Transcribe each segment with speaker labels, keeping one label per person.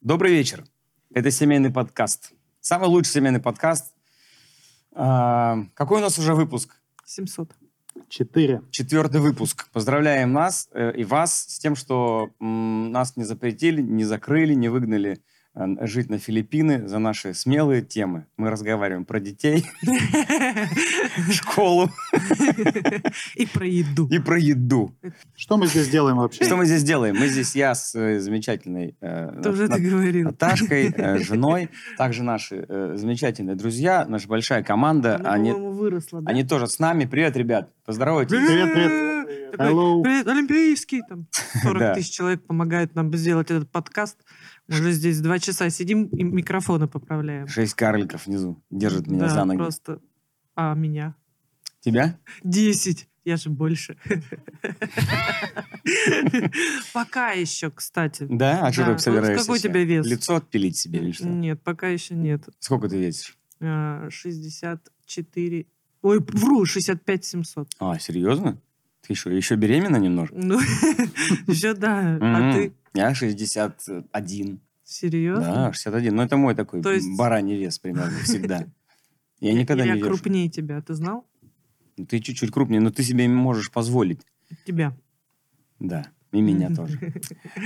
Speaker 1: Добрый вечер. Это семейный подкаст. Самый лучший семейный подкаст. А, какой у нас уже выпуск?
Speaker 2: 700.
Speaker 3: Четыре.
Speaker 1: Четвертый выпуск. Поздравляем нас э, и вас с тем, что м, нас не запретили, не закрыли, не выгнали э, жить на Филиппины за наши смелые темы. Мы разговариваем про детей, школу
Speaker 2: И про еду.
Speaker 1: и про еду.
Speaker 3: Что мы здесь делаем вообще?
Speaker 1: Что мы здесь делаем? Мы здесь я с э, замечательной э,
Speaker 2: Это уже
Speaker 1: Нат-
Speaker 2: ты говорил.
Speaker 1: Наташкой, э, женой, также наши э, замечательные друзья, наша большая команда,
Speaker 2: Она,
Speaker 1: они,
Speaker 2: по-моему, выросла, да?
Speaker 1: они тоже с нами. Привет, ребят, поздоровайтесь.
Speaker 3: Привет,
Speaker 2: привет. Такой,
Speaker 3: Hello.
Speaker 2: Привет, Олимпийский. Там 40
Speaker 1: Да.
Speaker 2: тысяч человек помогают нам сделать этот подкаст. Мы уже здесь два часа сидим и микрофоны поправляем.
Speaker 1: Шесть карликов внизу держат меня
Speaker 2: Да,
Speaker 1: за ноги.
Speaker 2: просто. А, меня.
Speaker 1: Тебя?
Speaker 2: Десять. Я же больше. Пока еще, кстати.
Speaker 1: Да? А что
Speaker 2: Да.
Speaker 1: ты собираешься?
Speaker 2: Какой у
Speaker 1: себе?
Speaker 2: тебя вес?
Speaker 1: Лицо отпилить себе или что?
Speaker 2: Нет, пока еще нет.
Speaker 1: Сколько ты весишь?
Speaker 2: А, 64... Ой, вру, 65 700.
Speaker 1: А, серьезно? Ты еще, еще беременна немножко?
Speaker 2: Ну, еще да. А
Speaker 1: Мгм.
Speaker 2: ты
Speaker 1: Я 61. Да,
Speaker 2: серьезно?
Speaker 1: 61. Ну, это мой такой
Speaker 2: То есть-
Speaker 1: бараний вес примерно всегда. Я никогда
Speaker 2: Или
Speaker 1: не
Speaker 2: я
Speaker 1: вешу.
Speaker 2: крупнее тебя, ты знал?
Speaker 1: Ты чуть-чуть крупнее, но ты себе можешь позволить.
Speaker 2: Тебя.
Speaker 1: Да, и меня тоже.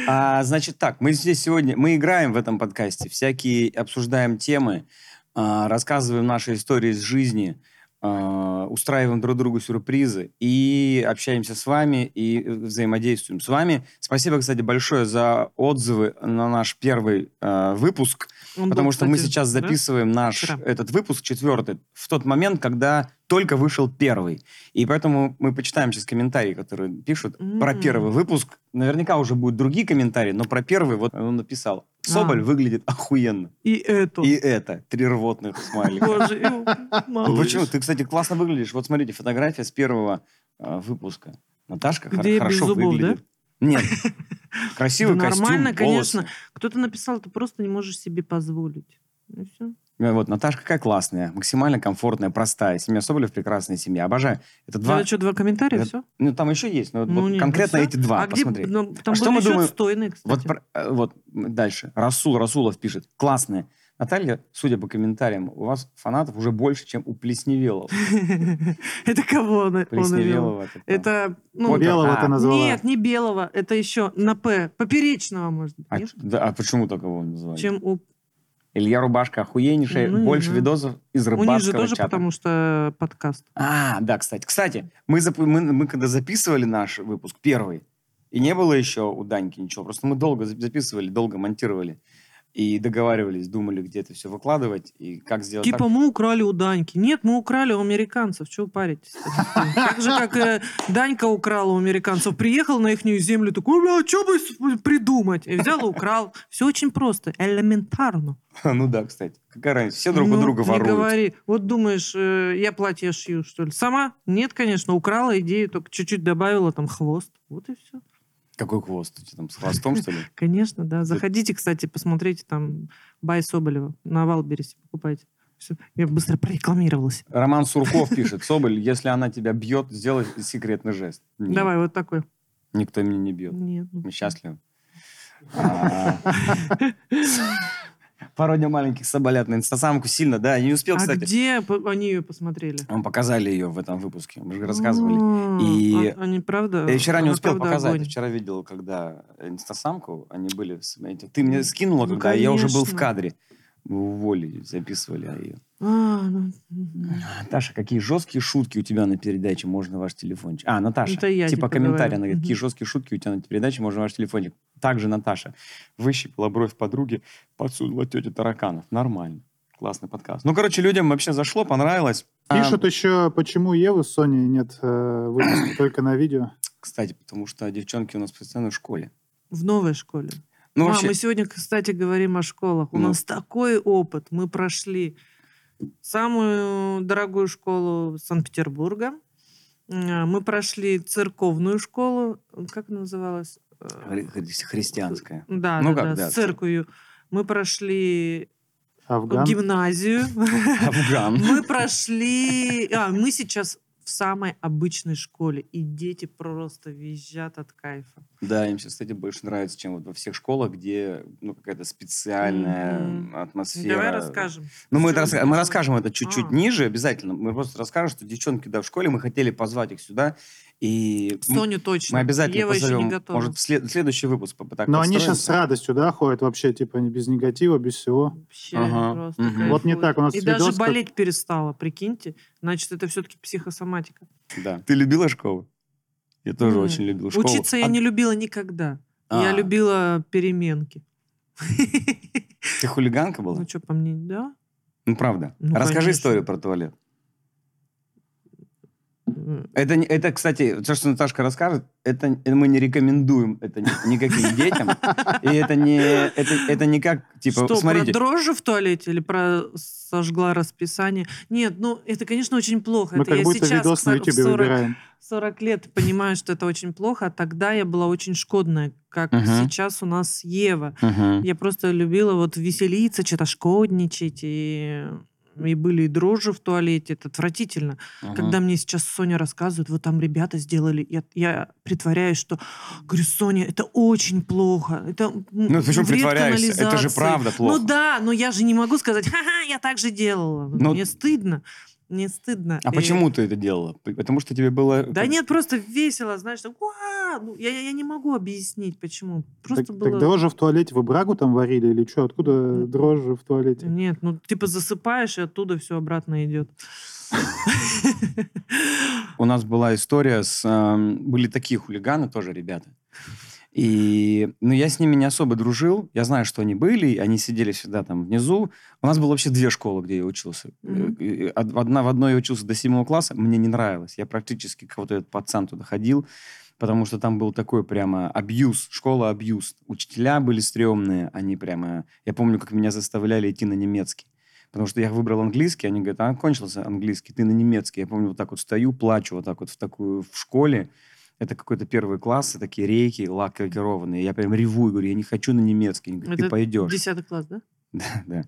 Speaker 1: А, значит так, мы здесь сегодня, мы играем в этом подкасте, всякие обсуждаем темы, а, рассказываем наши истории из жизни, а, устраиваем друг другу сюрпризы и общаемся с вами и э, взаимодействуем с вами. Спасибо, кстати, большое за отзывы на наш первый э, выпуск,
Speaker 2: Он
Speaker 1: потому
Speaker 2: был,
Speaker 1: что мы
Speaker 2: Ну, кстати,
Speaker 1: сейчас
Speaker 2: да?
Speaker 1: записываем наш
Speaker 2: Вчера.
Speaker 1: этот выпуск четвертый в тот момент, когда только вышел первый, и поэтому мы почитаем сейчас комментарии, которые пишут про
Speaker 2: М.
Speaker 1: первый выпуск. Наверняка уже будут другие комментарии, но про первый вот он написал. Соболь
Speaker 2: А.
Speaker 1: выглядит охуенно.
Speaker 2: И эту.
Speaker 1: И это. Три рвотных смайлика.
Speaker 2: Боже, э,
Speaker 1: Ну
Speaker 2: малыш.
Speaker 1: Почему? Ты, кстати, классно выглядишь. Вот смотрите, фотография с первого э, выпуска. Наташка хор-
Speaker 2: Где я без
Speaker 1: хорошо
Speaker 2: зубов,
Speaker 1: выглядит. Нет. Красивый
Speaker 2: Да
Speaker 1: костюм,
Speaker 2: нормально,
Speaker 1: волосы.
Speaker 2: конечно. Кто-то написал, ты просто не можешь себе позволить. Ну все.
Speaker 1: Э, Вот, Наташка какая классная, максимально комфортная, простая. Семья Соболев прекрасная семья. Обожаю. Это два...
Speaker 2: Два... что, два комментария,
Speaker 1: Да,
Speaker 2: все?
Speaker 1: Ну, там еще есть, но вот конкретно эти два.
Speaker 2: А где,
Speaker 1: Посмотри.
Speaker 2: ну, там
Speaker 1: А
Speaker 2: были
Speaker 1: что мы
Speaker 2: еще
Speaker 1: думаем?
Speaker 2: отстойные, кстати.
Speaker 1: Вот, про- э, вот дальше. Расул Расулов пишет. Классная. Наталья, судя по комментариям, у вас фанатов уже больше, чем у Плесневелова.
Speaker 2: Это кого он, он имел?
Speaker 1: Плесневелова. это там.
Speaker 2: Это, ну,
Speaker 1: Понял.
Speaker 3: Белого
Speaker 1: А,
Speaker 3: ты назвала.
Speaker 2: Нет, не белого, это еще на П, поперечного, может быть,
Speaker 1: А,
Speaker 2: нет?
Speaker 1: ч- да, а почему так его называют?
Speaker 2: Чем у...
Speaker 1: Илья Рубашка охуеннейший.
Speaker 2: Ну, не
Speaker 1: больше
Speaker 2: знаю.
Speaker 1: видосов из
Speaker 2: У них же
Speaker 1: рыбацкого
Speaker 2: тоже
Speaker 1: чата.
Speaker 2: потому что подкаст.
Speaker 1: А, да, кстати. Кстати, мы, зап- мы, мы когда записывали наш выпуск, первый, и не было еще у Даньки ничего, просто мы долго за- записывали, долго монтировали и договаривались, думали, где это все выкладывать и как сделать
Speaker 2: Типа
Speaker 1: так.
Speaker 2: мы украли у Даньки. Нет, мы украли у американцев. Чего вы паритесь? Так же, как э, Данька украла у американцев. Приехал на их землю, такой, а что бы с- придумать? И взял и украл. Все очень просто, элементарно.
Speaker 1: Ну да, кстати. Какая разница? Все друг у
Speaker 2: Ну,
Speaker 1: друга
Speaker 2: не
Speaker 1: воруют.
Speaker 2: говори. Вот думаешь, э, я платье шью, что ли? Сама? Нет, конечно, украла идею, только чуть-чуть добавила там хвост. Вот и все.
Speaker 1: Какой хвост? У тебя там с хвостом, что ли?
Speaker 2: Конечно,
Speaker 1: Э,
Speaker 2: да. Заходите, кстати, посмотрите там Бай Соболева на Валбересе, покупайте. Всё. Я быстро прорекламировалась.
Speaker 1: Роман Сурков пишет. Соболь, если она тебя бьет, сделай секретный жест. Нет,
Speaker 2: Давай, вот такой.
Speaker 1: Никто меня не бьет.
Speaker 2: Нет. ну.
Speaker 1: Мы счастливы. А. Пародия маленьких соболят на инстасамку сильно, да. Я не успел,
Speaker 2: а
Speaker 1: кстати.
Speaker 2: где по- они ее посмотрели?
Speaker 1: Вам показали ее в этом выпуске. Мы же рассказывали.
Speaker 2: А,
Speaker 1: И-
Speaker 2: а- Они, правда...
Speaker 1: Я вчера не
Speaker 2: Ну, она
Speaker 1: успел
Speaker 2: правда
Speaker 1: показать.
Speaker 2: огонь.
Speaker 1: Вчера видел, когда инстасамку, они были... с эм, этим. Ты мне скинула,
Speaker 2: Ну,
Speaker 1: когда я уже был в
Speaker 2: конечно.
Speaker 1: кадре. Мы уволили, записывали ее.
Speaker 2: А, ну, м.
Speaker 1: Наташа, какие жесткие шутки у тебя на передаче, можно ваш телефончик. А, Наташа,
Speaker 2: Это я
Speaker 1: типа
Speaker 2: тебе
Speaker 1: комментарий,
Speaker 2: говорю.
Speaker 1: она говорит,
Speaker 2: Мгм.
Speaker 1: какие жесткие шутки у тебя на передаче, можно ваш телефончик. Также Наташа выщипала бровь подруги, подсунула тетя тараканов. Нормально. Классный подкаст. Ну, короче, людям вообще зашло, понравилось. А,
Speaker 3: Пишут еще, почему Евы с Соней нет э, выпуска только на видео.
Speaker 1: кстати, потому что девчонки у нас постоянно в школе.
Speaker 2: В новой школе.
Speaker 1: Ну,
Speaker 2: а,
Speaker 1: вообще,
Speaker 2: мы сегодня, кстати, говорим о школах. У
Speaker 1: Ну.
Speaker 2: нас такой опыт. Мы прошли самую дорогую школу Санкт-Петербурга. Э, Мы прошли церковную школу. Как она называлась? Э,
Speaker 1: хри- хри- христианская.
Speaker 2: Да,
Speaker 1: Ну
Speaker 2: да,
Speaker 1: как,
Speaker 2: да,
Speaker 1: да,
Speaker 2: с церковью. Мы прошли
Speaker 3: Афган.
Speaker 2: гимназию.
Speaker 1: Афган.
Speaker 2: Мы прошли... А, мы сейчас в в самой обычной школе, и дети просто визжат от кайфа.
Speaker 1: Да, им сейчас, кстати, больше нравится, чем вот во всех школах, где ну, какая-то специальная
Speaker 2: Мгм.
Speaker 1: атмосфера.
Speaker 2: Давай расскажем.
Speaker 1: Ну, мы, это раска-
Speaker 2: Всё расскажем.
Speaker 1: мы расскажем это чуть-чуть
Speaker 2: А.
Speaker 1: ниже обязательно. Мы просто расскажем, что девчонки, да, в школе, мы хотели позвать их сюда. И м-
Speaker 2: Соню точно.
Speaker 1: мы обязательно
Speaker 2: Ева еще не
Speaker 1: позовем.
Speaker 2: готова.
Speaker 1: Может, в след- следующий выпуск по- так
Speaker 3: Но они сейчас с
Speaker 1: подстроимся.
Speaker 3: радостью, да, ходят вообще, типа, не без негатива, без всего.
Speaker 2: Вообще
Speaker 1: Ага,
Speaker 2: просто
Speaker 1: мгм.
Speaker 2: кайфует.
Speaker 3: Вот не так, у нас
Speaker 2: И
Speaker 3: видос,
Speaker 2: даже
Speaker 3: как-
Speaker 2: болеть перестала, прикиньте. Значит, это все-таки психосоматика.
Speaker 1: Да. Ты любила школу? Я тоже
Speaker 2: М,
Speaker 1: очень любил школу.
Speaker 2: Учиться я
Speaker 1: А-
Speaker 2: не любила никогда. Я
Speaker 1: А,
Speaker 2: любила переменки.
Speaker 1: Ты хулиганка была?
Speaker 2: Ну что, по мне, да?
Speaker 1: Ну, правда.
Speaker 2: Ну,
Speaker 1: Расскажи
Speaker 2: конечно.
Speaker 1: историю про туалет.
Speaker 2: М,
Speaker 1: Это, не- это, кстати, то, что Наташка расскажет, это это мы не рекомендуем это ни- никаким детям. И это не, это, это не как, типа,
Speaker 2: Что,
Speaker 1: смотрите,
Speaker 2: про дрожжи в туалете или про сожгла расписание? Нет, ну это, конечно, очень плохо.
Speaker 3: Мы
Speaker 2: это
Speaker 3: как
Speaker 2: я
Speaker 3: будто
Speaker 2: сейчас
Speaker 3: видос
Speaker 2: в
Speaker 3: на
Speaker 2: сор- в
Speaker 3: Ютубе
Speaker 2: 40
Speaker 3: выбираем.
Speaker 2: 40 лет понимаю, что это очень плохо, а тогда я была очень шкодная, как
Speaker 1: Мгм.
Speaker 2: сейчас у нас Ева.
Speaker 1: Мгм.
Speaker 2: Я просто любила вот веселиться, что-то шкодничать, и, и были и дрожжи в туалете, это отвратительно.
Speaker 1: Мгм.
Speaker 2: Когда мне сейчас Соня рассказывает, вот там ребята сделали, я, я притворяюсь, что... Говорю, Соня, это очень плохо. Это, м,
Speaker 1: Ну, ты почему
Speaker 2: вред
Speaker 1: притворяешься? Это же
Speaker 2: канализации».
Speaker 1: правда плохо.
Speaker 2: Ну да, но я же не могу сказать, ха-ха, я так же делала.
Speaker 1: Ну-
Speaker 2: Мне стыдно. Мне стыдно.
Speaker 1: А
Speaker 2: И-
Speaker 1: почему ты это делала? П- Потому что тебе было...
Speaker 2: Да
Speaker 1: как-
Speaker 2: нет, просто весело, знаешь, так, «Уа!» Ну, я, я- я не могу объяснить, почему. Просто
Speaker 3: Так, так
Speaker 2: было...
Speaker 3: дрожжи в туалете вы брагу там варили или что? Откуда
Speaker 2: Мгм.
Speaker 3: дрожжи в туалете?
Speaker 2: Нет, ну типа засыпаешь, и оттуда все обратно идет.
Speaker 1: У нас была история с... эм, Были такие хулиганы тоже, ребята. И, ну, я с ними не особо дружил. Я знаю, что они были, они сидели всегда там внизу. У нас было вообще две школы, где я учился.
Speaker 2: Мгм.
Speaker 1: Э, э, од- Одна, в одной я учился до седьмого класса, мне не нравилось. Я практически как вот этот пацан туда ходил, потому что там был такой прямо абьюз, школа абьюз. Учителя были стрёмные, они прямо... Я помню, как меня заставляли идти на немецкий. Потому что я выбрал английский, они говорят, а, кончился английский, ты на немецкий. Я помню, вот так вот стою, плачу вот так вот в такую в школе. Это какой-то первый класс, и такие рейки лакированные. Я прям реву и говорю, я не хочу на немецкий. Они говорят, ты
Speaker 2: Это
Speaker 1: пойдешь.
Speaker 2: Десятый класс, да?
Speaker 1: Да, да.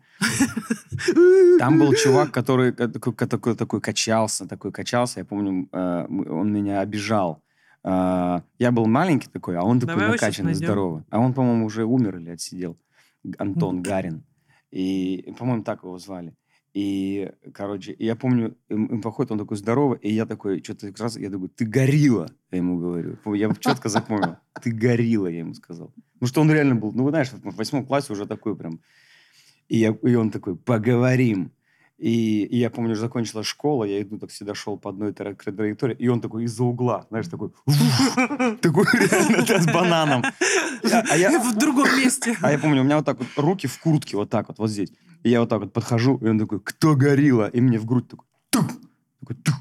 Speaker 1: Там был чувак, который э, такой, ка- такой, такой качался, такой качался. Я помню, э, мы- он меня обижал. Э, я был маленький такой, а он такой
Speaker 2: Давай его щас
Speaker 1: накачанный,
Speaker 2: найдем.
Speaker 1: здоровый. А он, по-моему, уже умер или отсидел. Г- Антон Гарин. И, по-моему, так его звали. И, короче, я помню, им, им походит, он такой здоровый, и я такой, что-то раз, я такой, ты горилла, я ему говорю. Пом- Я четко запомнил, ты горилла, я ему сказал. Ну, что он реально был, ну, вы знаешь, в восьмом классе уже такой прям. И, я, и он такой, поговорим. И, и я помню, уже закончилась школа, я иду, так всегда шел по одной тра- траектории, и он такой из-за угла, знаешь, такой, такой реально да, с бананом. Я- а я-
Speaker 2: В другом месте.
Speaker 1: А я помню, у меня вот так вот руки в куртке, вот так вот, вот здесь. И я вот так вот подхожу, и он такой, кто горилла? И мне в грудь такой, тук, такой, тук.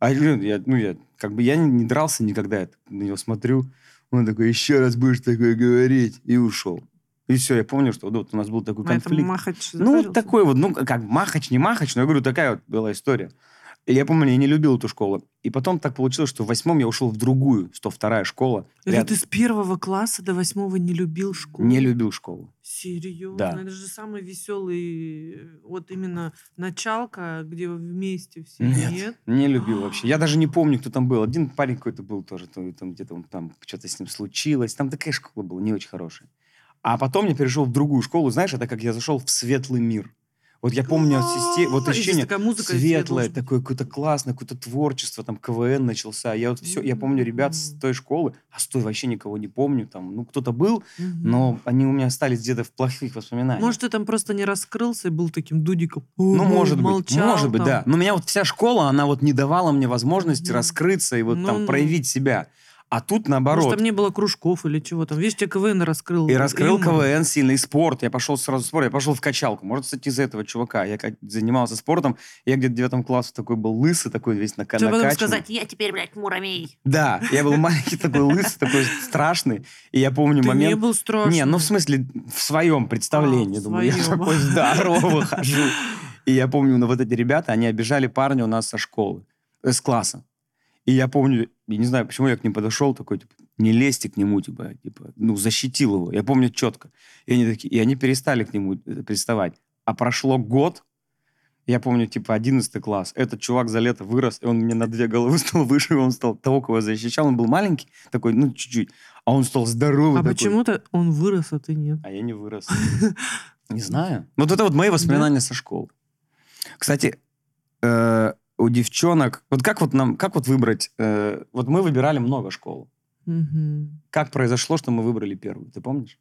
Speaker 1: А я, я- ну, я, как бы, я не, не дрался никогда, я так на него смотрю, он такой, еще раз будешь такое говорить, и ушел. И все, я помню, что вот у нас был такой
Speaker 2: На этом
Speaker 1: конфликт.
Speaker 2: Махач
Speaker 1: Ну,
Speaker 2: зажарился.
Speaker 1: вот такой вот, ну, как махач, не махач, но я говорю, такая вот была история. И я помню, я не любил эту школу. И потом так получилось, что в восьмом я ушел в другую, 102-я школа.
Speaker 2: Это
Speaker 1: Рядом.
Speaker 2: ты с первого класса до восьмого не любил школу?
Speaker 1: Не любил школу.
Speaker 2: Серьезно?
Speaker 1: Да.
Speaker 2: Это же самый веселый, вот именно началка, где вы вместе все.
Speaker 1: Нет.
Speaker 2: Нет?
Speaker 1: Не любил вообще. Я даже не помню, кто там был. Один парень какой-то был тоже, то- там где-то он там что-то с ним случилось. Там такая школа была, не очень хорошая. А потом я перешел в другую школу, знаешь, это как я зашел в светлый мир. Вот я помню
Speaker 2: А,
Speaker 1: ощущение, вот
Speaker 2: и здесь
Speaker 1: ощущение
Speaker 2: такая музыка
Speaker 1: светлое,
Speaker 2: должна быть.
Speaker 1: такое какое-то классное, какое-то творчество, там КВН начался. А Я вот все, я помню ребят с
Speaker 2: М.
Speaker 1: той школы, а с той вообще никого не помню, там, ну, кто-то был,
Speaker 2: Мгм.
Speaker 1: но они у меня остались где-то в плохих воспоминаниях.
Speaker 2: Может, ты там просто не раскрылся и был таким дудиком?
Speaker 1: Ну, может быть,
Speaker 2: молчал
Speaker 1: может быть,
Speaker 2: там.
Speaker 1: да. Но меня вот вся школа, она вот не давала мне возможности
Speaker 2: Мгм.
Speaker 1: раскрыться и вот
Speaker 2: Ну-ну.
Speaker 1: там проявить себя. А тут
Speaker 2: Может,
Speaker 1: наоборот.
Speaker 2: там не было кружков или чего там. Видишь, тебе КВН раскрыл.
Speaker 1: И раскрыл
Speaker 2: юмор.
Speaker 1: КВН сильно, и спорт. Я пошел сразу в спорт, я пошел в качалку. Может, кстати, из-за этого чувака. Я как занимался спортом, я где-то в девятом классе такой был лысый, такой весь на
Speaker 2: Чтобы потом сказать, я теперь, блядь, муравей.
Speaker 1: Да, я был маленький такой лысый, такой страшный. И я помню
Speaker 2: Ты
Speaker 1: момент...
Speaker 2: не был страшным.
Speaker 1: Не, ну в смысле, в своем представлении.
Speaker 2: А, в
Speaker 1: думаю, я
Speaker 2: своем.
Speaker 1: такой здоровый хожу. И я помню, ну вот эти ребята, они обижали парня у нас со школы, э, с класса. И я помню, я не знаю, почему я к ним подошел, такой, типа, не лезьте к нему, типа, типа, ну, защитил его. Я помню четко. И они такие, и они перестали к нему э, приставать. А прошло год, Я помню, типа, 11 класс. Этот чувак за лето вырос, и он мне на две головы стал выше, и он стал того, кого я защищал. Он был маленький, такой, ну, чуть-чуть. А он стал здоровый
Speaker 2: А
Speaker 1: такой.
Speaker 2: почему-то он вырос, а ты нет.
Speaker 1: А я не вырос. Не знаю. Ну, Вот это вот мои воспоминания со школы. Кстати, э, у девчонок... Вот как вот нам... Как вот выбрать... э, Вот мы выбирали много школ.
Speaker 2: Мгм.
Speaker 1: Как произошло, что мы выбрали первую? Ты помнишь?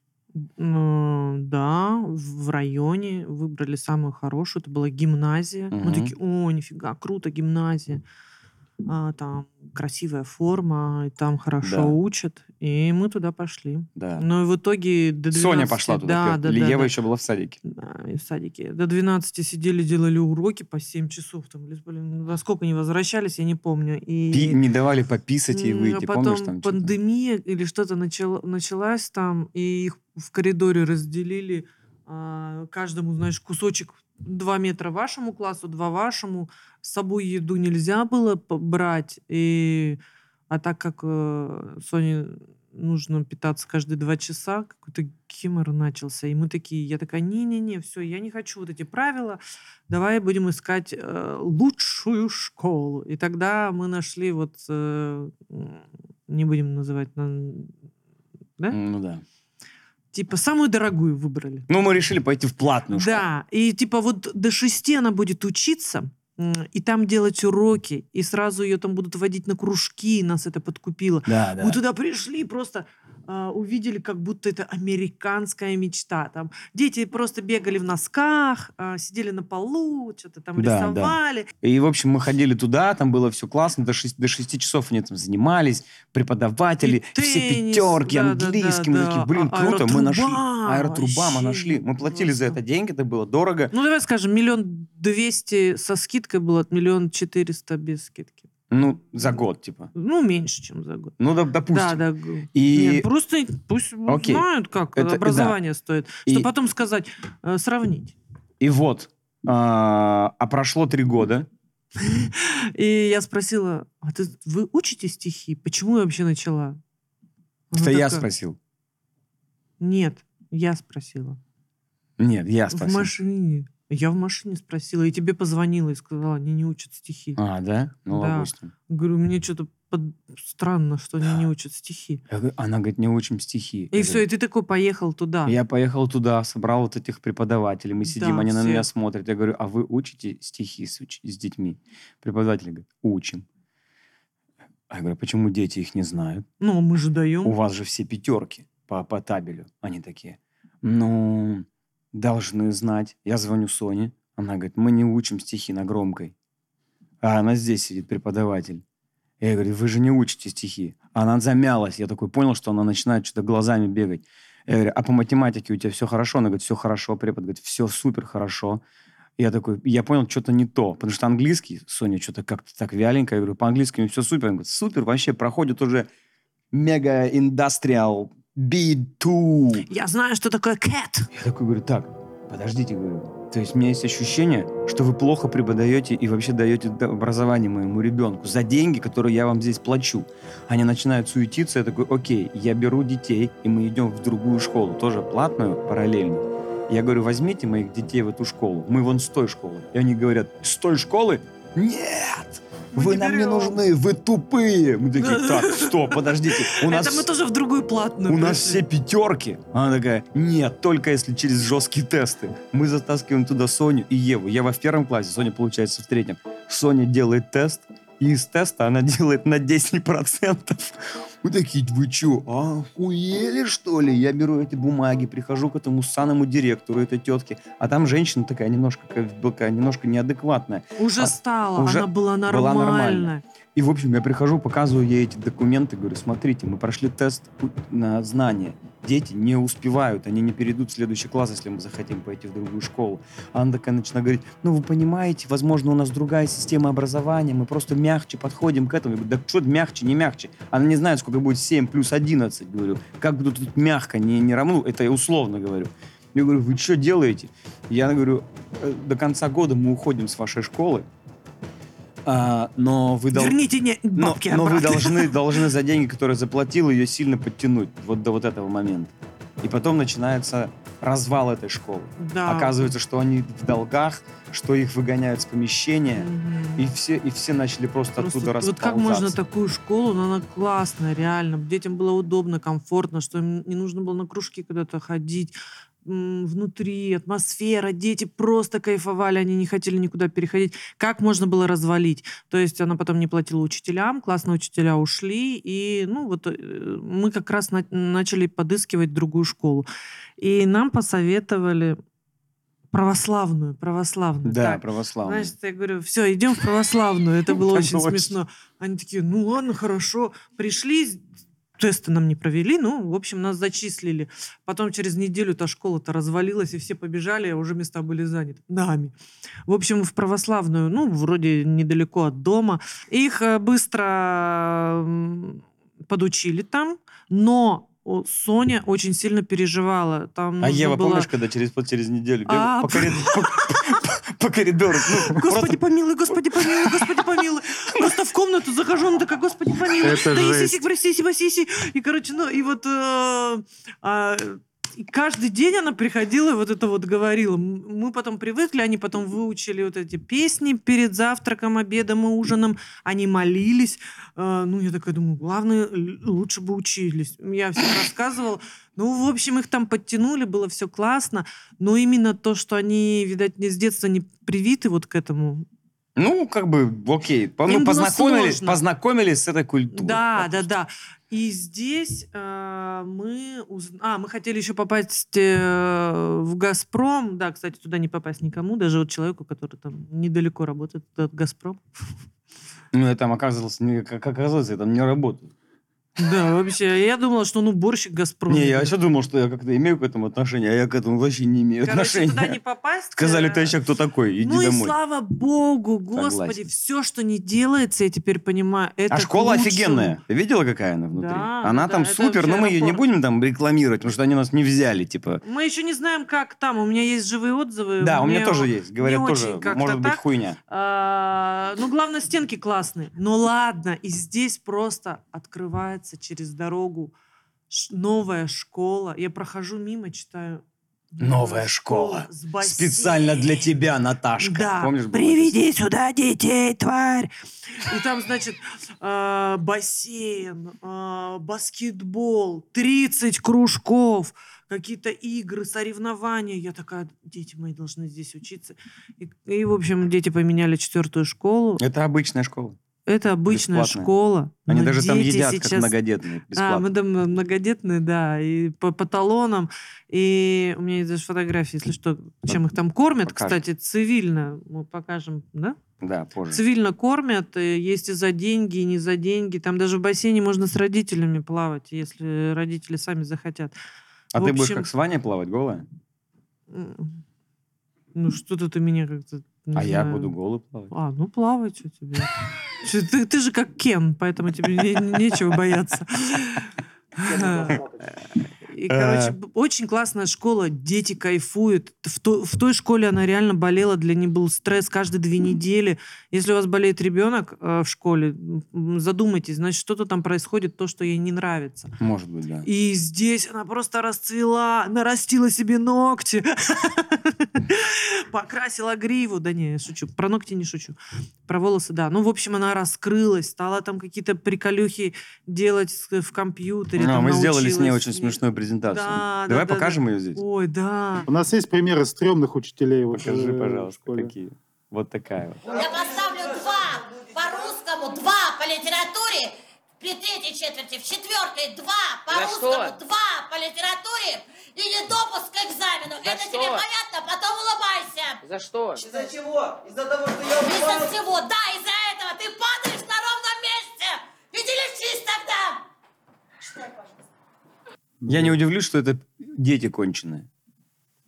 Speaker 2: Ну, Да, в в районе выбрали самую хорошую. Это была гимназия. Мы
Speaker 1: Мгм.
Speaker 2: такие, о, нифига, круто, гимназия. А, там красивая форма, и там хорошо
Speaker 1: Да.
Speaker 2: учат. И мы туда пошли.
Speaker 1: Да.
Speaker 2: Ну и в итоге до 12...
Speaker 1: Соня пошла туда.
Speaker 2: Да,
Speaker 1: пер-
Speaker 2: да,
Speaker 1: Или
Speaker 2: да,
Speaker 1: Ева
Speaker 2: да.
Speaker 1: еще была в садике.
Speaker 2: Да, и в садике. До 12 сидели, делали уроки по 7 часов. Там, или, блин, во сколько не возвращались, я не помню. И...
Speaker 1: Пи- не давали пописать и
Speaker 2: М,
Speaker 1: выйти.
Speaker 2: А потом
Speaker 1: Помнишь там? что-то?
Speaker 2: пандемия или что-то начало- началась там, и их в коридоре разделили а, каждому, знаешь, кусочек два метра вашему классу, два вашему. С собой еду нельзя было п- брать, и а так как э, Соне нужно питаться каждые два часа, какой-то гемор начался. И мы такие, я такая, не-не-не, все, я не хочу вот эти правила, давай будем искать э, лучшую школу. И тогда мы нашли вот, э, м, не будем называть, на- да?
Speaker 1: Ну да.
Speaker 2: типа самую дорогую выбрали.
Speaker 1: Ну, мы решили пойти в платную школу.
Speaker 2: Да, и типа вот до шести она будет учиться, м, и там делать уроки, и сразу ее там будут водить на кружки, и нас это подкупило.
Speaker 1: Да,
Speaker 2: Мы туда пришли и просто а, увидели, как будто это американская мечта. Там дети просто бегали в носках, а, сидели на полу, что-то
Speaker 1: Да,
Speaker 2: там
Speaker 1: да.
Speaker 2: рисовали.
Speaker 1: И, в общем, мы ходили туда, там было все классно, до 6, до шести часов они там занимались, преподаватели,
Speaker 2: И
Speaker 1: все
Speaker 2: теннис,
Speaker 1: пятерки,
Speaker 2: да, да,
Speaker 1: английский, мы
Speaker 2: да,
Speaker 1: такие,
Speaker 2: да.
Speaker 1: блин,
Speaker 2: А-
Speaker 1: круто, мы нашли.
Speaker 2: аэротруба
Speaker 1: Аэротруба мы
Speaker 2: вообще
Speaker 1: нашли, мы платили за это
Speaker 2: просто.
Speaker 1: деньги, это было дорого.
Speaker 2: Ну давай скажем, миллион двести со скидкой было, миллион четыреста без скидки.
Speaker 1: Ну, за год, типа.
Speaker 2: Ну меньше, чем за год.
Speaker 1: Ну, доп- допустим.
Speaker 2: Да, да. г-
Speaker 1: И-
Speaker 2: Нет, ну, просто пусть
Speaker 1: Окей.
Speaker 2: знают, как
Speaker 1: Это- да.
Speaker 2: образование стоит. Что
Speaker 1: И-
Speaker 2: потом сказать, э, сравнить.
Speaker 1: И вот, а а прошло три года.
Speaker 2: И я спросила, а ты, вы учите стихи? Почему я вообще начала? Она
Speaker 1: Это я
Speaker 2: такая,
Speaker 1: спросил.
Speaker 2: Нет, я спросила.
Speaker 1: Нет, я
Speaker 2: В
Speaker 1: спросил.
Speaker 2: машине. Я в машине спросила, и тебе позвонила и сказала, они не учат стихи.
Speaker 1: А, да? Ну,
Speaker 2: Да.
Speaker 1: допустим.
Speaker 2: Говорю, мне что-то под- странно, что они не учат стихи.
Speaker 1: Я говорю, Она говорит, не учим стихи.
Speaker 2: И
Speaker 1: Я
Speaker 2: все,
Speaker 1: говорю,
Speaker 2: и ты такой поехал туда.
Speaker 1: Я поехал туда, собрал вот этих преподавателей. Мы сидим,
Speaker 2: Да,
Speaker 1: они на
Speaker 2: все.
Speaker 1: меня смотрят. Я говорю, а вы учите стихи с, уч- с детьми? Преподаватель говорит, учим. А я говорю, почему дети их не знают?
Speaker 2: Ну, а мы же даем.
Speaker 1: У вас же все пятерки по, по табелю. Они такие, ну, должны знать. Я звоню Соне. Она говорит, мы не учим стихи на громкой. А она здесь сидит, преподаватель. Я говорю, вы же не учите стихи. Она замялась. Я такой понял, что она начинает что-то глазами бегать. Я говорю, а по математике у тебя все хорошо? Она говорит, все хорошо, препод. Говорит, все супер хорошо. Я такой, я понял, что-то не то. Потому что английский, Соня, что-то как-то так вяленько. Я говорю, по-английскому все супер. Она говорит, супер, вообще проходит уже мега индастриал B2.
Speaker 2: Я знаю, что такое cat.
Speaker 1: Я такой говорю, так, подождите, говорю. То есть у меня есть ощущение, что вы плохо преподаете и вообще даете д- образование моему ребенку за деньги, которые я вам здесь плачу. Они начинают суетиться, я такой, окей, я беру детей, и мы идем в другую школу, тоже платную, параллельно. Я говорю, возьмите моих детей в эту школу, мы вон с той школы. И они говорят, с той школы? Нет!
Speaker 2: Мы
Speaker 1: вы
Speaker 2: не
Speaker 1: нам не
Speaker 2: берем».
Speaker 1: нужны, вы тупые! Мы такие, так, стоп, подождите, у нас...
Speaker 2: Это мы тоже в другую платную.
Speaker 1: У нас
Speaker 2: пришли.
Speaker 1: все пятерки. Она такая, нет, только если через жесткие тесты. Мы затаскиваем туда Соню и Еву. Ева в первом классе, Соня, получается, в третьем. Соня делает тест, и из теста она делает на 10%. Мы такие, вы че, охуели, что ли? Я беру эти бумаги, прихожу к этому саному директору, этой тетке. А там женщина такая немножко, как такая немножко неадекватная.
Speaker 2: Уже
Speaker 1: А,
Speaker 2: стала,
Speaker 1: уже
Speaker 2: она была
Speaker 1: была
Speaker 2: нормальная.
Speaker 1: нормальная. И, в общем, я прихожу, показываю ей эти документы, говорю, смотрите, мы прошли тест у- на знания. Дети не успевают, они не перейдут в следующий класс, если мы захотим пойти в другую школу. А Она такая начинает говорить, ну, вы понимаете, возможно, у нас другая система образования, мы просто мягче подходим к этому. Я говорю, да что мягче, не мягче? Она не знает, сколько будет 7 плюс 11, говорю. Как бы тут мягко, не, не равно, ну, это я условно говорю. Я говорю, вы что делаете? Я говорю, «Э, до конца года мы уходим с вашей школы, а, но вы должны...
Speaker 2: Верните не
Speaker 1: Но-
Speaker 2: бабки
Speaker 1: но, вы
Speaker 2: обратно.
Speaker 1: должны, должны за деньги, которые заплатил, ее сильно подтянуть вот до вот этого момента. И потом начинается развал этой школы.
Speaker 2: Да.
Speaker 1: Оказывается, что они в долгах, что их выгоняют с помещения,
Speaker 2: Мгм.
Speaker 1: и все, и все начали просто,
Speaker 2: Просто
Speaker 1: оттуда
Speaker 2: вот
Speaker 1: расползаться.
Speaker 2: как можно такую школу, но она классная, реально. Детям было удобно, комфортно, что им не нужно было на кружки куда-то ходить. М, Внутри атмосфера, дети просто кайфовали, они не хотели никуда переходить. Как можно было развалить? То есть она потом не платила учителям, классные учителя ушли, и ну вот э, мы как раз на- начали подыскивать другую школу. И нам посоветовали православную, православную.
Speaker 1: Да,
Speaker 2: Так,
Speaker 1: православные.
Speaker 2: Значит, я говорю, все, идем в православную. Это было
Speaker 1: Да,
Speaker 2: очень
Speaker 1: точно.
Speaker 2: смешно. Они такие, ну ладно, хорошо. Пришли, тесты нам не провели, ну, в общем, нас зачислили. Потом через неделю та школа-то развалилась, и все побежали, а уже места были заняты. Нами. В общем, в православную, ну, вроде недалеко от дома. Их э, быстро м, подучили там, но о, Соня очень сильно переживала. Там
Speaker 1: а
Speaker 2: нужно
Speaker 1: Ева,
Speaker 2: было...
Speaker 1: помнишь, когда через, через неделю бегала
Speaker 2: А,
Speaker 1: по, корид- по- по коридору? ну,
Speaker 2: Господи
Speaker 1: просто-
Speaker 2: помилуй, господи помилуй, господи помилуй. Просто в комнату захожу, она такая, господи помилуй.
Speaker 3: Это
Speaker 2: да и
Speaker 3: жесть.
Speaker 2: сисик, про сисик, про сисик». И, короче, ну, и вот... э, а, и каждый день она приходила и вот это вот говорила. М- Мы потом привыкли, они потом выучили вот эти песни перед завтраком, обедом и ужином. Они молились. Э, Ну, я такая думаю, главное, л- лучше бы учились. Я всем рассказывала. Ну, в общем, их там подтянули, было все классно. Но именно то, что они, видать, не с детства не привиты вот к этому.
Speaker 1: Ну, как бы, окей. По- ну,
Speaker 2: Им было
Speaker 1: познакомились,
Speaker 2: сложно.
Speaker 1: познакомились с этой культурой.
Speaker 2: да, да, да. И здесь э, мы уз- а мы хотели еще попасть э, в Газпром, да, кстати, туда не попасть никому, даже вот человеку, который там недалеко работает от Газпром.
Speaker 1: Ну, я там оказывалось, не- как оказалось, я там не работаю.
Speaker 2: Да, вообще, я думала, что ну, он уборщик Газпрома.
Speaker 1: Не, я вообще думал, что я как-то имею к этому отношение, а я к этому вообще не имею
Speaker 2: Короче, туда не
Speaker 1: отношения.
Speaker 2: попасть.
Speaker 1: Сказали,
Speaker 2: э,
Speaker 1: ты еще кто такой, иди
Speaker 2: ну и
Speaker 1: домой.
Speaker 2: слава богу, господи,
Speaker 1: Согласен.
Speaker 2: все, что не делается, я теперь понимаю, это
Speaker 1: А
Speaker 2: к
Speaker 1: школа
Speaker 2: лучшему.
Speaker 1: офигенная. Ты видела, какая она внутри?
Speaker 2: Да,
Speaker 1: она
Speaker 2: да,
Speaker 1: там
Speaker 2: это
Speaker 1: супер,
Speaker 2: вообще
Speaker 1: но мы ее не
Speaker 2: аэропорт.
Speaker 1: будем там рекламировать, потому что они нас не взяли, типа.
Speaker 2: Мы еще не знаем, как там. У меня есть живые отзывы.
Speaker 1: Да, у меня
Speaker 2: Э, Мне,
Speaker 1: тоже есть. Говорят,
Speaker 2: не
Speaker 1: тоже
Speaker 2: очень как-то
Speaker 1: может быть
Speaker 2: так.
Speaker 1: хуйня.
Speaker 2: а, ну, главное, стенки классные. Но ладно, и здесь просто открывается через дорогу ш- новая школа. Я прохожу мимо, читаю.
Speaker 1: Новая школа.
Speaker 2: с бассейном».
Speaker 1: Специально для тебя, Наташка.
Speaker 2: Да.
Speaker 1: Помнишь, было
Speaker 2: Приведи сюда детей, тварь. И там, значит, э, бассейн, э, баскетбол, 30 кружков, какие-то игры, соревнования. Я такая, дети мои должны здесь учиться. И, и, в общем, дети поменяли четвертую школу.
Speaker 1: это? Это обычная школа.
Speaker 2: Это обычная
Speaker 1: Бесплатная.
Speaker 2: школа.
Speaker 1: Они
Speaker 2: но
Speaker 1: даже там
Speaker 2: Ну, дети
Speaker 1: едят, как
Speaker 2: сейчас-
Speaker 1: многодетные,
Speaker 2: а, мы
Speaker 1: бесплатно.
Speaker 2: там многодетные, да, и по, по талонам. И у меня есть даже фотографии, если что, чем их там кормят.
Speaker 1: покажем.
Speaker 2: Кстати, цивильно, мы покажем, да?
Speaker 1: Да, позже.
Speaker 2: Цивильно кормят, и есть и за деньги, и не за деньги. Там даже в бассейне можно с родителями плавать, если родители сами захотят.
Speaker 1: А
Speaker 2: в
Speaker 1: ты будешь
Speaker 2: общем-
Speaker 1: как с Ваней плавать голая?
Speaker 2: М. Ну, что-то ты меня как-то... не
Speaker 1: А я
Speaker 2: знаю.
Speaker 1: буду голый плавать.
Speaker 2: А, ну плавай, что тебе. Чё, ты, ты же как Кен, поэтому тебе не- нечего бояться. И, короче, б- очень классная школа, дети кайфуют. В, то- в той школе она реально болела, для них был стресс каждые две недели. Если у вас болеет ребенок э, в школе, м, м, задумайтесь, значит, что-то там происходит, то, что ей не нравится.
Speaker 1: Может быть, да.
Speaker 2: И здесь она просто расцвела, нарастила себе ногти, покрасила гриву. Да не, я шучу. Про ногти не шучу. Про волосы, да. Ну, в общем, она раскрылась, стала там какие-то приколюхи делать с- в компьютере.
Speaker 1: А,
Speaker 2: там
Speaker 1: мы сделали с ней
Speaker 2: научилась.
Speaker 1: очень смешную презентацию.
Speaker 2: Да,
Speaker 1: Давай
Speaker 2: да, да,
Speaker 1: покажем ее здесь.
Speaker 2: Ой, да.
Speaker 3: У нас есть примеры стрёмных учителей. вот,
Speaker 1: Покажи,
Speaker 3: э, в
Speaker 1: пожалуйста,
Speaker 3: школе.
Speaker 1: какие. Вот такая вот.
Speaker 4: Я поставлю два по-русскому, два по литературе при третьей четверти, в четвертой два
Speaker 5: За
Speaker 4: по-русскому,
Speaker 5: что?
Speaker 4: два по литературе и недопуск к экзамену.
Speaker 5: За
Speaker 4: Это
Speaker 5: что?
Speaker 4: тебе понятно? Потом улыбайся.
Speaker 5: За что?
Speaker 6: Из-за чего? Из-за того, что я
Speaker 4: Из-за
Speaker 6: упал?
Speaker 4: всего, да, из-за этого ты падаешь на ровном месте. Иди лечись тогда. Читай, пожалуйста.
Speaker 1: Я не удивлюсь, что это дети конченые.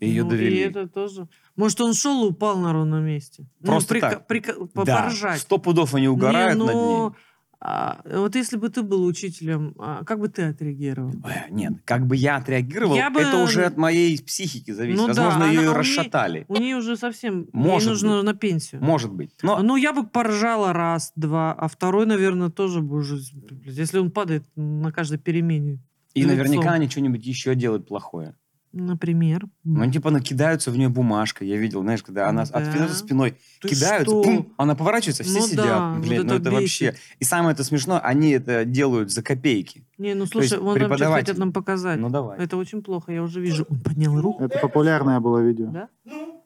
Speaker 1: Ее
Speaker 2: Ну,
Speaker 1: довели.
Speaker 2: И это тоже. Может, он шел и упал на ровном месте. Ну,
Speaker 1: Просто
Speaker 2: прика-
Speaker 1: так.
Speaker 2: прика- по-
Speaker 1: Да,
Speaker 2: поржать.
Speaker 1: сто пудов они угорают
Speaker 2: Не,
Speaker 1: над
Speaker 2: ну,
Speaker 1: ней.
Speaker 2: а, вот если бы ты был учителем, а, как бы ты отреагировал?
Speaker 1: Э, Нет, как бы я отреагировал,
Speaker 2: Я бы-
Speaker 1: это уже от моей психики зависит.
Speaker 2: Ну да,
Speaker 1: Возможно, ее
Speaker 2: она-
Speaker 1: и
Speaker 2: у ней-
Speaker 1: расшатали.
Speaker 2: У нее уже совсем
Speaker 1: Может
Speaker 2: ей нужно на пенсию.
Speaker 1: Может быть. Но
Speaker 2: Ну, я бы поржала раз, два, а второй, наверное, тоже бы уже, блядь, если он падает на каждой перемене.
Speaker 1: и
Speaker 2: лицом.
Speaker 1: наверняка они что-нибудь еще делают плохое.
Speaker 2: Например.
Speaker 1: Ну, они типа накидаются в нее бумажкой. Я видел, знаешь, когда она
Speaker 2: Да.
Speaker 1: откинута спиной,
Speaker 2: Ты
Speaker 1: кидаются,
Speaker 2: что?
Speaker 1: пум, она поворачивается, все
Speaker 2: Ну
Speaker 1: сидят.
Speaker 2: да,
Speaker 1: Блин,
Speaker 2: вот
Speaker 1: ну
Speaker 2: это
Speaker 1: это вообще.
Speaker 2: бесит.
Speaker 1: И самое это смешно, они это делают за копейки.
Speaker 2: Не, ну
Speaker 1: есть
Speaker 2: слушай, он нам что
Speaker 1: преподаватель.
Speaker 2: хотят нам показать.
Speaker 1: Ну давай.
Speaker 2: Это очень плохо, я уже вижу. Он поднял руку.
Speaker 3: Это популярное было видео.
Speaker 2: Да?
Speaker 5: Ну,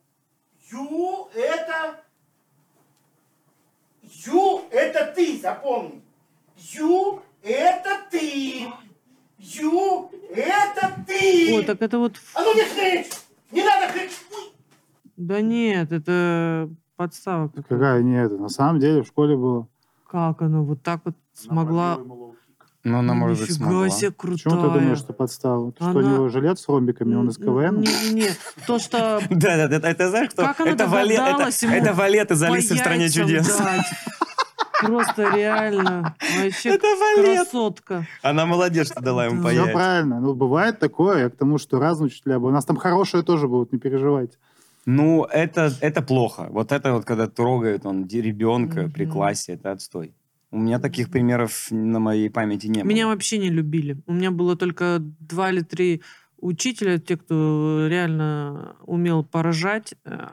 Speaker 5: ю это... Ю это ты, запомни. Ю это ты. Ю это ты.
Speaker 2: О, так это вот... ф-
Speaker 5: А ну не хрыч! Не надо хрыч! Ой,
Speaker 2: Да нет, это подстава. какая-то.
Speaker 3: Какая не это? На самом деле в школе было.
Speaker 2: Как она вот так вот смогла...
Speaker 1: Но Ну, она, может быть,
Speaker 2: Нифига
Speaker 1: смогла.
Speaker 2: себе
Speaker 3: Почему
Speaker 2: крутая.
Speaker 3: ты думаешь, что подстава? То, что у
Speaker 2: Она-
Speaker 3: него жилет с ромбиками, он из КВН?
Speaker 2: Не, не, то, что
Speaker 1: Да, да, да, это, это знаешь, кто?
Speaker 2: Как она
Speaker 1: это, валет, это,
Speaker 2: догадалась ему
Speaker 1: это валет из
Speaker 2: по
Speaker 1: Алисы в стране
Speaker 2: яйцам
Speaker 1: чудес.
Speaker 2: дать. Просто реально. Вообще
Speaker 1: Это валет.
Speaker 2: красотка.
Speaker 1: Она молодец, что дала ему
Speaker 2: Да.
Speaker 1: по
Speaker 3: Все
Speaker 1: яйцам.
Speaker 3: правильно. Ну, бывает такое. Я к тому, что разные учителя были. У нас там хорошие тоже будут, не переживайте.
Speaker 1: Ну, это, это плохо. Вот это вот, когда трогает он де- ребенка при
Speaker 2: Мгм.
Speaker 1: классе, это отстой. У меня таких примеров на моей памяти не было.
Speaker 2: Меня вообще не любили. У меня было только два или три учителя, те, кто реально умел поражать, э,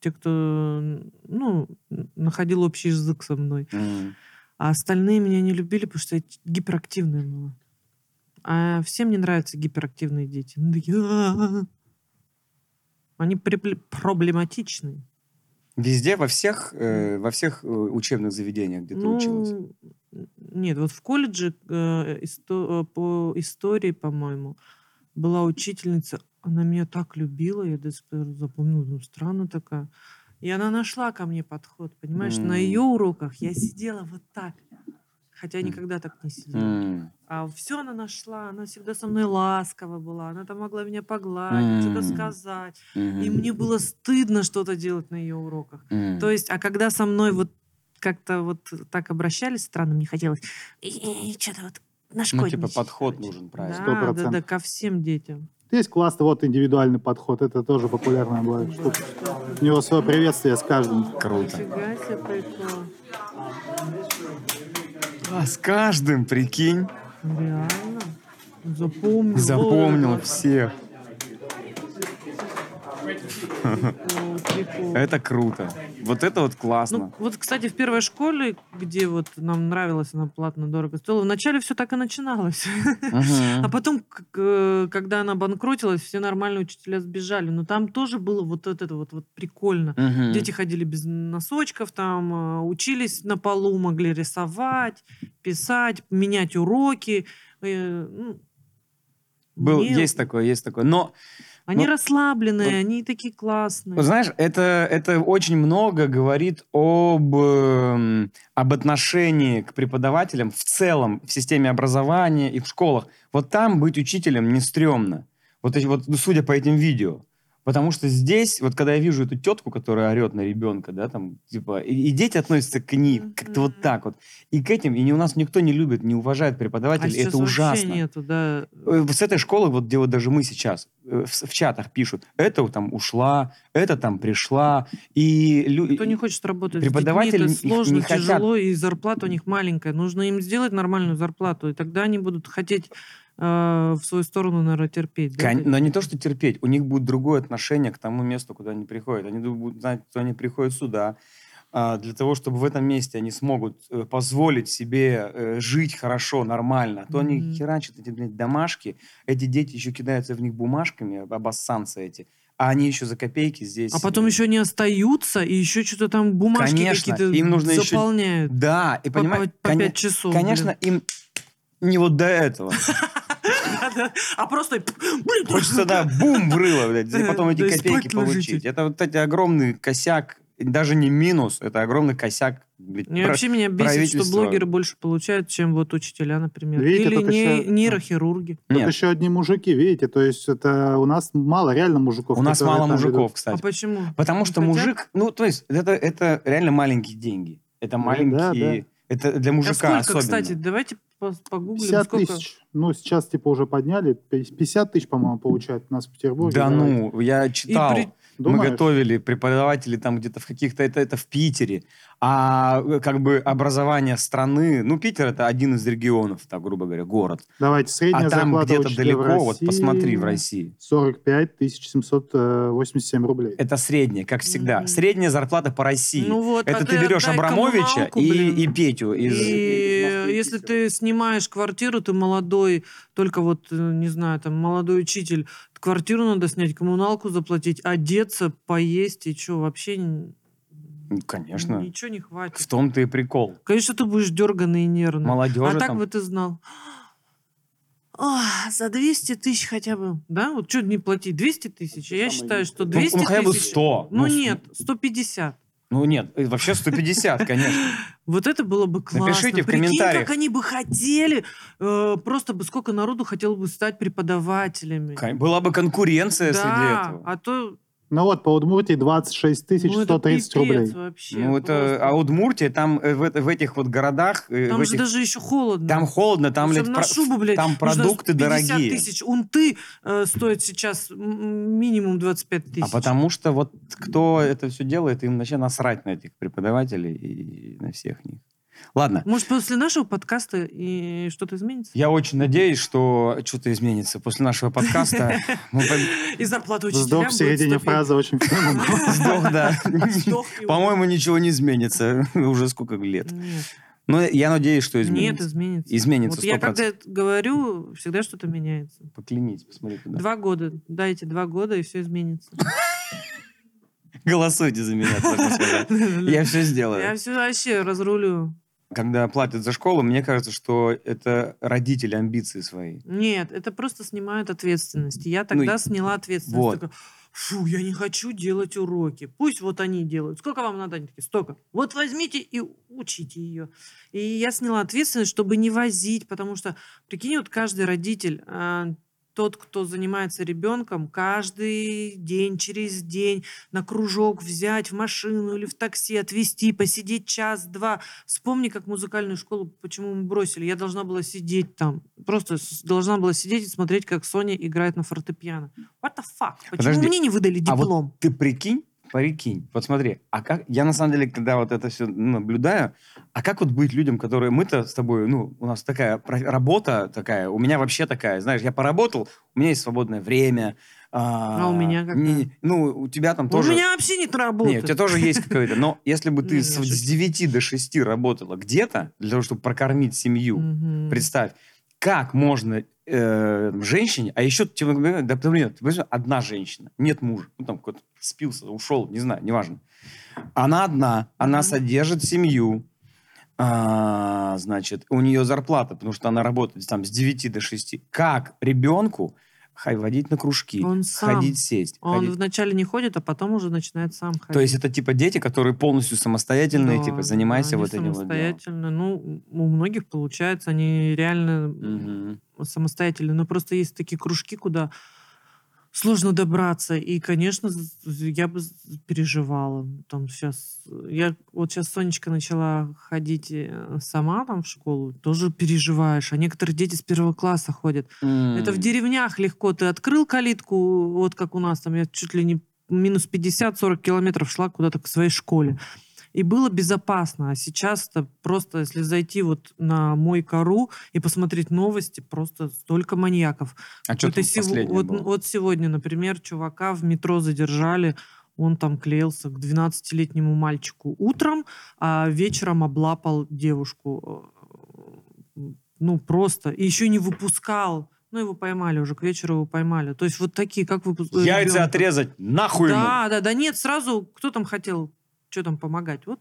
Speaker 2: те, кто ну, находил общий язык со мной.
Speaker 1: М.
Speaker 2: А остальные меня не любили, потому что я гиперактивная была. А всем не нравятся гиперактивные дети. Они такие, «А-а-а». Они припле- проблематичные.
Speaker 1: Везде, во всех, э, во всех э, учебных заведениях, где ты
Speaker 2: Ну,
Speaker 1: училась.
Speaker 2: н- Нет, вот в колледже э, исто- э, по истории, по-моему, была учительница, она меня так любила, я до сих пор запомнила, ну, странно такая. И она нашла ко мне подход, понимаешь, на
Speaker 1: М.
Speaker 2: ее уроках я сидела вот так, хотя я
Speaker 1: М.
Speaker 2: никогда так не сидела.
Speaker 1: М.
Speaker 2: А все она нашла, она всегда со мной ласкова была, она там могла меня погладить, что-то
Speaker 1: М.
Speaker 2: сказать.
Speaker 1: Мгм.
Speaker 2: И мне было стыдно что-то делать на ее уроках.
Speaker 1: М.
Speaker 2: То есть, а когда со мной вот как-то вот так обращались, странно мне хотелось, что-то вот
Speaker 1: Ну,
Speaker 2: нашкодничать.
Speaker 1: типа, подход
Speaker 2: короче.
Speaker 1: нужен правильно.
Speaker 2: Да, да,
Speaker 3: 100%.
Speaker 2: да, ко всем детям.
Speaker 3: Есть классный вот индивидуальный подход. Это тоже популярная была штука. У него свое приветствие с каждым.
Speaker 1: Круто.
Speaker 2: Нифига себе прикол.
Speaker 1: А с каждым, прикинь,
Speaker 2: Реально. Запомнил.
Speaker 1: запомнил
Speaker 2: О,
Speaker 1: всех.
Speaker 2: прикол, прикол.
Speaker 1: Это круто. Вот это вот классно.
Speaker 2: Ну, вот, кстати, в первой школе, где вот нам нравилось, она платно дорого стоила, вначале все так и начиналось.
Speaker 1: Мгм.
Speaker 2: А потом, к- э, когда она банкротилась, все нормальные учителя сбежали. Но там тоже было вот это вот, вот прикольно.
Speaker 1: Мгм.
Speaker 2: а Дети ходили без носочков, там э, учились на полу, могли рисовать, писать, менять уроки. Э, ну,
Speaker 1: Был,
Speaker 2: мне-
Speaker 1: есть такое, есть такое. Но
Speaker 2: Они
Speaker 1: ну,
Speaker 2: расслабленные,
Speaker 1: вот-
Speaker 2: они такие классные. А
Speaker 1: Вот Знаешь, это, это очень много говорит об, эм, об отношении к преподавателям в целом, в системе образования и в школах. Вот там быть учителем не стрёмно. Вот, эти вот ну, судя по этим видео. Потому что здесь, вот когда я вижу эту тетку, которая орет на ребенка, да, там, типа, и, и дети относятся к ней как-то вот
Speaker 2: Мгм.
Speaker 1: так вот. И к этим, и не, у нас никто не любит, не уважает
Speaker 2: а
Speaker 1: преподавателей, и
Speaker 2: сейчас
Speaker 1: это
Speaker 2: вообще
Speaker 1: ужасно.
Speaker 2: нету, да.
Speaker 1: Э, с этой школы, вот где вот даже мы сейчас, э, в, с- в чатах пишут, это там ушла, это там пришла, и люди...
Speaker 2: Кто не хочет работать с детьми,
Speaker 1: преподаватели
Speaker 2: это
Speaker 1: их не
Speaker 2: сложно,
Speaker 1: хотят.
Speaker 2: тяжело, и зарплата у них маленькая. Нужно им сделать нормальную зарплату, и тогда они будут хотеть э, в свою сторону, наверное, терпеть. да?
Speaker 1: Но не то, что терпеть, у них будет другое отношение к тому месту, куда они приходят. Они ду- будут знать, что они приходят сюда, а, для того, чтобы в этом месте они смогут э, позволить себе э, жить хорошо, нормально. А то они
Speaker 2: Мгм.
Speaker 1: херачат эти, блядь, домашки, эти дети еще кидаются в них бумажками, обоссанцы эти, а они еще за копейки здесь...
Speaker 2: А потом
Speaker 1: э,
Speaker 2: еще не остаются, и еще что-то там бумажки
Speaker 1: Конечно,
Speaker 2: какие-то
Speaker 1: им нужно еще-
Speaker 2: заполняют.
Speaker 1: Да, и
Speaker 2: По-
Speaker 1: понимаешь...
Speaker 2: по,
Speaker 1: коне-
Speaker 2: 5 часов.
Speaker 1: Конечно, им не вот до этого.
Speaker 2: блин. А просто... блин,
Speaker 1: Хочется, да, бум, врыло, блядь, и потом эти
Speaker 2: Да, и
Speaker 1: копейки
Speaker 2: спать ложитесь.
Speaker 1: получить. Это, вот, кстати, огромный косяк, даже не минус, это огромный косяк. блядь,
Speaker 2: Не,
Speaker 1: про-
Speaker 2: вообще меня бесит, что
Speaker 1: правительство.
Speaker 2: блогеры больше получают, чем вот учителя, например.
Speaker 3: Видите,
Speaker 2: Или
Speaker 3: только
Speaker 2: не-
Speaker 3: ща-
Speaker 2: нейрохирурги. А
Speaker 3: Тут
Speaker 1: Нет,
Speaker 3: еще одни мужики, видите? То есть это у нас мало реально мужиков.
Speaker 1: у нас
Speaker 3: которые
Speaker 1: мало
Speaker 3: там
Speaker 1: мужиков,
Speaker 2: А
Speaker 1: кстати.
Speaker 2: почему?
Speaker 1: Потому
Speaker 2: не
Speaker 1: что
Speaker 2: хотят?
Speaker 1: мужик, ну, то есть, это, это реально маленькие деньги. Это
Speaker 3: Ну, да,
Speaker 1: маленькие... Это для
Speaker 2: А
Speaker 1: мужика
Speaker 2: сколько,
Speaker 1: особенно.
Speaker 2: кстати, давайте по- погуглим,
Speaker 3: 50
Speaker 2: сколько...
Speaker 3: тысяч. Ну, сейчас, типа, уже подняли. 50 тысяч, по-моему, получают у нас в Петербурге.
Speaker 1: Да ну, я читал.
Speaker 2: при-
Speaker 1: Мы
Speaker 3: Думаешь?
Speaker 1: готовили преподаватели там где-то в каких-то... Это, это в Питере. А э, как бы образование страны... Ну, Питер — это один из регионов, так, грубо говоря, город.
Speaker 3: Давайте, средняя
Speaker 1: А там
Speaker 3: зарплата
Speaker 1: где-то
Speaker 3: учителя
Speaker 1: далеко,
Speaker 3: в России
Speaker 1: вот посмотри, в России.
Speaker 3: 45 787 рублей.
Speaker 1: Это средняя, как всегда.
Speaker 2: Мгм.
Speaker 1: Средняя зарплата по России.
Speaker 2: Ну вот, а
Speaker 1: это ты
Speaker 2: ты
Speaker 1: берешь
Speaker 2: отдай
Speaker 1: Абрамовича
Speaker 2: коммуналку,
Speaker 1: и,
Speaker 2: блин.
Speaker 1: и Петю из...
Speaker 2: И
Speaker 1: из Москвы,
Speaker 2: если
Speaker 1: Питера.
Speaker 2: ты снимаешь квартиру, ты молодой, только вот, э, не знаю, там, молодой учитель, квартиру надо снять, коммуналку заплатить, одеться, поесть, и что, вообще н-
Speaker 1: Ну, Конечно.
Speaker 2: ничего не
Speaker 1: В
Speaker 2: хватит.
Speaker 1: том-то и прикол.
Speaker 2: Конечно, ты будешь дерганный и нервный.
Speaker 1: Молодежи
Speaker 2: а так
Speaker 1: там...
Speaker 2: бы ты знал. «Ах, за 200 тысяч хотя бы, да? Вот что не платить, 200 тысяч? Я считаю, что
Speaker 1: Ну,
Speaker 2: 200
Speaker 1: ну, хотя бы
Speaker 2: тысяч-
Speaker 1: 100.
Speaker 2: Ну
Speaker 1: с-
Speaker 2: нет, 150.
Speaker 1: Ну нет, э, вообще 150, конечно.
Speaker 2: Вот это было бы классно.
Speaker 1: Напишите в
Speaker 2: Прикинь,
Speaker 1: комментариях.
Speaker 2: как они бы хотели, э, просто бы сколько народу хотел бы стать преподавателями.
Speaker 1: Кон- Была бы конкуренция среди
Speaker 2: да,
Speaker 1: этого.
Speaker 2: а то
Speaker 3: Ну вот, по Удмуртии 26 тысяч
Speaker 2: ну, это
Speaker 3: 130
Speaker 2: пипец
Speaker 3: рублей.
Speaker 2: вообще.
Speaker 1: Ну, это...
Speaker 2: просто.
Speaker 1: А Удмуртия, там э, в, это- в этих вот городах... э,
Speaker 2: Там
Speaker 1: в
Speaker 2: же
Speaker 1: этих-
Speaker 2: даже еще холодно.
Speaker 1: Там холодно, там,
Speaker 2: Причем
Speaker 1: блядь,
Speaker 2: на
Speaker 1: про- А
Speaker 2: шубу, блядь,
Speaker 1: там
Speaker 2: нужно
Speaker 1: продукты
Speaker 2: 50
Speaker 1: дорогие.
Speaker 2: тысяч. Унты э, стоят сейчас м, м, минимум 25 тысяч.
Speaker 1: А потому что вот кто это все делает, им вообще насрать на этих преподавателей и на всех них. Ладно.
Speaker 2: Может, после нашего подкаста и что-то изменится?
Speaker 1: Я очень надеюсь, что что-то изменится после нашего подкаста. Мы пом-
Speaker 2: И зарплата учителям
Speaker 3: Вздох в
Speaker 2: будет
Speaker 3: середине
Speaker 2: 150.
Speaker 3: фразы очень фирменный.
Speaker 1: Сдох, да.
Speaker 2: Вздох и
Speaker 1: По-моему, ничего не изменится уже сколько лет.
Speaker 2: Нет,
Speaker 1: Но я надеюсь, что
Speaker 2: нет,
Speaker 1: изменится.
Speaker 2: изменится.
Speaker 1: Изменится
Speaker 2: Вот я
Speaker 1: 100%.
Speaker 2: когда это говорю, всегда что-то меняется.
Speaker 1: Поклянись, посмотри туда.
Speaker 2: Два года, дайте два года, и все изменится.
Speaker 1: Голосуйте за меня, можно сказать. Я
Speaker 2: Я
Speaker 1: все сделаю.
Speaker 2: все вообще разрулю.
Speaker 1: Когда платят за школу, мне кажется, что это родители амбиции свои.
Speaker 2: Нет, это просто снимает ответственность. Я
Speaker 1: Ну,
Speaker 2: тогда сняла ответственность.
Speaker 1: вот.
Speaker 2: Такая, Фу, я не хочу делать уроки. Пусть вот они делают. Сколько вам надо? Они такие, столько. Вот возьмите и учите ее. И я сняла ответственность, чтобы не возить, потому что, прикинь, вот каждый родитель, а, тот, кто занимается ребенком, каждый день, через день на кружок взять в машину или в такси, отвезти, посидеть час-два. Вспомни, как музыкальную школу, почему мы бросили. Я должна была сидеть там. Просто с- должна была сидеть и смотреть, как Соня играет на фортепиано. What the fuck? Почему
Speaker 1: Подожди,
Speaker 2: мне не выдали
Speaker 1: а вот
Speaker 2: диплом?
Speaker 1: ты прикинь, порекинь. Вот смотри, а как... Я на самом деле, когда вот это все наблюдаю, а как вот быть людям, которые мы-то с тобой, ну, у нас такая про- работа такая, у меня вообще такая, знаешь, я поработал, у меня есть свободное время. А,
Speaker 2: А у меня какая?
Speaker 1: не- Ну, у тебя там
Speaker 2: У
Speaker 1: тоже...
Speaker 2: меня вообще нет работы.
Speaker 1: Нет, у тебя тоже есть какое-то. Но если бы ты
Speaker 2: Не,
Speaker 1: с,
Speaker 2: я
Speaker 1: с
Speaker 2: шучу.
Speaker 1: 9 до 6 работала где-то, для того, чтобы прокормить семью,
Speaker 2: Мгм.
Speaker 1: Представь, как можно э, женщине, а еще, тебе говорят, да, например, ты понимаешь, одна женщина, нет мужа, ну там какой-то спился, ушел, не знаю, неважно. Она одна, она
Speaker 2: Мгм.
Speaker 1: содержит семью, а, значит, у нее зарплата, потому что она работает там с 9 до 6. Как ребенку хай водить на кружки,
Speaker 2: Он сам.
Speaker 1: ходить сесть?
Speaker 2: Он
Speaker 1: ходить-
Speaker 2: вначале не ходит, а потом уже начинает сам ходить.
Speaker 1: То есть это типа дети, которые полностью самостоятельные,
Speaker 2: Да,
Speaker 1: типа занимайся
Speaker 2: да, они
Speaker 1: вот этим вот делом.
Speaker 2: самостоятельно. Ну, у многих получается, они реально
Speaker 1: Мгм.
Speaker 2: самостоятельно. Но просто есть такие кружки, куда сложно добраться. И, конечно, з- з- я бы з- переживала. Там сейчас... Я... Вот сейчас Сонечка начала ходить э, сама там в школу. Тоже переживаешь. А некоторые дети с первого класса ходят. Это в
Speaker 1: М.
Speaker 2: деревнях легко. Ты открыл калитку, вот как у нас там, я чуть ли не минус 50-40 километров шла куда-то к своей школе. И было безопасно. А сейчас-то просто, если зайти вот на мой кору и посмотреть новости, просто столько маньяков.
Speaker 1: А что
Speaker 2: Вот и
Speaker 1: ты
Speaker 2: Ну, сего-
Speaker 1: последнее
Speaker 2: вот,
Speaker 1: было?
Speaker 2: вот сегодня, например, чувака в метро задержали, он там клеился к 12-летнему мальчику утром, а вечером облапал девушку. э, Ну, просто. И еще не выпускал. Ну, его поймали уже, к вечеру его поймали. То есть вот такие, как выпускали.
Speaker 1: Яйца отрезать, нахуй ему!
Speaker 2: Да, да, да, нет, сразу кто там хотел, что там помогать. Вот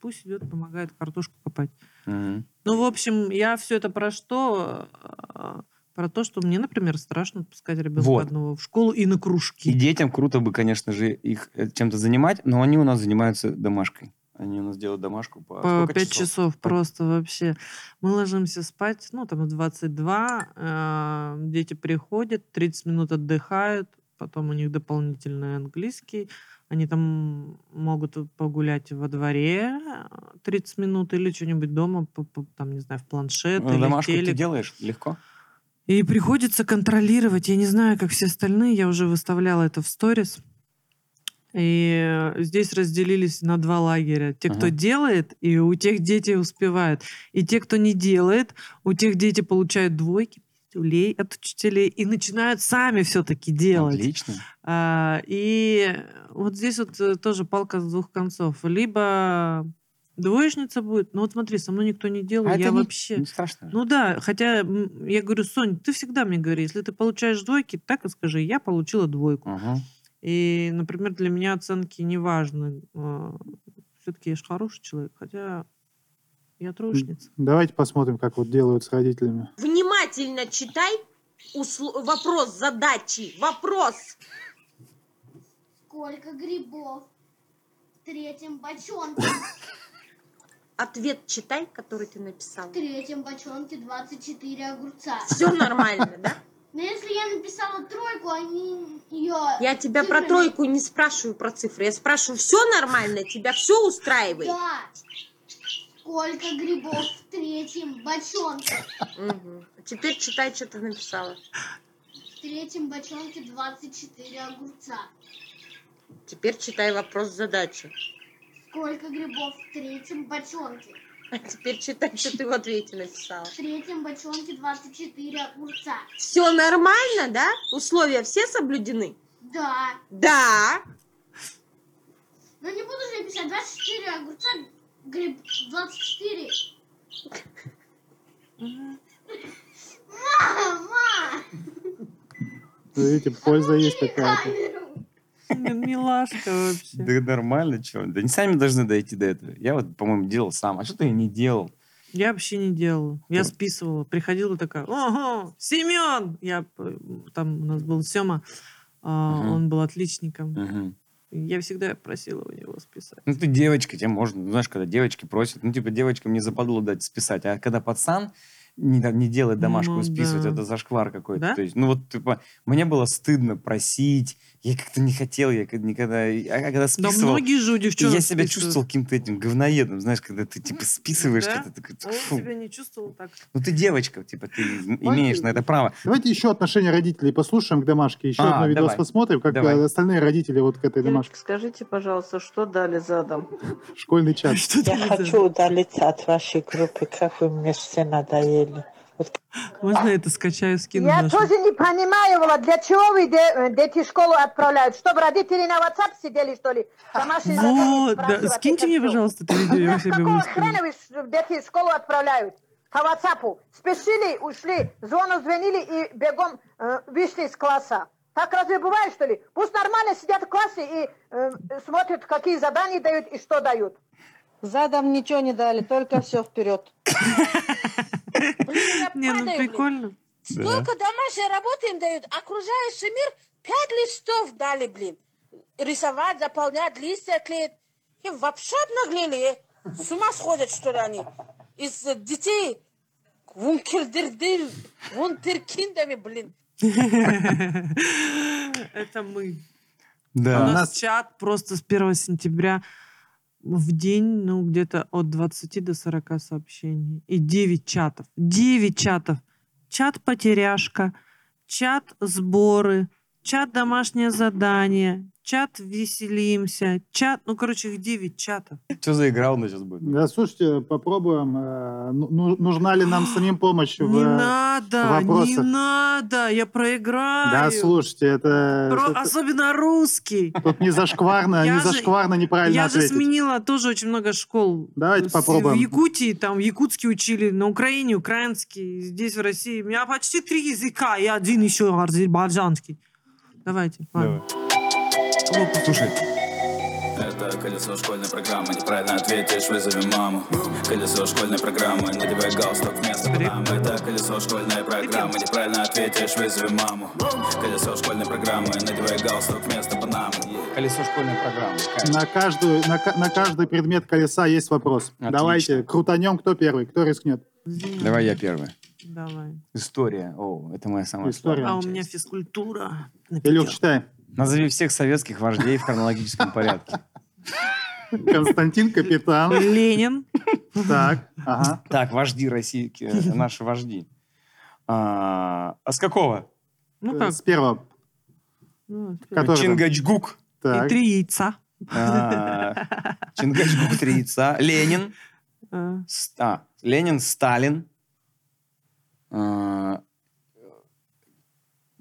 Speaker 2: пусть идет, помогает картошку копать.
Speaker 1: Мгм.
Speaker 2: Ну, в общем, я все это про что? А, Про то, что мне, например, страшно отпускать ребенка
Speaker 1: Вот.
Speaker 2: одного в школу и на
Speaker 1: И
Speaker 2: кружки.
Speaker 1: детям круто бы, конечно же, их э, чем-то занимать, но они у нас занимаются домашкой. Они у нас делают домашку по,
Speaker 2: По
Speaker 1: сколько
Speaker 2: 5 часов
Speaker 1: По-
Speaker 2: просто вообще. Мы ложимся спать, ну, там в 22, а, дети приходят, 30 минут отдыхают, потом у них дополнительный английский, они там могут погулять во дворе а, 30 минут или что-нибудь дома, по- по- там, не знаю, в планшет
Speaker 1: Ну,
Speaker 2: или в
Speaker 1: домашку ты
Speaker 2: телек.
Speaker 1: делаешь легко?
Speaker 2: И приходится контролировать. Я не знаю, как все остальные, я уже выставляла это в сторис. И здесь разделились на два лагеря. Те, кто
Speaker 1: Ага.
Speaker 2: делает, и у тех дети успевают. И те, кто не делает, у тех дети получают двойки, пятюлей от учителей и начинают сами все-таки делать.
Speaker 1: Отлично.
Speaker 2: А, и вот здесь вот э, тоже палка с двух концов. Либо двоечница будет, ну вот смотри, со мной никто не делал,
Speaker 1: А
Speaker 2: я
Speaker 1: это не-
Speaker 2: вообще...
Speaker 1: Не страшно.
Speaker 2: Ну да, хотя м, я говорю, Сонь, ты всегда мне говори, если ты получаешь двойки, так и скажи, я получила двойку.
Speaker 1: Ага.
Speaker 2: И, например, для меня оценки не важны. Все-таки я же хороший человек, хотя я троечница.
Speaker 3: Давайте посмотрим, как вот делают с родителями.
Speaker 7: Внимательно читай усл- вопрос задачи. Вопрос.
Speaker 8: Сколько грибов в третьем бочонке?
Speaker 7: Ответ читай, который ты написал.
Speaker 8: В третьем бочонке 24 огурца.
Speaker 7: Все нормально, да?
Speaker 8: Но если я написала тройку, они ее...
Speaker 7: Я тебя про тройку не спрашиваю про цифры. Я спрашиваю, все нормально, тебя все устраивает.
Speaker 8: Да. Сколько грибов в третьем бочонке?
Speaker 7: Мгм. Теперь читай, что ты написала.
Speaker 8: В третьем бочонке 24 огурца.
Speaker 7: Теперь читай вопрос задачи.
Speaker 8: Сколько грибов в третьем бочонке?
Speaker 7: А теперь читай, что ты в ответе написала.
Speaker 8: В третьем бочонке 24 огурца.
Speaker 7: Все нормально, да? Условия все соблюдены?
Speaker 8: Да.
Speaker 7: Да.
Speaker 8: Но Ну, не буду же я писать 24 огурца, гриб 24. Мама!
Speaker 3: Видите, польза есть какая-то.
Speaker 8: Камеру!
Speaker 2: М, Милашка вообще.
Speaker 1: Да нормально, что. Да не сами должны дойти до этого. Я вот, по-моему, делал сам. А что ты не делал?
Speaker 2: Я вообще не делала. Я
Speaker 1: Круто.
Speaker 2: списывала. Приходила такая, ого, Семен! Я, э, там у нас был Сема, а,
Speaker 1: Мгм.
Speaker 2: он был отличником.
Speaker 1: Мгм.
Speaker 2: Я всегда просила у него списать.
Speaker 1: Ну, ты девочка, тебе можно. Ну, Знаешь, когда девочки просят, ну, типа, девочка мне западло дать списать. А когда пацан не, да- не делает домашку
Speaker 2: Ну,
Speaker 1: и списывает,
Speaker 2: да.
Speaker 1: это зашквар какой-то.
Speaker 2: Да?
Speaker 1: То есть, ну, вот, типа, мне было стыдно просить. Я как-то не хотел, я как- никогда... А когда
Speaker 2: Да
Speaker 1: списывал,
Speaker 2: многие же у девчонок
Speaker 1: я себя
Speaker 2: списывают.
Speaker 1: чувствовал каким-то этим говноедом, знаешь, когда ты, типа, списываешь
Speaker 2: Да?
Speaker 1: что-то. такой,
Speaker 2: А
Speaker 1: «Фу».
Speaker 2: он себя не чувствовал так.
Speaker 1: Ну, ты девочка, типа, ты имеешь на это право.
Speaker 3: Давайте еще отношение родителей послушаем к домашке. Еще
Speaker 1: А,
Speaker 3: одно видос
Speaker 1: давай.
Speaker 3: посмотрим, как
Speaker 1: Давай.
Speaker 3: э, остальные родители вот к этой домашке.
Speaker 9: скажите, пожалуйста, что дали задом?
Speaker 3: Школьный чат.
Speaker 2: Что ты
Speaker 9: Я
Speaker 2: не
Speaker 9: хочу удалиться от вашей группы, как вы мне все надоели.
Speaker 2: знаешь? Можно я это скачаю, скину?
Speaker 10: Я
Speaker 2: Даша?
Speaker 10: тоже не понимаю, Влад, для чего вы де- дети в школу отправляют? Чтобы родители на WhatsApp сидели, что ли? Домашние
Speaker 2: Вот,
Speaker 10: задания
Speaker 2: да.
Speaker 10: спрашивать,
Speaker 2: Скиньте
Speaker 10: это
Speaker 2: мне,
Speaker 10: всё.
Speaker 2: пожалуйста, это видео, я
Speaker 10: Да
Speaker 2: себе
Speaker 10: Какого
Speaker 2: выставлю.
Speaker 10: хрена вы ш- дети в школу отправляют? По WhatsApp. Спешили, ушли, звону звонили и бегом э, вышли из класса. Так разве бывает, что ли? Пусть нормально сидят в классе и э, смотрят, какие задания дают и что дают.
Speaker 11: Задом ничего не дали, только все вперед.
Speaker 7: Блин, я
Speaker 2: Не, ну
Speaker 7: падаю, блин.
Speaker 2: прикольно.
Speaker 7: Столько домашней работы им дают. Окружающий мир пять листов дали, блин. Рисовать, заполнять, листья клеить. И вообще обнаглели. э. С ума сходят, что ли, они. Из э, детей вункердердиль, вунтеркиндами, блин.
Speaker 2: Это мы. У
Speaker 1: Да.
Speaker 2: нас чат просто с 1 сентября в день, ну, где-то от 20 до 40 сообщений. И 9 чатов. 9 чатов. Чат потеряшка, чат сборы, чат домашнее задание, чат веселимся, чат, ну, короче, их 9 чатов.
Speaker 1: Что за игра у нас сейчас будет?
Speaker 3: Да, слушайте, попробуем. э, ну- ну- нужна ли нам самим помощь в...
Speaker 2: не
Speaker 3: э,
Speaker 2: надо, не
Speaker 3: вопросах.
Speaker 2: надо, я проиграю.
Speaker 3: Да, слушайте, это...
Speaker 2: Про-
Speaker 3: тут-
Speaker 2: Особенно русский.
Speaker 3: Тут не зашкварно,
Speaker 2: Я
Speaker 3: не
Speaker 2: же-
Speaker 3: зашкварно неправильно
Speaker 2: Я
Speaker 3: ответить.
Speaker 2: же сменила тоже очень много школ.
Speaker 3: Давайте
Speaker 2: С-
Speaker 3: попробуем.
Speaker 2: В Якутии, там, якутский учили, на Украине украинский, здесь, в России. У меня почти три языка, и один еще азербайджанский. Давайте, ладно.
Speaker 1: Слушай,
Speaker 12: Это колесо школьной программы Неправильно ответишь, вызови маму Колесо школьной программы Надевай галстук вместо мамы Это колесо школьной программы Неправильно ответишь, вызови маму Колесо школьной программы Надевай галстук вместо панамы
Speaker 1: колесо школьной программы. Кайф.
Speaker 3: На, каждую, на, ка- на каждый предмет колеса есть вопрос.
Speaker 1: Отлично.
Speaker 3: Давайте крутанем, кто первый, кто рискнет.
Speaker 2: Извиняюсь.
Speaker 1: Давай я первый.
Speaker 2: Давай.
Speaker 1: История. О, это моя самая
Speaker 3: История.
Speaker 2: А у
Speaker 1: часть.
Speaker 2: меня физкультура. на
Speaker 3: Илюх,
Speaker 2: пятерку.
Speaker 3: читай.
Speaker 1: Назови всех советских вождей в хронологическом порядке.
Speaker 3: Константин Капитан.
Speaker 2: Ленин.
Speaker 3: Так, ага.
Speaker 1: Так, вожди России, э, наши вожди. А, а с какого?
Speaker 2: Ну как?
Speaker 3: Э, С первого.
Speaker 2: Ну, ты-
Speaker 3: Который там?
Speaker 1: Чингачгук.
Speaker 2: И три яйца.
Speaker 1: А, Чингачгук, три яйца. Ленин.
Speaker 2: А.
Speaker 1: С- А, Ленин, Сталин. А,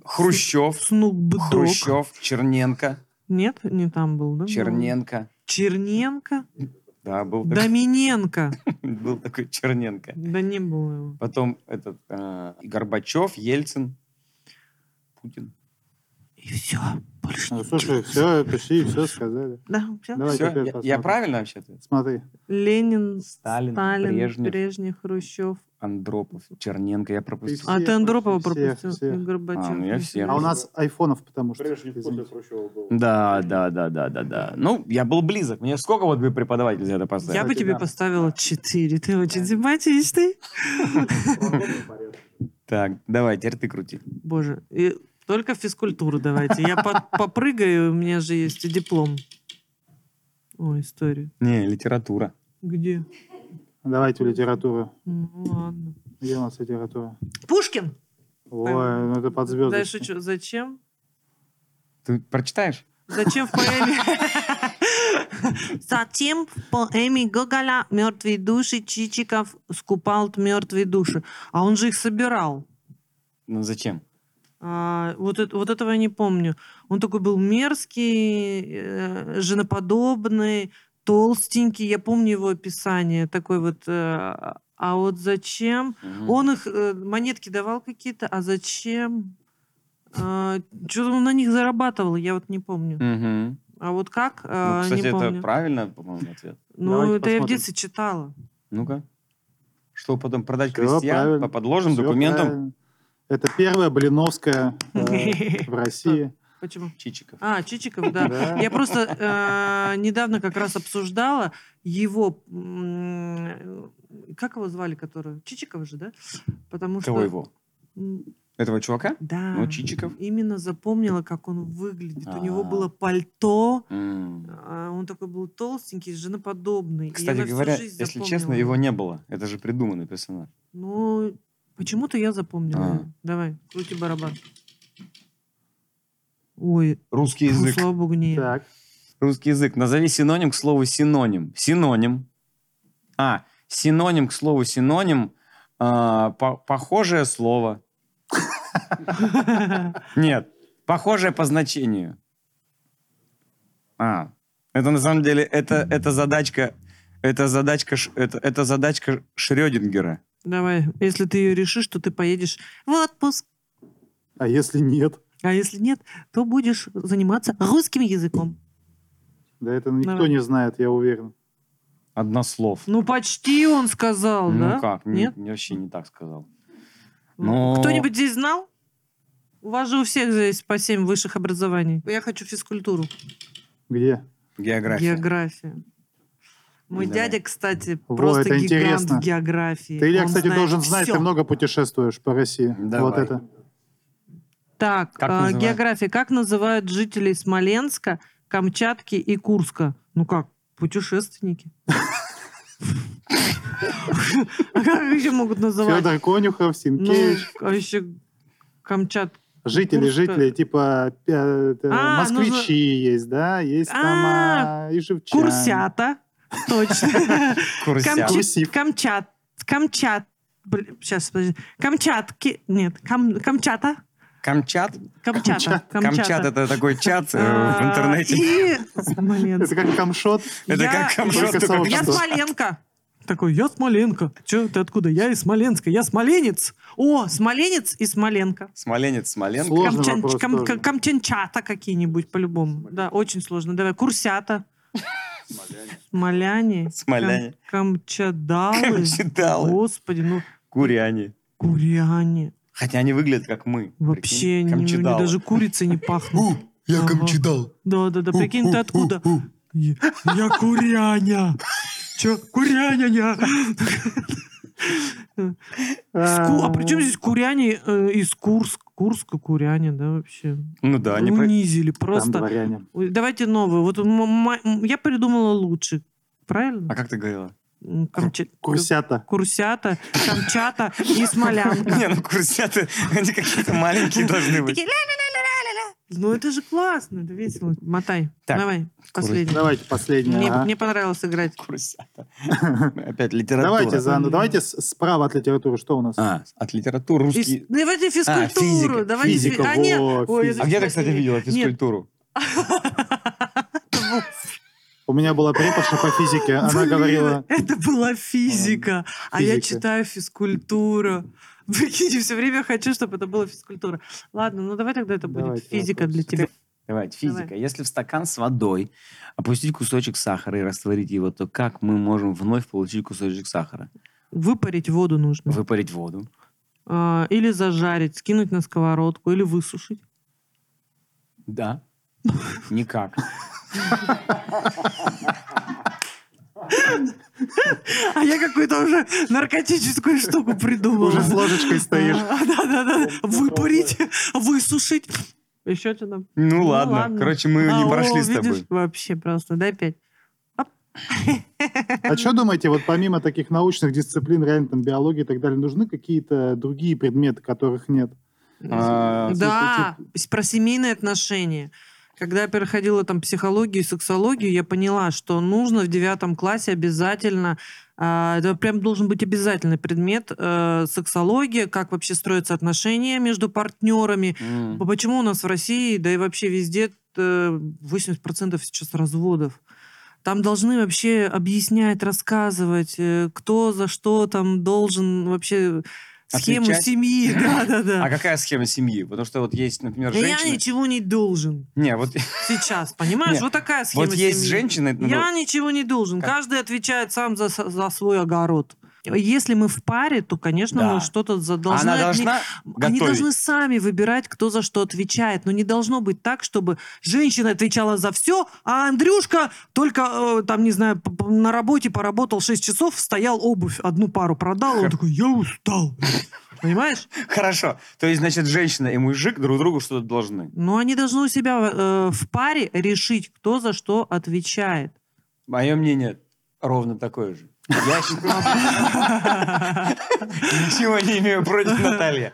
Speaker 1: Хрущев.
Speaker 2: Снупдог.
Speaker 1: Хрущев, Черненко.
Speaker 2: Нет, не там был, да?
Speaker 1: Черненко.
Speaker 2: Черненко?
Speaker 1: Да, был такой,
Speaker 2: Доминенко.
Speaker 1: был такой Черненко.
Speaker 2: Да не было его.
Speaker 1: Потом этот а, Горбачев, Ельцин, Путин.
Speaker 2: И все.
Speaker 3: Ну, слушай, все, почти все сказали.
Speaker 2: Да, все.
Speaker 3: Давай
Speaker 1: Всё?
Speaker 3: теперь
Speaker 1: Я- я,
Speaker 3: посмотрим.
Speaker 1: правильно вообще-то?
Speaker 3: Смотри.
Speaker 2: Ленин,
Speaker 1: Сталин,
Speaker 2: Сталин,
Speaker 1: Брежнев.
Speaker 2: Брежнев. Хрущев.
Speaker 1: Андропов, Черненко я пропустил.
Speaker 2: А
Speaker 3: Всех
Speaker 2: ты Андропова
Speaker 3: почти,
Speaker 2: пропустил.
Speaker 3: всех,
Speaker 2: и
Speaker 3: всех.
Speaker 2: Горбачев.
Speaker 1: А, ну я всех.
Speaker 3: А у нас айфонов, потому что...
Speaker 13: после
Speaker 3: извините.
Speaker 13: Хрущева был.
Speaker 1: Да, да, да, да, да, да. Ну, я был близок. Мне сколько вот бы преподаватель за это поставил?
Speaker 2: Я бы тебе поставила 4. Ты очень симпатичный.
Speaker 1: Так, давай, теперь ты крути.
Speaker 2: Боже. и только физкультуру давайте. Я по- попрыгаю, у меня же есть и диплом. О, историю.
Speaker 1: Не, литература.
Speaker 2: Где?
Speaker 3: Давайте литературу.
Speaker 2: Ну, ладно.
Speaker 3: Где у нас литература?
Speaker 2: Пушкин!
Speaker 3: Ой, ну это под звездочки.
Speaker 2: Дальше что? Зачем?
Speaker 1: Ты прочитаешь?
Speaker 2: Зачем в поэме... Затем в поэме Гоголя «Мертвые души» Чичиков скупал мертвые души. А он же их собирал.
Speaker 1: Ну, зачем?
Speaker 2: А, вот, это- вот этого я не помню. Он такой был мерзкий, э, женоподобный, толстенький. Я помню его описание. Такой вот... э, а вот зачем?
Speaker 1: Мгм.
Speaker 2: Он их... э, монетки давал какие-то, а зачем? что-то он на них зарабатывал, я вот не помню.
Speaker 1: Мгм.
Speaker 2: А вот как?
Speaker 1: Ну,
Speaker 2: А,
Speaker 1: кстати,
Speaker 2: не помню.
Speaker 1: это правильно, по-моему, ответ.
Speaker 2: Ну,
Speaker 1: Давайте
Speaker 2: это я в
Speaker 1: посмотрим.
Speaker 2: детстве читала.
Speaker 1: Ну-ка. Что потом продать
Speaker 3: Всё
Speaker 1: крестьян
Speaker 3: правильно.
Speaker 1: по подложным
Speaker 3: Всё
Speaker 1: документам?
Speaker 3: правильно. Это первая Блиновская э, в России.
Speaker 2: Почему?
Speaker 1: Чичиков.
Speaker 2: А, Чичиков, да.
Speaker 3: Да.
Speaker 2: Я просто э, недавно как раз обсуждала его... м, Как его звали, которого? Чичикова же, да? Потому что...
Speaker 1: Кого его?
Speaker 2: М,
Speaker 1: Этого чувака?
Speaker 2: Да.
Speaker 1: Ну, Чичиков.
Speaker 2: Именно запомнила, как он выглядит. У него
Speaker 1: А.
Speaker 2: было пальто,
Speaker 1: М.
Speaker 2: а, он такой был толстенький, женоподобный. И я
Speaker 1: Кстати
Speaker 2: на всю
Speaker 1: говоря,
Speaker 2: жизнь
Speaker 1: если
Speaker 2: запомнила
Speaker 1: честно, его не было. Это же придуманный персонаж.
Speaker 2: Ну, почему-то я запомнила.
Speaker 1: А.
Speaker 2: Давай, крути барабан. Ой,
Speaker 1: Русский
Speaker 2: ну,
Speaker 1: язык.
Speaker 2: слава богу, не я.
Speaker 3: Так.
Speaker 1: Русский язык. Назови синоним к слову синоним. Синоним. А, синоним к слову синоним. а, по- похожее слово. Нет, похожее по значению. А, это на самом деле, это, это задачка, это задачка, Ш- это, это задачка Шрёдингера.
Speaker 2: Давай, если ты ее решишь, то ты поедешь в отпуск.
Speaker 3: А если нет?
Speaker 2: А если нет, то будешь заниматься русским языком.
Speaker 3: Да это никто
Speaker 2: Давай.
Speaker 3: не знает, я уверен.
Speaker 1: Однослов.
Speaker 2: Ну, почти он сказал, да?
Speaker 1: Ну как,
Speaker 2: Нет?
Speaker 1: Нет? вообще не так сказал. Ну,
Speaker 2: Кто-нибудь здесь знал? У вас же у всех здесь по семь высших образований. Я хочу физкультуру.
Speaker 3: Где?
Speaker 1: География.
Speaker 2: География. Мой
Speaker 3: Давай.
Speaker 2: дядя, кстати,
Speaker 3: Во,
Speaker 2: просто
Speaker 3: это
Speaker 2: гигант
Speaker 3: интересно.
Speaker 2: в географии.
Speaker 3: Ты, Илья,
Speaker 2: Он
Speaker 3: кстати,
Speaker 2: знает
Speaker 3: должен знать,
Speaker 2: всё.
Speaker 3: ты много путешествуешь по России. Вот
Speaker 1: Давай.
Speaker 3: это.
Speaker 2: Так,
Speaker 1: Как
Speaker 2: э,
Speaker 1: называют?
Speaker 2: география. Как называют жителей Смоленска, Камчатки и Курска? Ну как, путешественники. А как еще могут называть?
Speaker 3: Федор Конюхов,
Speaker 2: Ну,
Speaker 3: Синкевич.
Speaker 2: а еще Камчат.
Speaker 3: Жители,
Speaker 2: Курска.
Speaker 3: жители, типа э, это,
Speaker 2: А, ну,
Speaker 3: москвичи есть, да, есть там а, и живчане.
Speaker 2: Курсята. Точно.
Speaker 1: Курсят.
Speaker 2: Камчи-
Speaker 3: Курсив.
Speaker 2: Камчат. Камчат. Сейчас, подожди. Камчатки. Нет, Кам- Камчата.
Speaker 1: Камчат?
Speaker 2: Камчата.
Speaker 1: Камчат
Speaker 2: Камчата.
Speaker 1: это такой чат э, в
Speaker 2: А,
Speaker 1: интернете.
Speaker 2: И
Speaker 3: Это
Speaker 2: Смоленск.
Speaker 3: как камшот.
Speaker 1: Это
Speaker 2: Я-
Speaker 1: как камшот,
Speaker 3: Только
Speaker 1: только
Speaker 2: Я
Speaker 1: камшот.
Speaker 2: Смоленка. Такой, я Смоленка. Че, ты откуда? Я из Смоленска. Я смоленец. О, смоленец и Смоленка.
Speaker 1: Смоленец, Смоленко.
Speaker 3: Сло- Сложный
Speaker 2: Камчан-
Speaker 3: вопрос
Speaker 2: кам-
Speaker 3: тоже.
Speaker 2: Камченчата какие-нибудь по-любому. Да, очень сложно. Давай, курсята. Смоляне.
Speaker 1: Смоляне.
Speaker 2: Кам- Камчадалы.
Speaker 1: Камчаталы.
Speaker 2: Господи, ну,
Speaker 1: Куряне.
Speaker 2: куряне.
Speaker 1: Хотя они выглядят как мы.
Speaker 2: Вообще,
Speaker 1: прикинь.
Speaker 2: они- они
Speaker 1: Камчадалы.
Speaker 2: даже курицей не пахнут. Я камчедал. Да-да-да, прикинь, ты откуда? Я я куряня. Че, куряня я? Ску- А при чем здесь куряне э, из Курск? Курска куряне, да, вообще?
Speaker 1: Ну да, они... про-
Speaker 2: Унизили
Speaker 3: Там
Speaker 2: просто.
Speaker 3: дворяне.
Speaker 2: Ой, Давайте новую. Вот м- м- я придумала лучше. Правильно?
Speaker 1: А как ты говорила?
Speaker 2: м, Камча-
Speaker 3: Курсята.
Speaker 2: Курсята, Камчата и Смолянка.
Speaker 1: Не, ну курсята, они какие-то маленькие должны быть.
Speaker 2: Такие ля-ля-ля-ля-ля-ля. Ну это же классно, это весело. Мотай,
Speaker 1: Так,
Speaker 2: давай, последний.
Speaker 3: Давайте а? последний.
Speaker 2: Мне,
Speaker 3: ага.
Speaker 2: мне понравилось играть.
Speaker 1: Курсята. Опять литература.
Speaker 3: Давайте заново. Давайте с- справа от литературы. Что у нас?
Speaker 1: А, от литературы
Speaker 2: Физ- ну,
Speaker 1: русский.
Speaker 2: Давайте
Speaker 1: А,
Speaker 2: физкультуру.
Speaker 1: физика,
Speaker 2: давайте фи-
Speaker 3: физика,
Speaker 2: а, нет.
Speaker 3: во,
Speaker 2: Ой,
Speaker 3: физика.
Speaker 1: А где ты, кстати, видела
Speaker 2: Нет.
Speaker 1: физкультуру?
Speaker 3: У меня была преподша по физике. Она
Speaker 2: Блин,
Speaker 3: говорила...
Speaker 2: Это была физика, а я
Speaker 3: физика.
Speaker 2: читаю физкультура. Прикиньте, все время хочу, чтобы это была физкультура. Ладно, ну давай тогда это будет
Speaker 3: Давайте
Speaker 2: физика для тебя.
Speaker 1: Давайте,
Speaker 2: Давай.
Speaker 1: физика. Если в стакан с водой опустить кусочек сахара и растворить его, то как мы можем вновь получить кусочек сахара?
Speaker 2: Выпарить воду нужно.
Speaker 1: Выпарить воду.
Speaker 2: А, или зажарить, скинуть на сковородку, или высушить.
Speaker 1: Да. Никак.
Speaker 2: А я какую-то уже наркотическую штуку придумала.
Speaker 3: Уже с ложечкой стоишь.
Speaker 2: А, Да-да-да. Выпарить, высушить. Еще что там?
Speaker 1: Ну ладно.
Speaker 2: ладно.
Speaker 1: Короче, мы
Speaker 2: А,
Speaker 1: не
Speaker 2: о,
Speaker 1: прошли с
Speaker 2: видишь,
Speaker 1: тобой.
Speaker 2: Вообще просто. Дай пять.
Speaker 3: А что думаете, вот помимо таких научных дисциплин, реально там биологии и так далее, нужны какие-то другие предметы, которых нет? А,
Speaker 2: Да, с- про семейные отношения. Когда я переходила там психологию и сексологию, я поняла, что нужно в девятом классе обязательно, а, это прям должен быть обязательный предмет э, сексология, как вообще строятся отношения между партнерами,
Speaker 1: М.
Speaker 2: П- Почему у нас в России, да и вообще везде э, 80% сейчас разводов? Там должны вообще объяснять, рассказывать, э, кто за что там должен вообще схему
Speaker 1: Отвечать?
Speaker 2: семьи. Да, да,
Speaker 1: А
Speaker 2: да.
Speaker 1: какая схема семьи? Потому что вот есть, например,
Speaker 2: Ну, Я
Speaker 1: женщина...
Speaker 2: ничего не должен
Speaker 1: Не, вот,
Speaker 2: сейчас, понимаешь?
Speaker 1: Нет,
Speaker 2: Вот такая схема
Speaker 1: вот есть
Speaker 2: семьи.
Speaker 1: женщины... ну,
Speaker 2: Я ничего не должен.
Speaker 1: Как?
Speaker 2: Каждый отвечает сам за, со- за свой огород. Если мы в паре, то, конечно,
Speaker 1: Да.
Speaker 2: мы что-то за- должны...
Speaker 1: Она
Speaker 2: отне-
Speaker 1: должна
Speaker 2: Они
Speaker 1: готовить.
Speaker 2: должны сами выбирать, кто за что отвечает. Но не должно быть так, чтобы женщина отвечала за все, а Андрюшка только, э, там, не знаю, п- п- на работе поработал 6 часов, стоял обувь, одну пару продал, он такой, я устал. Понимаешь?
Speaker 1: Хорошо. То есть, значит, женщина и мужик друг другу что-то должны.
Speaker 2: Но они должны у себя э, в паре решить, кто за что отвечает.
Speaker 1: Мое мнение ровно такое же. Я ничего не имею против Натальи.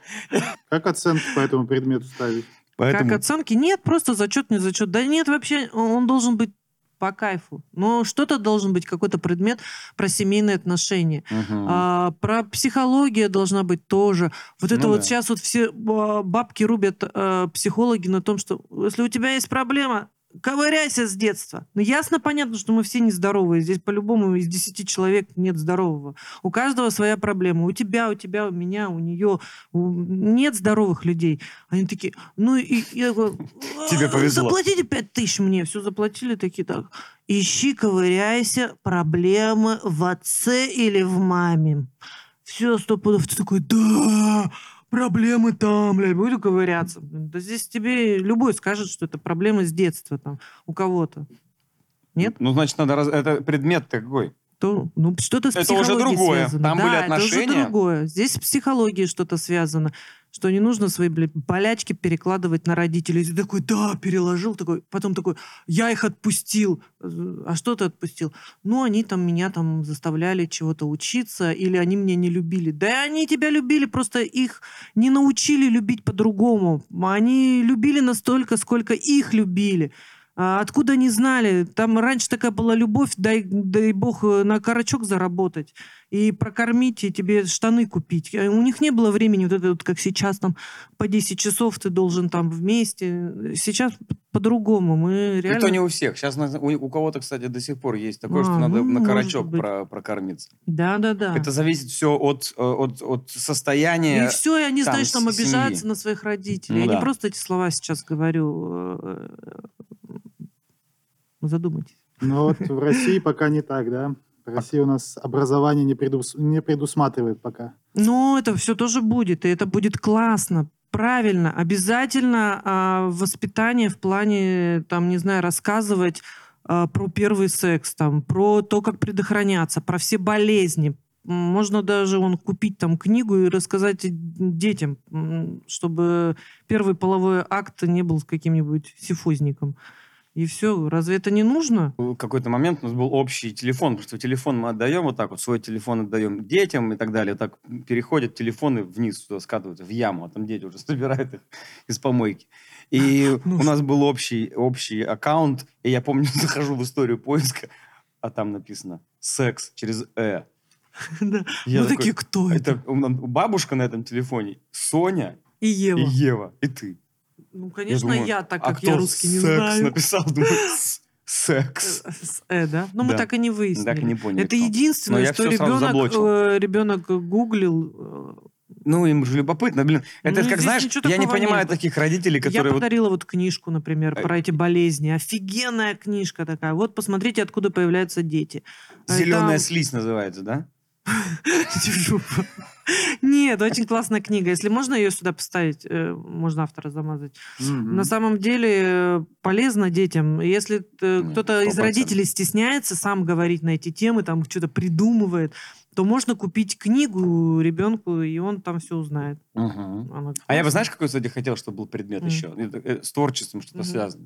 Speaker 3: Как оценки по этому предмету ставить?
Speaker 1: Поэтому
Speaker 2: Как оценки? Нет, просто зачет, не зачет. Да нет, вообще, он должен быть по кайфу. Но что-то должен быть, какой-то предмет про семейные отношения.
Speaker 1: Мгм.
Speaker 2: А, про психология должна быть тоже. Вот это
Speaker 1: Ну
Speaker 2: вот
Speaker 1: да.
Speaker 2: сейчас вот все а, бабки рубят а, психологи на том, что если у тебя есть проблема, ковыряйся с детства. Ну, ясно, понятно, что мы все нездоровые. Здесь по-любому из 10 человек нет здорового. У каждого своя проблема. У тебя, у тебя, у меня, у нее. Нет здоровых людей. Они такие, ну и я говорю,
Speaker 1: Тебе
Speaker 2: «А,
Speaker 1: повезло».
Speaker 2: Заплатите 5 тысяч мне. Все заплатили такие, так, Ищи, ковыряйся, проблемы в отце или в маме. Все, сто пудов. Ты такой, да, проблемы там, блядь, буду ковыряться. Блин, Да здесь тебе любой скажет, что это проблемы с детства там у кого-то. Нет?
Speaker 1: Ну, значит, надо... раз- Это предмет какой?
Speaker 2: То, ну, что-то с
Speaker 1: Это уже
Speaker 2: психологией
Speaker 1: другое.
Speaker 2: связано.
Speaker 1: Там
Speaker 2: Да,
Speaker 1: были
Speaker 2: это
Speaker 1: отношения.
Speaker 2: уже другое. Здесь с психологией что-то связано, что не нужно свои блядь, болячки перекладывать на родителей. И Ты такой, да, переложил, такой, потом такой, я их отпустил. А что ты отпустил? Ну, они там меня там заставляли чего-то учиться, или они меня не любили. Да они тебя любили, просто их не научили любить по-другому. Они любили настолько, сколько их любили. А Откуда они знали? Там раньше такая была любовь, дай, дай бог э, на корочок заработать и прокормить, и тебе штаны купить. Э, У них не было времени, вот это вот как сейчас, там по 10 часов ты должен там вместе. Сейчас п- по-другому. Мы реально...
Speaker 1: И то не у всех. Сейчас у, у кого-то, кстати, до сих пор есть такое,
Speaker 2: А,
Speaker 1: что надо
Speaker 2: ну,
Speaker 1: на
Speaker 2: может
Speaker 1: карачок
Speaker 2: быть.
Speaker 1: про- прокормиться.
Speaker 2: Да-да-да.
Speaker 1: Это зависит все от, э, от, от состояния.
Speaker 2: И все, и они,
Speaker 1: там
Speaker 2: знаешь, там
Speaker 1: с- семьи.
Speaker 2: обижаются на своих родителей.
Speaker 1: Ну
Speaker 2: я
Speaker 1: да.
Speaker 2: не просто эти слова сейчас говорю. э, э, Задумайтесь.
Speaker 3: Ну вот в России пока не так, да? В России у нас образование не, предус- не предусматривает пока.
Speaker 2: Но это все тоже будет, и это будет классно, правильно. Обязательно а, воспитание в плане, там, не знаю, рассказывать а, про первый секс, там, про то, как предохраняться, про все болезни. М, Можно даже он купить там книгу и рассказать детям, м, чтобы первый половой акт не был с каким-нибудь сифузником. И все, разве это не нужно?
Speaker 1: В Э, какой-то момент у нас был общий телефон, потому что телефон мы отдаем вот так вот, свой телефон отдаем детям и так далее. Вот так переходят телефоны вниз, туда скатываются, в яму, а там дети уже собирают их из помойки. И
Speaker 2: Ну
Speaker 1: у нас был общий, общий аккаунт, и я помню, захожу в историю поиска, а там написано «секс» через «э».
Speaker 2: Да.
Speaker 1: Я такой,
Speaker 2: Мы Ну
Speaker 1: а
Speaker 2: такие, кто это?
Speaker 1: у нас бабушка на этом телефоне, Соня
Speaker 2: И
Speaker 1: и
Speaker 2: Ева.
Speaker 1: Ева, и ты.
Speaker 2: Ну, конечно,
Speaker 1: думаю,
Speaker 2: я, так
Speaker 1: а
Speaker 2: как я
Speaker 1: кто
Speaker 2: русский не
Speaker 1: секс
Speaker 2: знаю.
Speaker 1: написал? Думаю, «С- секс.
Speaker 2: С Э, да? Но мы
Speaker 1: Да.
Speaker 2: так и не выяснили.
Speaker 1: Так и не поняли,
Speaker 2: Это
Speaker 1: кто. Но
Speaker 2: единственное,
Speaker 1: я
Speaker 2: что
Speaker 1: всё сразу
Speaker 2: ребенок,
Speaker 1: заблочил.
Speaker 2: э, ребенок гуглил. э,
Speaker 1: Ну, им же любопытно, блин. Это
Speaker 2: Ну,
Speaker 1: как,
Speaker 2: здесь
Speaker 1: знаешь,
Speaker 2: ничего
Speaker 1: я не
Speaker 2: такого
Speaker 1: понимаю
Speaker 2: нет.
Speaker 1: таких родителей,
Speaker 2: Я
Speaker 1: которые... вот- Э,
Speaker 2: подарила вот книжку, например, про эти болезни. Офигенная книжка такая. Вот посмотрите, откуда появляются дети. Э,
Speaker 1: Зеленая
Speaker 2: там-
Speaker 1: слизь называется, да?
Speaker 2: Нет, очень классная книга. Если можно ее сюда поставить, э, можно автора замазать. На самом деле э, полезно детям. Если э, кто-то из
Speaker 1: 100%.
Speaker 2: родителей стесняется сам говорить на эти темы, там что-то придумывает, то можно купить книгу ребенку, и он там все узнает.
Speaker 1: Мгм. А я
Speaker 2: Она
Speaker 1: бы,
Speaker 2: классная.
Speaker 1: знаешь, какой, кстати, хотел, чтобы был предмет
Speaker 2: Мгм.
Speaker 1: еще? Это, э, С творчеством что-то
Speaker 2: Мгм.
Speaker 1: связано.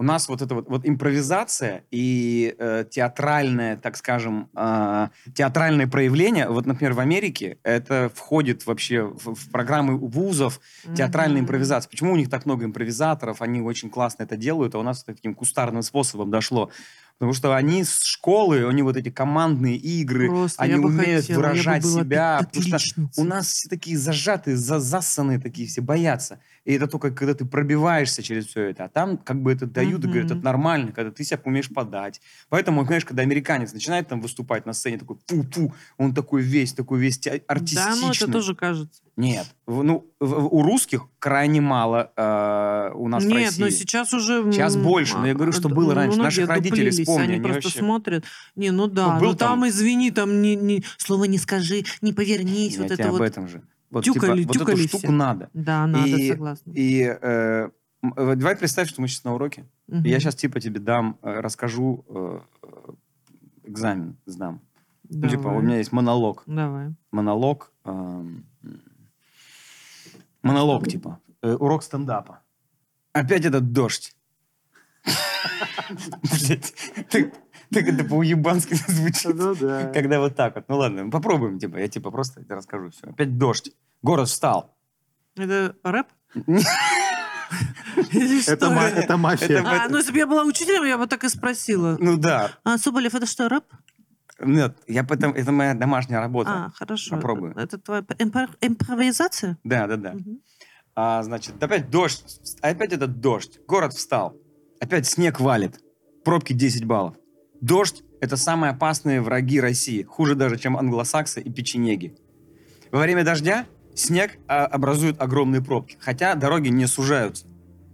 Speaker 1: У нас вот это вот, вот импровизация и э, театральное, так скажем, э, театральное проявление. Вот, например, в Америке это входит вообще в, в программы вузов театральная
Speaker 2: Мгм.
Speaker 1: импровизация. Почему у них так много импровизаторов? Они очень классно это делают, а у нас это таким кустарным способом дошло. Потому что они с школы, у них вот эти командные игры,
Speaker 2: Просто
Speaker 1: они
Speaker 2: я бы
Speaker 1: умеют
Speaker 2: хотела, я бы
Speaker 1: выражать
Speaker 2: была
Speaker 1: себя.
Speaker 2: отличницей.
Speaker 1: Потому что у нас все такие зажатые, за- засанные такие, все боятся. И это только когда ты пробиваешься через все это. А там как бы это дают и говорят,
Speaker 2: Мгм.
Speaker 1: это нормально, когда ты себя умеешь подать. Поэтому, знаешь, когда американец начинает там выступать на сцене, такой фу-фу, он такой весь, такой весь те-
Speaker 2: Да,
Speaker 1: артистичный.
Speaker 2: ну это тоже кажется.
Speaker 1: Нет. В- Ну, в- в- у русских крайне мало э, у нас в
Speaker 2: Нет,
Speaker 1: России.
Speaker 2: но сейчас уже... м,
Speaker 1: Сейчас больше, но я говорю, что
Speaker 2: а,
Speaker 1: было
Speaker 2: ну,
Speaker 1: раньше.
Speaker 2: многие
Speaker 1: Наших родителей
Speaker 2: дуплились,
Speaker 1: вспомни,
Speaker 2: Они,
Speaker 1: они
Speaker 2: просто
Speaker 1: вообще-
Speaker 2: смотрят. Не, ну да,
Speaker 1: Ну,
Speaker 2: ну,
Speaker 1: был
Speaker 2: там,
Speaker 1: там-
Speaker 2: извини, там ни, ни- слова не скажи, не повернись,
Speaker 1: Я
Speaker 2: вот
Speaker 1: тебе
Speaker 2: это
Speaker 1: об
Speaker 2: вот.
Speaker 1: этом же. Вот, типа,
Speaker 2: тюкали,
Speaker 1: вот
Speaker 2: тюкали
Speaker 1: эту штуку
Speaker 2: все.
Speaker 1: надо.
Speaker 2: Да, надо,
Speaker 1: и,
Speaker 2: согласна.
Speaker 1: И э, м, э, давай представь, что мы сейчас на уроке.
Speaker 2: Мгм.
Speaker 1: И я сейчас типа тебе дам, э, расскажу э, э, экзамен, сдам. Ну, типа,
Speaker 2: Давай.
Speaker 1: у меня есть монолог.
Speaker 2: Давай.
Speaker 1: Монолог. эм, монолог, типа. Э, урок стендапа. Опять этот дождь. Блядь, ты ты это по-уебански звучит.
Speaker 2: Ну
Speaker 1: Когда вот так вот. Ну ладно, попробуем, типа. Я типа просто тебе расскажу все. Опять дождь. Город встал.
Speaker 2: Это рэп?
Speaker 3: Это ма- это мафия.
Speaker 2: А, ну если бы я была учителем, я бы так и спросила.
Speaker 1: Ну да.
Speaker 2: А, Соболев, это что, рэп?
Speaker 1: Нет, я потом, это моя домашняя
Speaker 2: А,
Speaker 1: работа.
Speaker 2: хорошо.
Speaker 1: Попробую.
Speaker 2: Это твоя импро- импровизация?
Speaker 1: Да, да, да.
Speaker 2: Мгм.
Speaker 1: А, значит, опять дождь. Опять этот дождь. Город встал. Опять снег валит. Пробки 10 баллов. Дождь – это самые опасные враги России. Хуже даже, чем англосаксы и печенеги. Во время дождя снег а, образует огромные пробки. Хотя дороги не сужаются.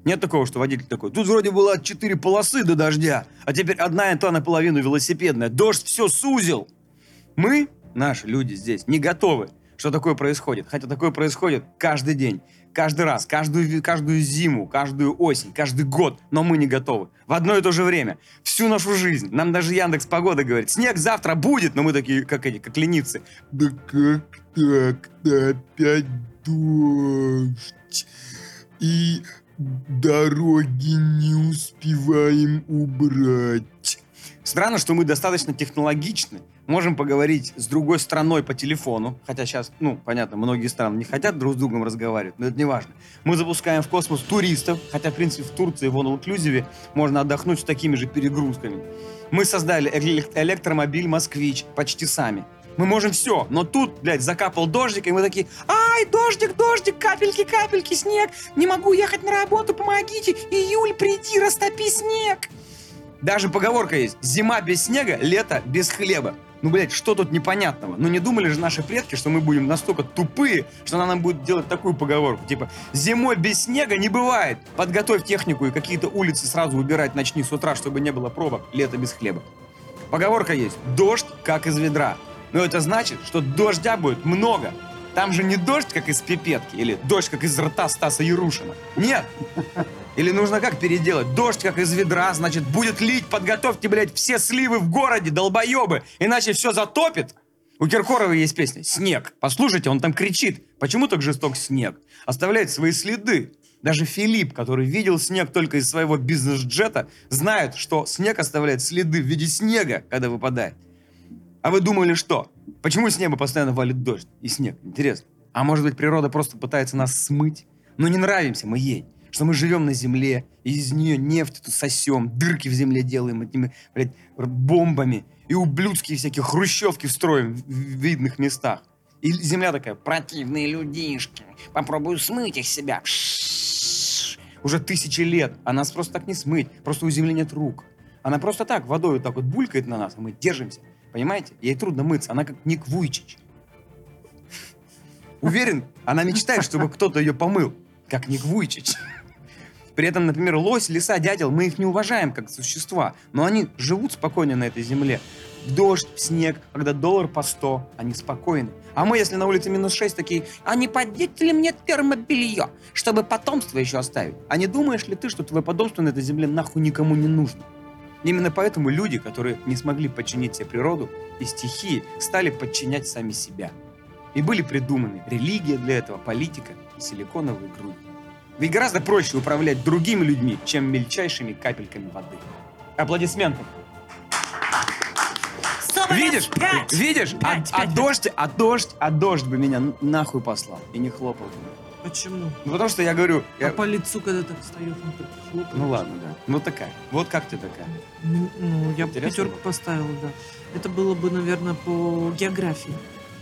Speaker 1: Нет такого, что водитель такой, тут вроде было 4 полосы до дождя, а теперь одна и та наполовину велосипедная. Дождь все сузил. Мы, наши люди здесь, не готовы, что такое происходит. Хотя такое происходит каждый день, каждый раз, каждую, ви- каждую зиму, каждую осень, каждый год. Но мы не готовы. В одно и то же время. Всю нашу жизнь. Нам даже Яндекс Погода говорит, снег завтра будет, но мы такие, как эти, как ленивцы. Да как так-то опять дождь? И дороги не успеваем убрать. Странно, что мы достаточно технологичны. Можем поговорить с другой страной по телефону. Хотя сейчас, ну, понятно, многие страны не хотят друг с другом разговаривать, но это не важно. Мы запускаем в космос туристов, хотя, в принципе, в Турции, в Онлклюзиве можно отдохнуть с такими же перегрузками. Мы создали эле- электромобиль «Москвич» почти сами. Мы можем все, но тут, блядь, закапал дождик, и мы такие, ай, дождик, дождик, капельки, капельки, снег, не могу ехать на работу, помогите, июль, приди, растопи снег. Даже поговорка есть. Зима без снега, лето без хлеба. Ну, блядь, что тут непонятного? Ну, не думали же наши предки, что мы будем настолько тупые, что она нам будет делать такую поговорку, типа «Зимой без снега не бывает! Подготовь технику и какие-то улицы сразу убирать начни с утра, чтобы не было пробок, лето без хлеба». Поговорка есть «Дождь, как из ведра». Но это значит, что дождя будет много. Там же не дождь, как из пипетки, или дождь, как из рта Стаса Ярушина. Нет, или нужно как переделать? Дождь, как из ведра, значит, будет лить, подготовьте, блядь, все сливы в городе, долбоебы, иначе все затопит. У Киркорова есть песня «Снег». Послушайте, он там кричит. Почему так жесток снег? Оставляет свои следы. Даже Филипп, который видел снег только из своего бизнес-джета, знает, что снег оставляет следы в виде снега, когда выпадает. А вы думали, что? Почему с неба постоянно валит дождь и снег? Интересно. А может быть, природа просто пытается нас смыть? Но не нравимся мы ей. Что мы живем на земле, и из нее нефть тут сосем, дырки в земле делаем этими, блядь, р- бомбами. И ублюдские всякие хрущевки строим в в видных местах. И земля такая, противные людишки, попробую смыть их с себя. Пшшш. Уже тысячи лет, а нас просто так не смыть, просто у земли нет рук. Она просто так водой вот так вот булькает на нас, а мы держимся. Понимаете? Ей трудно мыться, она как Ник Вуйчич. Уверен, она мечтает, чтобы кто-то ее помыл, как Ник Вуйчич. При этом, например, лось, лиса, дятел, мы их не уважаем как существа, но они живут спокойно на этой земле. В Дождь, в снег, когда доллар по 100, они спокойны. А мы, если на улице минус 6, такие, а не поддеть ли мне термобелье, чтобы потомство еще оставить? А не думаешь ли ты, что твое потомство на этой земле нахуй никому не нужно? Именно поэтому люди, которые не смогли подчинить себе природу и стихии, стали подчинять сами себя. И были придуманы религия для этого, политика и силиконовые груди. Ведь гораздо проще управлять другими людьми, чем мельчайшими капельками воды. Аплодисменты. Видишь? Видишь? А- а, дождь, а дождь, а дождь бы меня нахуй послал и не хлопал. бы.
Speaker 2: Почему?
Speaker 1: Ну потому что я говорю, я-
Speaker 2: А по лицу, когда ты встаешь, ну, ты хлопаешь.
Speaker 1: ну ладно, да. Ну такая. Вот как ты такая.
Speaker 2: Ну, ну, я бы
Speaker 1: Интересно
Speaker 2: пятерку поставила, да. Это было бы, наверное, по географии.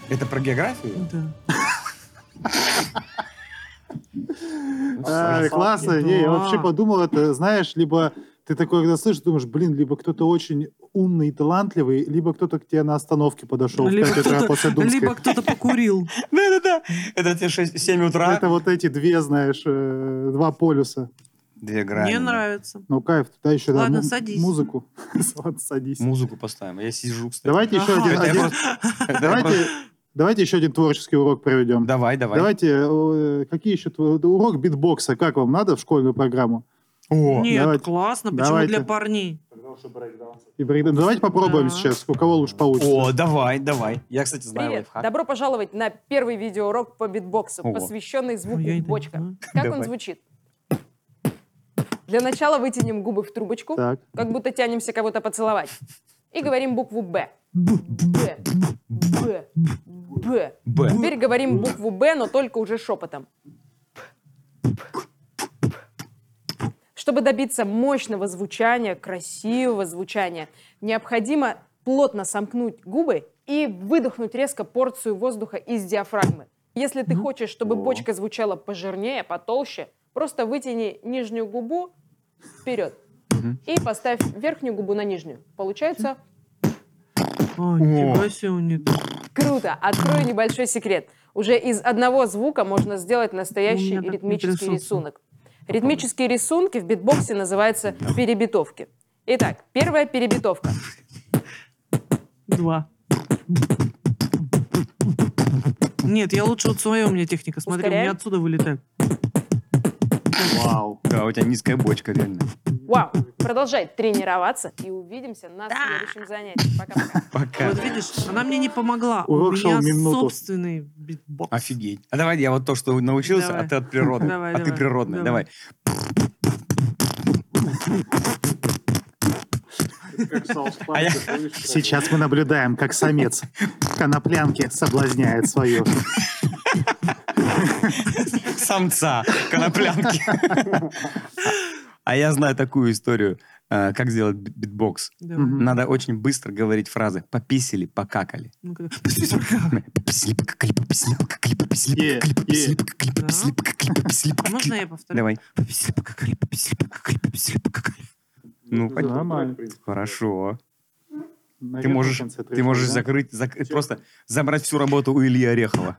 Speaker 1: Это про географию?
Speaker 2: Да.
Speaker 3: А,
Speaker 2: Сосалки.
Speaker 3: классно. Не, я
Speaker 2: Да.
Speaker 3: вообще подумал, это, знаешь, либо ты такой, когда слышишь, думаешь, блин, либо кто-то очень умный и талантливый, либо кто-то к тебе на остановке подошел в
Speaker 2: Либо
Speaker 3: 5 утра
Speaker 2: кто-то-
Speaker 3: после Думской.
Speaker 2: либо кто-то покурил.
Speaker 1: Да-да-да. Это тебе 7 утра.
Speaker 3: Это вот эти две, знаешь, э, два полюса.
Speaker 1: Две грани.
Speaker 2: Мне нравится.
Speaker 3: Ну, кайф, туда еще да,
Speaker 2: Ладно,
Speaker 3: му-
Speaker 2: садись.
Speaker 3: музыку. Ладно, садись.
Speaker 1: Музыку поставим. а Я сижу, кстати.
Speaker 3: Давайте еще
Speaker 1: Ага.
Speaker 3: один-
Speaker 1: Это я
Speaker 3: один...
Speaker 1: просто- это я
Speaker 3: Давайте...
Speaker 1: просто-
Speaker 3: Давайте еще один творческий урок проведем.
Speaker 1: Давай, давай.
Speaker 3: Давайте, э, какие еще... тво- Урок битбокса, как вам надо в школьную программу?
Speaker 1: О,
Speaker 2: Нет,
Speaker 3: давайте.
Speaker 2: классно. Почему
Speaker 3: Давайте.
Speaker 2: для парней?
Speaker 3: И брейкдан- Давайте попробуем
Speaker 2: Да.
Speaker 3: сейчас, у кого лучше получится.
Speaker 1: О, давай, давай. Я, кстати, знаю
Speaker 13: Привет!
Speaker 1: лайфхак.
Speaker 13: Добро пожаловать на первый видеоурок по битбоксу,
Speaker 1: а? Ого.
Speaker 13: посвященный звуку
Speaker 2: А Ну, я и не
Speaker 13: бочка. Как он
Speaker 1: Давай.
Speaker 13: звучит? Для начала вытянем губы в трубочку,
Speaker 3: Так.
Speaker 13: как будто тянемся кого-то поцеловать. И говорим букву «Б». «Б». «Б». «Б».
Speaker 1: «Б».
Speaker 13: Теперь говорим букву «Б», но только уже шепотом. Чтобы добиться мощного звучания, красивого звучания, необходимо плотно сомкнуть губы и выдохнуть резко порцию воздуха из диафрагмы. Если ты хочешь, чтобы бочка звучала пожирнее, потолще, просто вытяни нижнюю губу вперед и поставь верхнюю губу на нижнюю. Получается
Speaker 2: А, нифига себе у них.
Speaker 13: круто. Открою небольшой секрет. Уже из одного звука можно сделать настоящий
Speaker 2: У меня так не
Speaker 13: ритмический
Speaker 2: трясутся.
Speaker 13: рисунок. Ритмические рисунки в битбоксе называются перебитовки. Итак, первая перебитовка.
Speaker 2: Два. Нет, я лучше вот свою у меня техника. Смотри, у меня
Speaker 13: Ускоряем?
Speaker 2: отсюда вылетает.
Speaker 3: Вау.
Speaker 1: Да, у тебя низкая бочка, реально.
Speaker 13: Вау! Продолжай тренироваться и увидимся на следующем занятии. Пока-пока.
Speaker 1: Пока.
Speaker 2: Вот видишь, она мне не помогла.
Speaker 3: Урок
Speaker 2: у
Speaker 3: шел
Speaker 2: меня
Speaker 3: минуту.
Speaker 2: собственный битбокс.
Speaker 1: Офигеть. А давай я вот то, что научился,
Speaker 2: Давай.
Speaker 1: а ты от природы.
Speaker 2: Давай,
Speaker 1: а ты
Speaker 2: давай.
Speaker 1: природная. Давай.
Speaker 2: Давай.
Speaker 1: А я-
Speaker 3: Сейчас мы наблюдаем, как самец коноплянки соблазняет свою.
Speaker 1: самца коноплянки. А я знаю такую историю, э, как сделать бит- битбокс.
Speaker 2: Давай.
Speaker 3: Мгм.
Speaker 1: Надо очень быстро говорить фразы «пописили», «покакали».
Speaker 2: Ну-ка.
Speaker 1: «Пописили», «покакали», «пописили», «покакали», «пописили»,
Speaker 3: Е,
Speaker 1: «покакали», «пописили»,
Speaker 3: е.
Speaker 1: «покакали», «пописили», «покакали», «пописили»,
Speaker 2: А Можно
Speaker 1: «покакали».
Speaker 2: я повторю?
Speaker 1: Давай.
Speaker 2: Пописали, покакали, пописали, покакали, пописали, покакали.
Speaker 1: Ну, пон-
Speaker 3: Нормально.
Speaker 1: хорошо. Ты
Speaker 3: Наверное, в
Speaker 1: можешь,
Speaker 3: конце
Speaker 1: ты
Speaker 3: трека,
Speaker 1: можешь
Speaker 3: да?
Speaker 1: закрыть, зак- просто забрать всю работу у Ильи Орехова.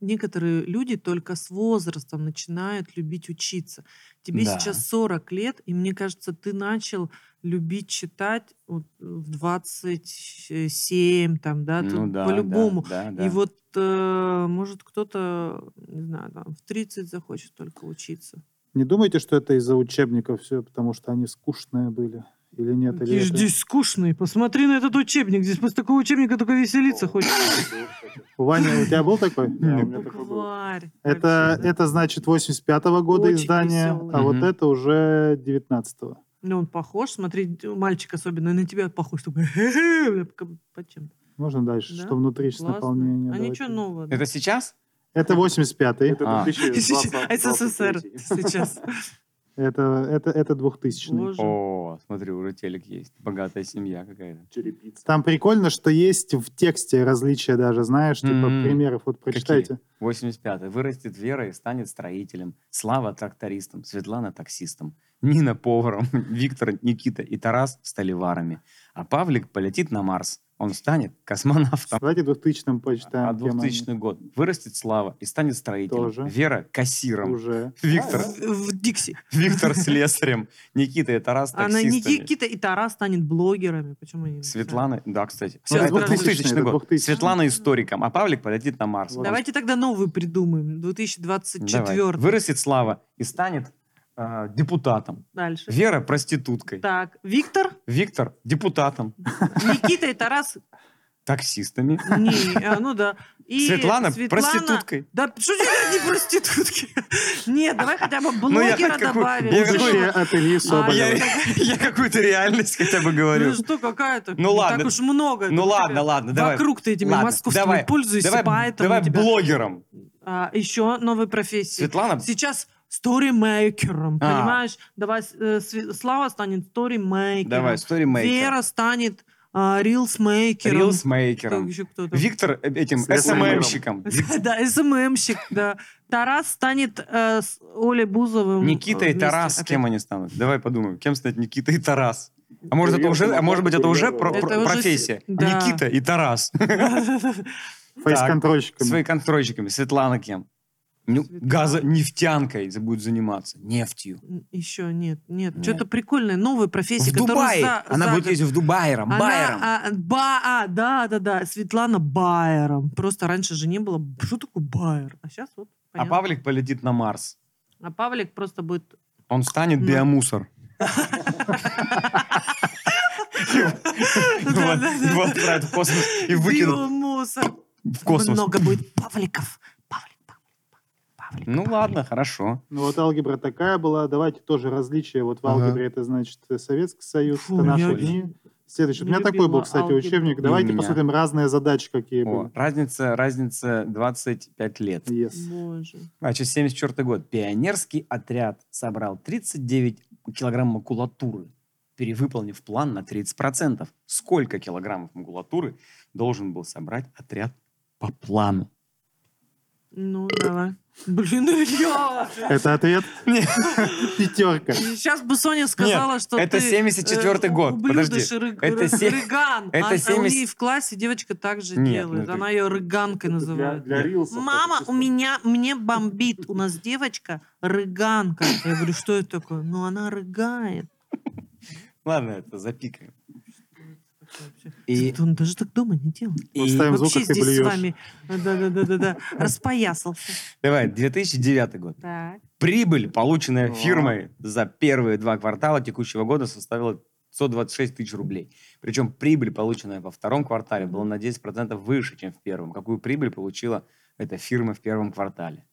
Speaker 2: Некоторые люди только с возрастом начинают любить учиться. Тебе
Speaker 1: Да.
Speaker 2: сейчас 40 лет, и мне кажется, ты начал любить читать вот в 27, там, да,
Speaker 1: Ну
Speaker 2: тут
Speaker 1: да,
Speaker 2: по-любому.
Speaker 1: да, да, да.
Speaker 2: И вот, э, может, кто-то, не знаю, там, в 30 захочет только учиться.
Speaker 3: Не думайте, что это из-за учебников все, потому что они скучные были. И или нет? или
Speaker 2: Ты ж
Speaker 3: это-
Speaker 2: здесь скучный. Посмотри на этот учебник. Здесь после такого учебника только веселиться хочется.
Speaker 3: Ваня, у тебя был такой?
Speaker 2: ну, Тварь.
Speaker 3: Это, э, это значит 85-го года
Speaker 2: Очень
Speaker 3: издание,
Speaker 2: весёлый.
Speaker 3: а вот
Speaker 2: Мгм.
Speaker 3: это уже 19-го.
Speaker 2: Ну, он похож, смотри, мальчик особенно на тебя похож. Такой, «Хе-хе», бля, как- Почему?
Speaker 3: Можно дальше,
Speaker 2: Да?
Speaker 3: что внутри сейчас
Speaker 2: Классно.
Speaker 3: наполнение.
Speaker 2: А
Speaker 3: давайте.
Speaker 2: ничего нового.
Speaker 1: Это сейчас?
Speaker 3: Это 85-й.
Speaker 1: А.
Speaker 2: СССР сейчас.
Speaker 3: Это, это, это 2000
Speaker 1: О, смотри, уже телек есть. Богатая семья какая-то.
Speaker 5: Черепица.
Speaker 3: Там прикольно, что есть в тексте различия даже, знаешь, типа
Speaker 1: М.
Speaker 3: примеров. Вот прочитайте.
Speaker 1: 85-й. Вырастет Вера и станет строителем. Слава трактористом, Светлана таксистом, Нина поваром, Виктор, Никита и Тарас столеварами. А Павлик полетит на Марс. Он станет космонавтом.
Speaker 3: Давайте 2000 почитаем.
Speaker 1: А
Speaker 3: кем они.
Speaker 1: 2000 год. Вырастет Слава и станет строителем.
Speaker 3: Тоже.
Speaker 1: Вера кассиром.
Speaker 3: Уже.
Speaker 1: Виктор,
Speaker 2: В Дикси.
Speaker 1: Виктор слесарем. Никита и Тарас
Speaker 2: Она
Speaker 1: таксистами.
Speaker 2: Никита и Тарас станет блогерами. Почему они? не
Speaker 1: Светлана, да, кстати.
Speaker 2: Всё,
Speaker 1: это
Speaker 2: правильно.
Speaker 1: 2000
Speaker 3: Это
Speaker 1: год. Светлана историком, а Павлик полетит на Марс.
Speaker 2: знают? Давайте тогда новый придумаем. 2024.
Speaker 1: Давай. Вырастет Слава и станет э, депутатом.
Speaker 2: Дальше.
Speaker 1: Вера проституткой.
Speaker 2: Так, Виктор,
Speaker 1: Виктор депутатом.
Speaker 2: Никита и Тарас.
Speaker 1: Таксистами.
Speaker 2: Не, а, ну да. И
Speaker 1: Светлана проституткой.
Speaker 2: Да, что тебе не проститутки? Нет, давай хотя бы
Speaker 1: Ну, я
Speaker 2: блогера
Speaker 1: хоть какую-
Speaker 2: добавим.
Speaker 1: я какую-
Speaker 3: От Ильи
Speaker 1: А,
Speaker 3: Соболева.
Speaker 1: я, я какую-то реальность хотя бы говорю.
Speaker 2: Ну что, какая-то?
Speaker 1: Ну,
Speaker 2: не
Speaker 1: ладно.
Speaker 2: Так уж много.
Speaker 1: Ну
Speaker 2: у тебя.
Speaker 1: ладно, ладно, давай.
Speaker 2: Вокруг ты этими
Speaker 1: Ладно,
Speaker 2: московскими
Speaker 1: давай,
Speaker 2: пользуешься,
Speaker 1: давай,
Speaker 2: поэтому
Speaker 1: Давай
Speaker 2: тебя-
Speaker 1: блогером.
Speaker 2: А, еще новые профессии.
Speaker 1: Светлана?
Speaker 2: Сейчас сторимейкером,
Speaker 1: А.
Speaker 2: понимаешь? Давай, э, Сви- Слава станет сторимейкером.
Speaker 1: Давай, сторимейкер.
Speaker 2: Вера станет а, рилсмейкером. Кто
Speaker 1: Рилсмейкером.
Speaker 2: еще кто-то?
Speaker 1: Виктор э, этим
Speaker 3: Слесарем.
Speaker 1: СММщиком.
Speaker 2: Да, СММщик, да. Тарас станет э, с Олей Бузовым. э,
Speaker 1: Никита и
Speaker 2: вместе
Speaker 1: Тарас,
Speaker 2: опять.
Speaker 1: кем они станут? Давай подумаем, кем станет Никита и Тарас? А может, это уже, а может быть, это уже про-
Speaker 2: Это
Speaker 1: про-
Speaker 2: уже с-
Speaker 1: профессия?
Speaker 2: да.
Speaker 1: Никита и Тарас.
Speaker 3: Фейс-контрольщиками.
Speaker 1: Своими контрольщиками. Светлана кем? Ну, газа, нефтянкой будет заниматься. Нефтью.
Speaker 2: Еще нет, нет. Что-то прикольное, новые профессии,
Speaker 1: в
Speaker 2: которые
Speaker 1: Дубае.
Speaker 2: за-
Speaker 1: Она
Speaker 2: за
Speaker 1: будет
Speaker 2: год.
Speaker 1: ездить в Дубае,
Speaker 2: Она,
Speaker 1: Рамбайером.
Speaker 2: а, ба, а, да, да, да, Светлана Байером. Просто раньше же не было. Что такое Байер? А сейчас вот
Speaker 1: А
Speaker 2: понятно.
Speaker 1: Павлик полетит на Марс.
Speaker 2: А Павлик просто будет...
Speaker 1: Он станет биомусор. Его его отправят в космос и выкинут
Speaker 2: Биомусор.
Speaker 1: в космос.
Speaker 2: Много будет Павликов.
Speaker 1: Ну ладно, хорошо.
Speaker 3: Ну вот алгебра такая была. Давайте тоже различия. Вот в
Speaker 1: Ага.
Speaker 3: алгебре это значит э, Советский Союз,
Speaker 2: Фу,
Speaker 3: это наши
Speaker 2: я-
Speaker 3: дни. Следующий. У меня
Speaker 2: Любила
Speaker 3: такой был, кстати,
Speaker 2: алгебру.
Speaker 3: учебник.
Speaker 1: И
Speaker 3: Давайте
Speaker 1: меня.
Speaker 3: посмотрим разные задачи, какие
Speaker 1: О,
Speaker 3: были.
Speaker 1: разница, разница 25 лет.
Speaker 3: Yes.
Speaker 2: Боже.
Speaker 1: Значит, 74 год. Пионерский отряд собрал 39 килограмм макулатуры, перевыполнив план на 30%. Сколько килограммов макулатуры должен был собрать отряд по плану?
Speaker 2: Ну, давай. Блин, я...
Speaker 3: Это ответ?
Speaker 1: Нет.
Speaker 3: Пятерка.
Speaker 2: Сейчас бы Соня сказала, что
Speaker 1: это
Speaker 2: ты, э,
Speaker 1: 74-й год.
Speaker 2: ублюдыш
Speaker 1: Подожди.
Speaker 2: и рыг-
Speaker 1: Это
Speaker 2: ры-
Speaker 1: се-
Speaker 2: рыган.
Speaker 1: это
Speaker 2: а, а у
Speaker 1: 70
Speaker 2: ней в классе девочка так же
Speaker 1: Нет, ну
Speaker 2: делает.
Speaker 1: это-
Speaker 2: Она ее рыганкой называет.
Speaker 5: Для рилсов.
Speaker 2: Мама, у меня, мне бомбит. У нас девочка рыганка. Я говорю, что это такое? Ну, она рыгает.
Speaker 1: Ладно, это запикаем.
Speaker 2: И...
Speaker 1: И-
Speaker 2: Он даже так дома не делал.
Speaker 1: И-
Speaker 3: Ставим звук,
Speaker 2: Вообще
Speaker 3: как ты
Speaker 2: здесь с
Speaker 3: блюешь.
Speaker 2: вами э, да-да-да-да-да, распоясался.
Speaker 1: Давай, 2009 год.
Speaker 2: Так.
Speaker 1: Прибыль, полученная фирмой за первые два квартала текущего года, составила 126 тысяч рублей. Причем прибыль, полученная во втором квартале, была на 10% выше, чем в первом. Какую прибыль получила эта фирма в первом квартале?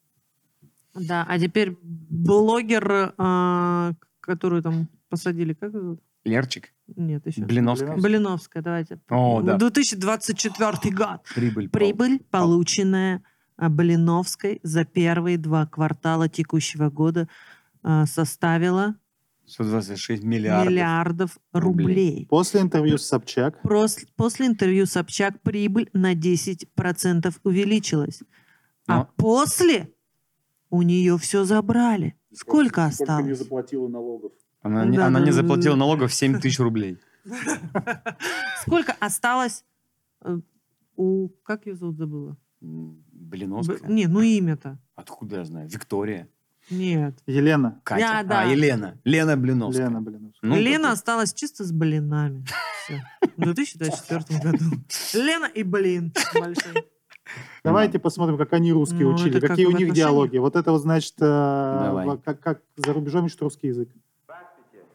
Speaker 2: Да, а теперь блогер, а, которую там посадили, как ее зовут?
Speaker 1: Лерчик?
Speaker 2: Нет, еще.
Speaker 1: Блиновская?
Speaker 2: Блиновская, давайте.
Speaker 1: О, да.
Speaker 2: 2024 год.
Speaker 1: Прибыль. пол-
Speaker 2: Прибыль, полученная а, Блиновской за первые два квартала текущего года, а, составила
Speaker 1: 126
Speaker 2: миллиардов,
Speaker 1: миллиардов.
Speaker 2: рублей.
Speaker 3: После интервью с Собчак
Speaker 2: Прос- После интервью Собчак прибыль на 10% увеличилась. А
Speaker 1: Но-
Speaker 2: после у нее все забрали. Сколько
Speaker 5: Сколько не
Speaker 2: осталось?
Speaker 5: заплатила налогов.
Speaker 1: Она, не,
Speaker 2: Да,
Speaker 1: она
Speaker 2: да,
Speaker 1: не
Speaker 2: да,
Speaker 1: заплатила
Speaker 2: да.
Speaker 1: налогов 7 тысяч рублей.
Speaker 2: Сколько осталось э, у... Как ее зовут, забыла?
Speaker 1: М,
Speaker 2: Б-
Speaker 1: Блиновская?
Speaker 2: Не, ну имя-то.
Speaker 1: Откуда я знаю? Виктория?
Speaker 2: Нет.
Speaker 3: Елена.
Speaker 1: Катя?
Speaker 2: Да, да.
Speaker 1: А, Елена. Лена Блиновская.
Speaker 3: Лена, блин. уж.
Speaker 1: Ну,
Speaker 2: Лена
Speaker 1: это-
Speaker 2: осталась чисто с блинами. Всё. В 2024 году. Лена и блин. большой.
Speaker 3: Давайте посмотрим, как они русские
Speaker 2: Ну,
Speaker 3: учили,
Speaker 2: это
Speaker 3: какие
Speaker 2: как
Speaker 3: у
Speaker 2: в
Speaker 3: них
Speaker 2: отношениях.
Speaker 3: диалоги. Вот это вот значит, э,
Speaker 1: Давай.
Speaker 3: во- как, как за рубежом учат русский язык.
Speaker 14: Здравствуйте.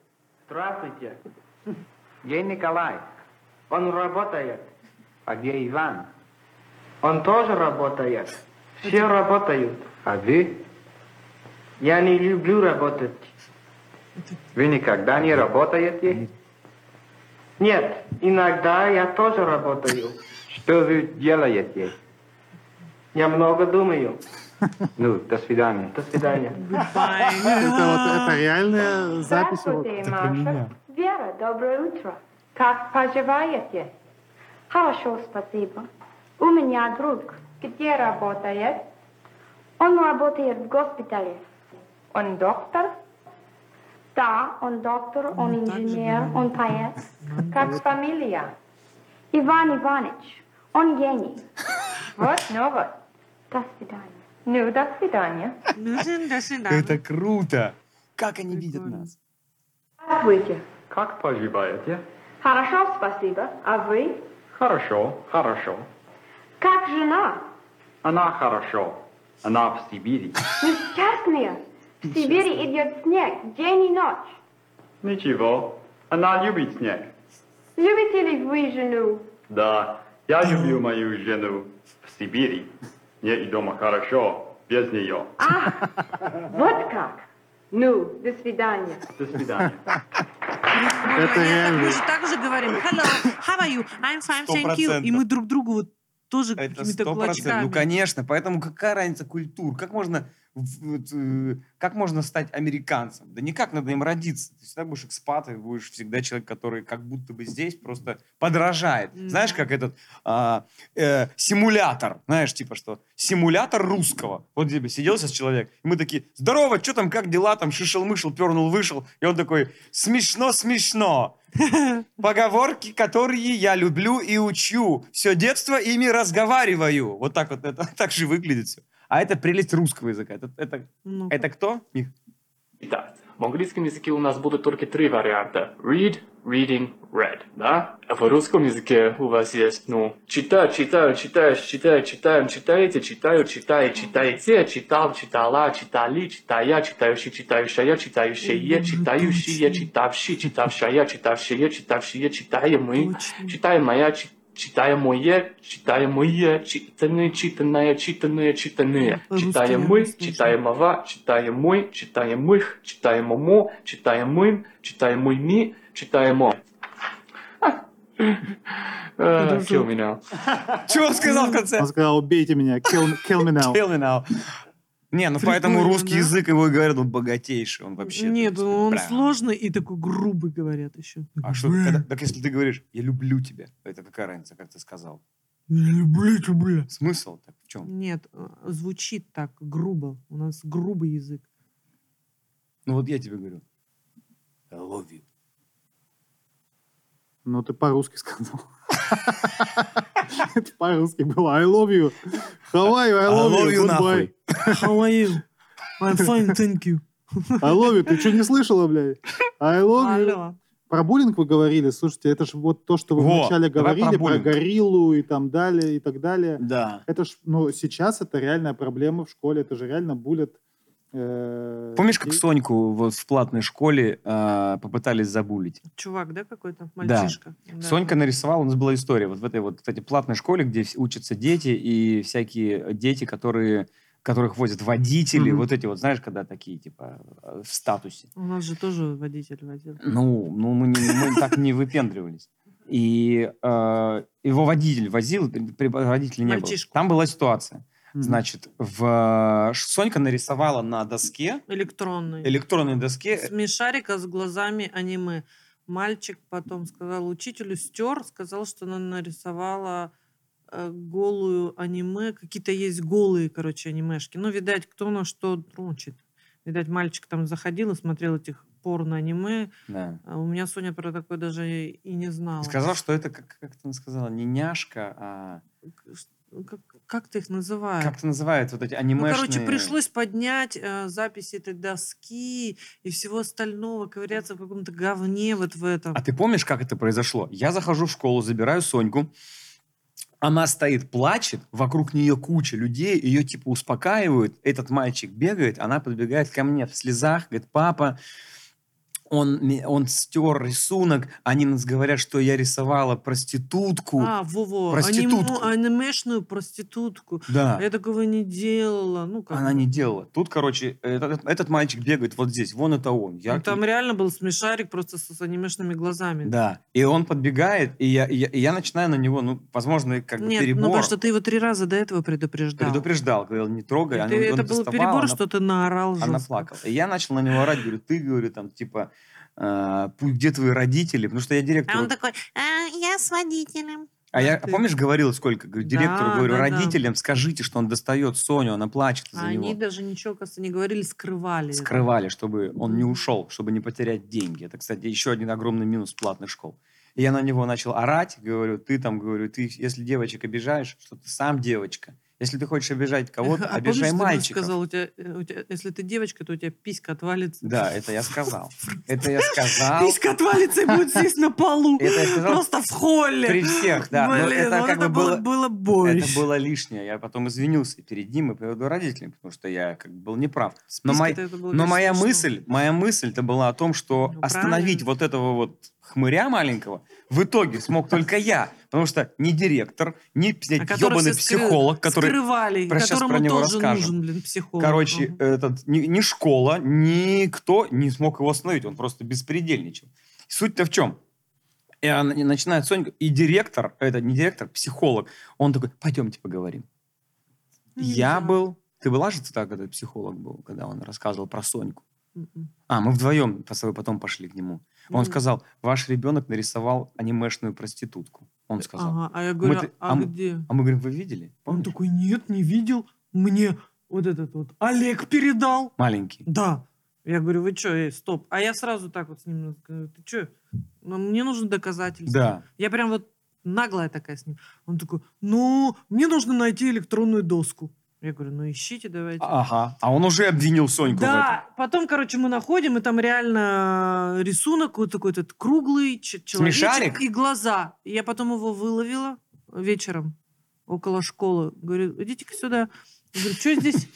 Speaker 14: Здравствуйте.
Speaker 13: Где Николай? Он работает. А где Иван? Он тоже работает. Все работают. А вы? Я не люблю работать. Вы никогда не работаете? Нет, иногда я тоже работаю. Что вы делаете? Я много думаю. Ну, до свидания. До свидания.
Speaker 3: Это вот это реальная запись. вот,
Speaker 7: Здравствуйте,
Speaker 3: это про меня.
Speaker 7: Маша. Вера, доброе утро. Как поживаете? Хорошо, спасибо. У меня друг, где работает? Он работает в госпитале. Он доктор? Да, он доктор, он инженер, он поэт. Как фамилия? Иван Иванович. Он гений. Вот новость. До свидания. Ну, до свидания.
Speaker 1: Это круто. Как они видят нас?
Speaker 7: Здравствуйте.
Speaker 13: Как поживаете?
Speaker 7: Хорошо, спасибо. А вы?
Speaker 13: Хорошо, хорошо.
Speaker 7: Как жена?
Speaker 13: Она хорошо. Она в Сибири.
Speaker 7: Несчастная. В Сибири идет снег день и ночь.
Speaker 13: Ничего. Она любит снег.
Speaker 7: Любите ли вы жену?
Speaker 13: Да, я люблю мою жену в Сибири. Мне и дома хорошо, без нее.
Speaker 7: Вот как. Ну, до свидания.
Speaker 13: До свидания.
Speaker 3: Это реально.
Speaker 2: Мы же так же говорим. Hello, how are you? I'm fine, thank you. И мы друг другу вот тоже
Speaker 1: Это
Speaker 2: какими-то
Speaker 1: сто процентов.
Speaker 2: кулачками.
Speaker 1: Ну, конечно. Поэтому какая разница культур? Как можно, в- вот, э, как можно стать американцем? Да никак, надо им родиться. Ты всегда будешь экспат, и будешь всегда человек, который как будто бы здесь просто подражает.
Speaker 2: Мгм.
Speaker 1: Знаешь, как этот а, э, симулятор, знаешь, типа что, симулятор русского. Вот тебе сидел сейчас человек, и мы такие, здорово, что там, как дела, там, шишел-мышел, пернул-вышел. И он такой, смешно-смешно. Поговорки, которые я люблю и учу. Все детство ими разговариваю. Вот так вот это так же выглядит все. А это прелесть русского языка. Это, это,
Speaker 2: Ну-ка.
Speaker 1: это кто? Мих?
Speaker 15: Итак, в английском языке у нас будут только три варианта. Read, reading, read, да? А в русском языке у вас есть, ну, читаю, читаю, читаешь, читаю, читаем, читаете, читаю, читает, читаете, а читал, читала, читали, читая, читающий, читающая, читающие, читающие, читавши, читавшая, читавшие, читавшие, читаемый, читаемая, чи- читаемое, читаемые, читаны, читанное, читанное, читанные.
Speaker 2: Русский
Speaker 15: Читаемый, читаемого, читаемый, читаемых, читаемому, читаемым, читаемыми, читаемо. А,
Speaker 3: Подожди.
Speaker 15: Kill me now.
Speaker 1: Чего он сказал в конце?
Speaker 3: Он сказал, убейте меня, kill, kill me now.
Speaker 1: Kill me now. Не, ну поэтому
Speaker 2: Прикольно,
Speaker 1: русский
Speaker 2: да?
Speaker 1: язык его и говорят, он богатейший, он вообще.
Speaker 2: Нет,
Speaker 1: то есть,
Speaker 2: он
Speaker 1: бля.
Speaker 2: сложный и такой грубый, говорят еще.
Speaker 1: А что, когда- так если ты говоришь, я люблю тебя, это какая разница, как ты сказал?
Speaker 2: Люблю, бля.
Speaker 1: Смысл так в чем?
Speaker 2: Нет, э, звучит так грубо. У нас грубый язык.
Speaker 1: Ну вот я тебе говорю. I love you.
Speaker 3: Ну, ты по-русски сказал. Это по-русски было. I love you. How are you? I love, you. Goodbye.
Speaker 1: нахуй.
Speaker 2: How are you? I'm fine, thank you.
Speaker 3: I love you. Ты что, не слышала, блядь? I love you.
Speaker 2: Алло.
Speaker 3: Про буллинг вы говорили. Слушайте, это же вот то, что вы
Speaker 1: Во,
Speaker 3: вначале
Speaker 1: давай про
Speaker 3: говорили, про
Speaker 1: буллинг.
Speaker 3: гориллу и там далее, и так далее.
Speaker 1: Да.
Speaker 3: Это ж, ну, сейчас это реальная проблема в школе. Это же реально булят. э,
Speaker 1: Помнишь, как
Speaker 3: людей.
Speaker 1: Соньку вот в платной школе а, попытались забулить?
Speaker 2: Чувак, да, какой-то?
Speaker 1: Да.
Speaker 2: Мальчишка. Да.
Speaker 1: Сонька нарисовала, у нас была история вот в этой вот, кстати, платной школе, где вс- учатся дети и всякие э, дети, которые которых возят водители,
Speaker 3: Мгм.
Speaker 1: вот эти вот, знаешь, когда такие, типа, э, в статусе.
Speaker 2: У нас же тоже водитель водил.
Speaker 1: Ну, ну мы, не- мы так не выпендривались. И э, его водитель возил, при- при- водителя не
Speaker 2: Мальчишку.
Speaker 1: было. Там была ситуация.
Speaker 3: Мгм.
Speaker 1: Значит, в, э, ш- Сонька нарисовала на доске,
Speaker 2: Электронный.
Speaker 1: электронной доске,
Speaker 2: Смешарика с глазами аниме. Мальчик потом сказал учителю, стер, сказал, что она нарисовала э, голую аниме. Какие-то есть голые, короче, анимешки. Ну, видать, кто на что дрочит. Видать, мальчик там заходил и смотрел этих порно-аниме.
Speaker 1: да.
Speaker 2: А у меня Соня про такое даже и и не знала.
Speaker 1: И сказала, что это, как, как ты сказала, не няшка, а
Speaker 2: Как, как ты их называешь?
Speaker 1: как это называют, вот эти
Speaker 2: А. Ну,
Speaker 1: анимешные...
Speaker 2: короче, пришлось поднять э, записи этой доски и всего остального, ковыряться в каком-то говне вот в этом.
Speaker 1: А ты помнишь, как это произошло? Я захожу в школу, забираю Соньку. Она стоит, плачет, вокруг нее куча людей, ее типа успокаивают. Этот мальчик бегает, она подбегает ко мне в слезах, говорит, папа, он, ми- он стер рисунок, они нас говорят, что я рисовала проститутку.
Speaker 2: А, во-во,
Speaker 1: Проститутку.
Speaker 2: аниму- анимешную проститутку.
Speaker 1: Да.
Speaker 2: Я такого не делала. Ну, как
Speaker 1: Она не делала. Тут, короче, этот, этот мальчик бегает вот здесь, вон это он. Я,
Speaker 2: Ну, Там реально был смешарик просто с, с анимешными глазами.
Speaker 1: Да. И он подбегает, и я, и я, и я начинаю на него, ну, возможно, как бы
Speaker 2: Нет,
Speaker 1: перебор.
Speaker 2: ну потому что ты его три раза до этого предупреждал.
Speaker 1: предупреждал, говорил, не трогай.
Speaker 2: Это,
Speaker 1: она- он
Speaker 2: это был
Speaker 1: доставал,
Speaker 2: перебор,
Speaker 1: она-
Speaker 2: что ты наорал
Speaker 1: Она
Speaker 2: жестко.
Speaker 1: плакала. И я начал на него орать, говорю, ты, говорю, там, типа, «А, пу- где твои родители? Потому что я директору...
Speaker 16: А он такой, «А, я с водителем.
Speaker 1: А я, помнишь, говорил сколько? Говорю, Директору
Speaker 2: Да,
Speaker 1: говорю,
Speaker 2: да, да.
Speaker 1: родителям скажите, что он достает Соню, она плачет
Speaker 2: А
Speaker 1: за
Speaker 2: они
Speaker 1: него.
Speaker 2: даже ничего, кажется, не говорили, скрывали. это.
Speaker 1: Скрывали, чтобы он не ушел, чтобы не потерять деньги. Это, кстати, еще один огромный минус платных школ. И я на него начал орать, говорю, ты там, говорю, ты, если девочек обижаешь, что ты сам девочка. Если ты хочешь обижать кого-то,
Speaker 2: А помнишь,
Speaker 1: обижай
Speaker 2: ты мне
Speaker 1: мальчиков.
Speaker 2: сказал, у тебя, э, у тебя- если ты девочка, то у тебя писька отвалится.
Speaker 1: Да, это я сказал. Это я сказал.
Speaker 2: Писька отвалится и будет здесь на полу.
Speaker 1: Это я сказал
Speaker 2: Просто в холле.
Speaker 1: При всех, да. Но
Speaker 2: Блин,
Speaker 1: это
Speaker 2: вот
Speaker 1: как бы
Speaker 2: это было,
Speaker 1: было,
Speaker 2: было больше.
Speaker 1: Это было лишнее. Я потом извинился перед ним и перед родителями, потому что я как бы был неправ. Но,
Speaker 2: Списки-то
Speaker 1: мой-
Speaker 2: это
Speaker 1: но
Speaker 2: было, Ну, конечно,
Speaker 1: моя
Speaker 2: смешно.
Speaker 1: мысль, моя мысль-то была о том, что остановить вот этого вот хмыря маленького в итоге смог только я. Потому что ни директор, ни блядь,
Speaker 2: А который
Speaker 1: ебаный
Speaker 2: все скры-
Speaker 1: психолог, который...
Speaker 2: скрывали,
Speaker 1: Про- сейчас
Speaker 2: которому
Speaker 1: про него
Speaker 2: тоже
Speaker 1: расскажем.
Speaker 2: нужен, блин, психолог.
Speaker 1: Короче, этот, ни, ни школа, никто не смог его остановить. Он просто беспредельничал. Суть-то в чем? И она- и начинает Сонька, и директор, это не директор, психолог, он такой, пойдемте поговорим.
Speaker 2: Ну,
Speaker 1: Я был... Ты была же так, когда психолог был, когда он рассказывал про Соньку?
Speaker 2: Мгм.
Speaker 1: А, мы вдвоем по собой потом пошли к нему. Он
Speaker 2: Мгм.
Speaker 1: сказал, ваш ребенок нарисовал анимешную проститутку. Он сказал.
Speaker 2: Ага, а я
Speaker 1: Мы
Speaker 2: говорю,
Speaker 1: т-
Speaker 2: а
Speaker 1: мы-
Speaker 2: где?
Speaker 1: А мы говорим, вы видели?
Speaker 2: Он такой, нет, не видел. Мне вот этот вот Олег передал.
Speaker 1: Маленький.
Speaker 2: Да. Я говорю, вы что, эй, стоп. А я сразу так вот с ним, э, говорю, ты что? мне нужно доказательства.
Speaker 1: Да.
Speaker 2: Я прям вот наглая такая с ним. Он такой, ну, мне нужно найти электронную доску. Я говорю, ну ищите давайте.
Speaker 1: Ага. А он уже обвинил Соньку в этом.
Speaker 2: Да, потом, короче, мы находим, и там реально э, рисунок вот такой этот круглый, ч- человечек
Speaker 1: Смешарик?
Speaker 2: и глаза. И я потом его выловила вечером около школы. Говорю, идите-ка сюда. Я говорю, что здесь?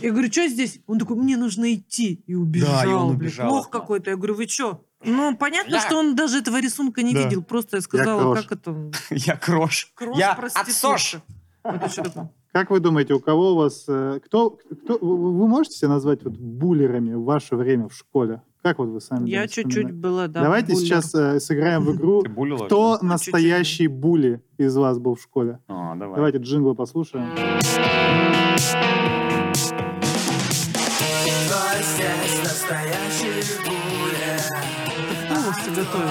Speaker 2: Я говорю, что здесь? Он такой, мне нужно идти. И убежал.
Speaker 1: Да, и он
Speaker 2: блин.
Speaker 1: убежал
Speaker 2: Лох
Speaker 1: от нас.
Speaker 2: какой-то. Я говорю, вы что? Ну, понятно,
Speaker 1: Я-
Speaker 2: что он даже этого рисунка не
Speaker 1: Да.
Speaker 2: видел. Просто я
Speaker 3: крош.
Speaker 2: сказала, как это...
Speaker 1: Я крош.
Speaker 2: Крош
Speaker 1: Я
Speaker 2: проститутка.
Speaker 1: отсош.
Speaker 2: Вот еще такое.
Speaker 3: Как вы думаете, у кого у вас... э, Кто, кто, вы вы можете себя назвать вот буллерами в ваше время в школе? Как вот вы сами
Speaker 2: Я
Speaker 3: думаете,
Speaker 2: чуть-чуть
Speaker 3: вспоминаете?
Speaker 2: была, да.
Speaker 3: Давайте
Speaker 2: буллер.
Speaker 3: сейчас э, сыграем в игру
Speaker 1: булила?
Speaker 3: «Кто настоящий були из вас был в школе?»
Speaker 1: А, давай.
Speaker 3: Давайте джингл послушаем.
Speaker 5: здесь настоящий
Speaker 2: Полностью готовит.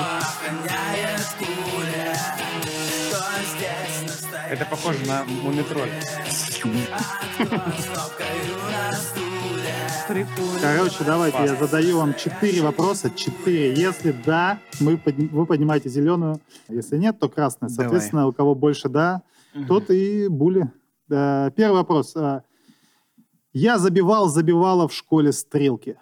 Speaker 1: Это похоже на мумитроль.
Speaker 3: Короче, давайте я задаю вам четыре вопроса. Четыре. Если да, мы подни- вы поднимаете зеленую. Если нет, то красная.
Speaker 1: Давай.
Speaker 3: Соответственно, у кого больше да,
Speaker 1: Мгм.
Speaker 3: тот и були. Э, Первый вопрос. Э, Я забивал, забивала в школе стрелки.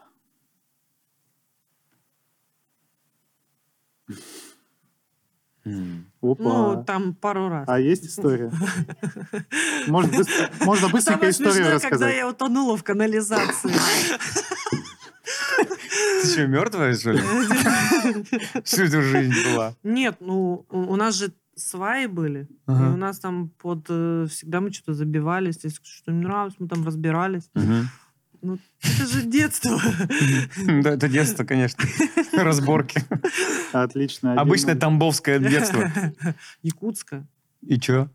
Speaker 3: Опа.
Speaker 2: Ну, там пару раз.
Speaker 3: А есть история? Может, быстро- можно
Speaker 2: Самое
Speaker 3: быстренько историю
Speaker 2: смешное, когда
Speaker 3: рассказать?
Speaker 2: я утонула в канализации.
Speaker 1: Ты что, мертвая, что ли? Всю эту жизнь была.
Speaker 2: Нет, ну, у у нас же сваи были, и
Speaker 1: Ага.
Speaker 2: у нас там под... э, Всегда мы что-то забивались, если что-то не нравилось, мы там разбирались. Ну, это же детство.
Speaker 1: Да, это детство, конечно. Разборки.
Speaker 3: Отлично.
Speaker 1: Обычное тамбовское детство.
Speaker 2: Якутское.
Speaker 1: И чё?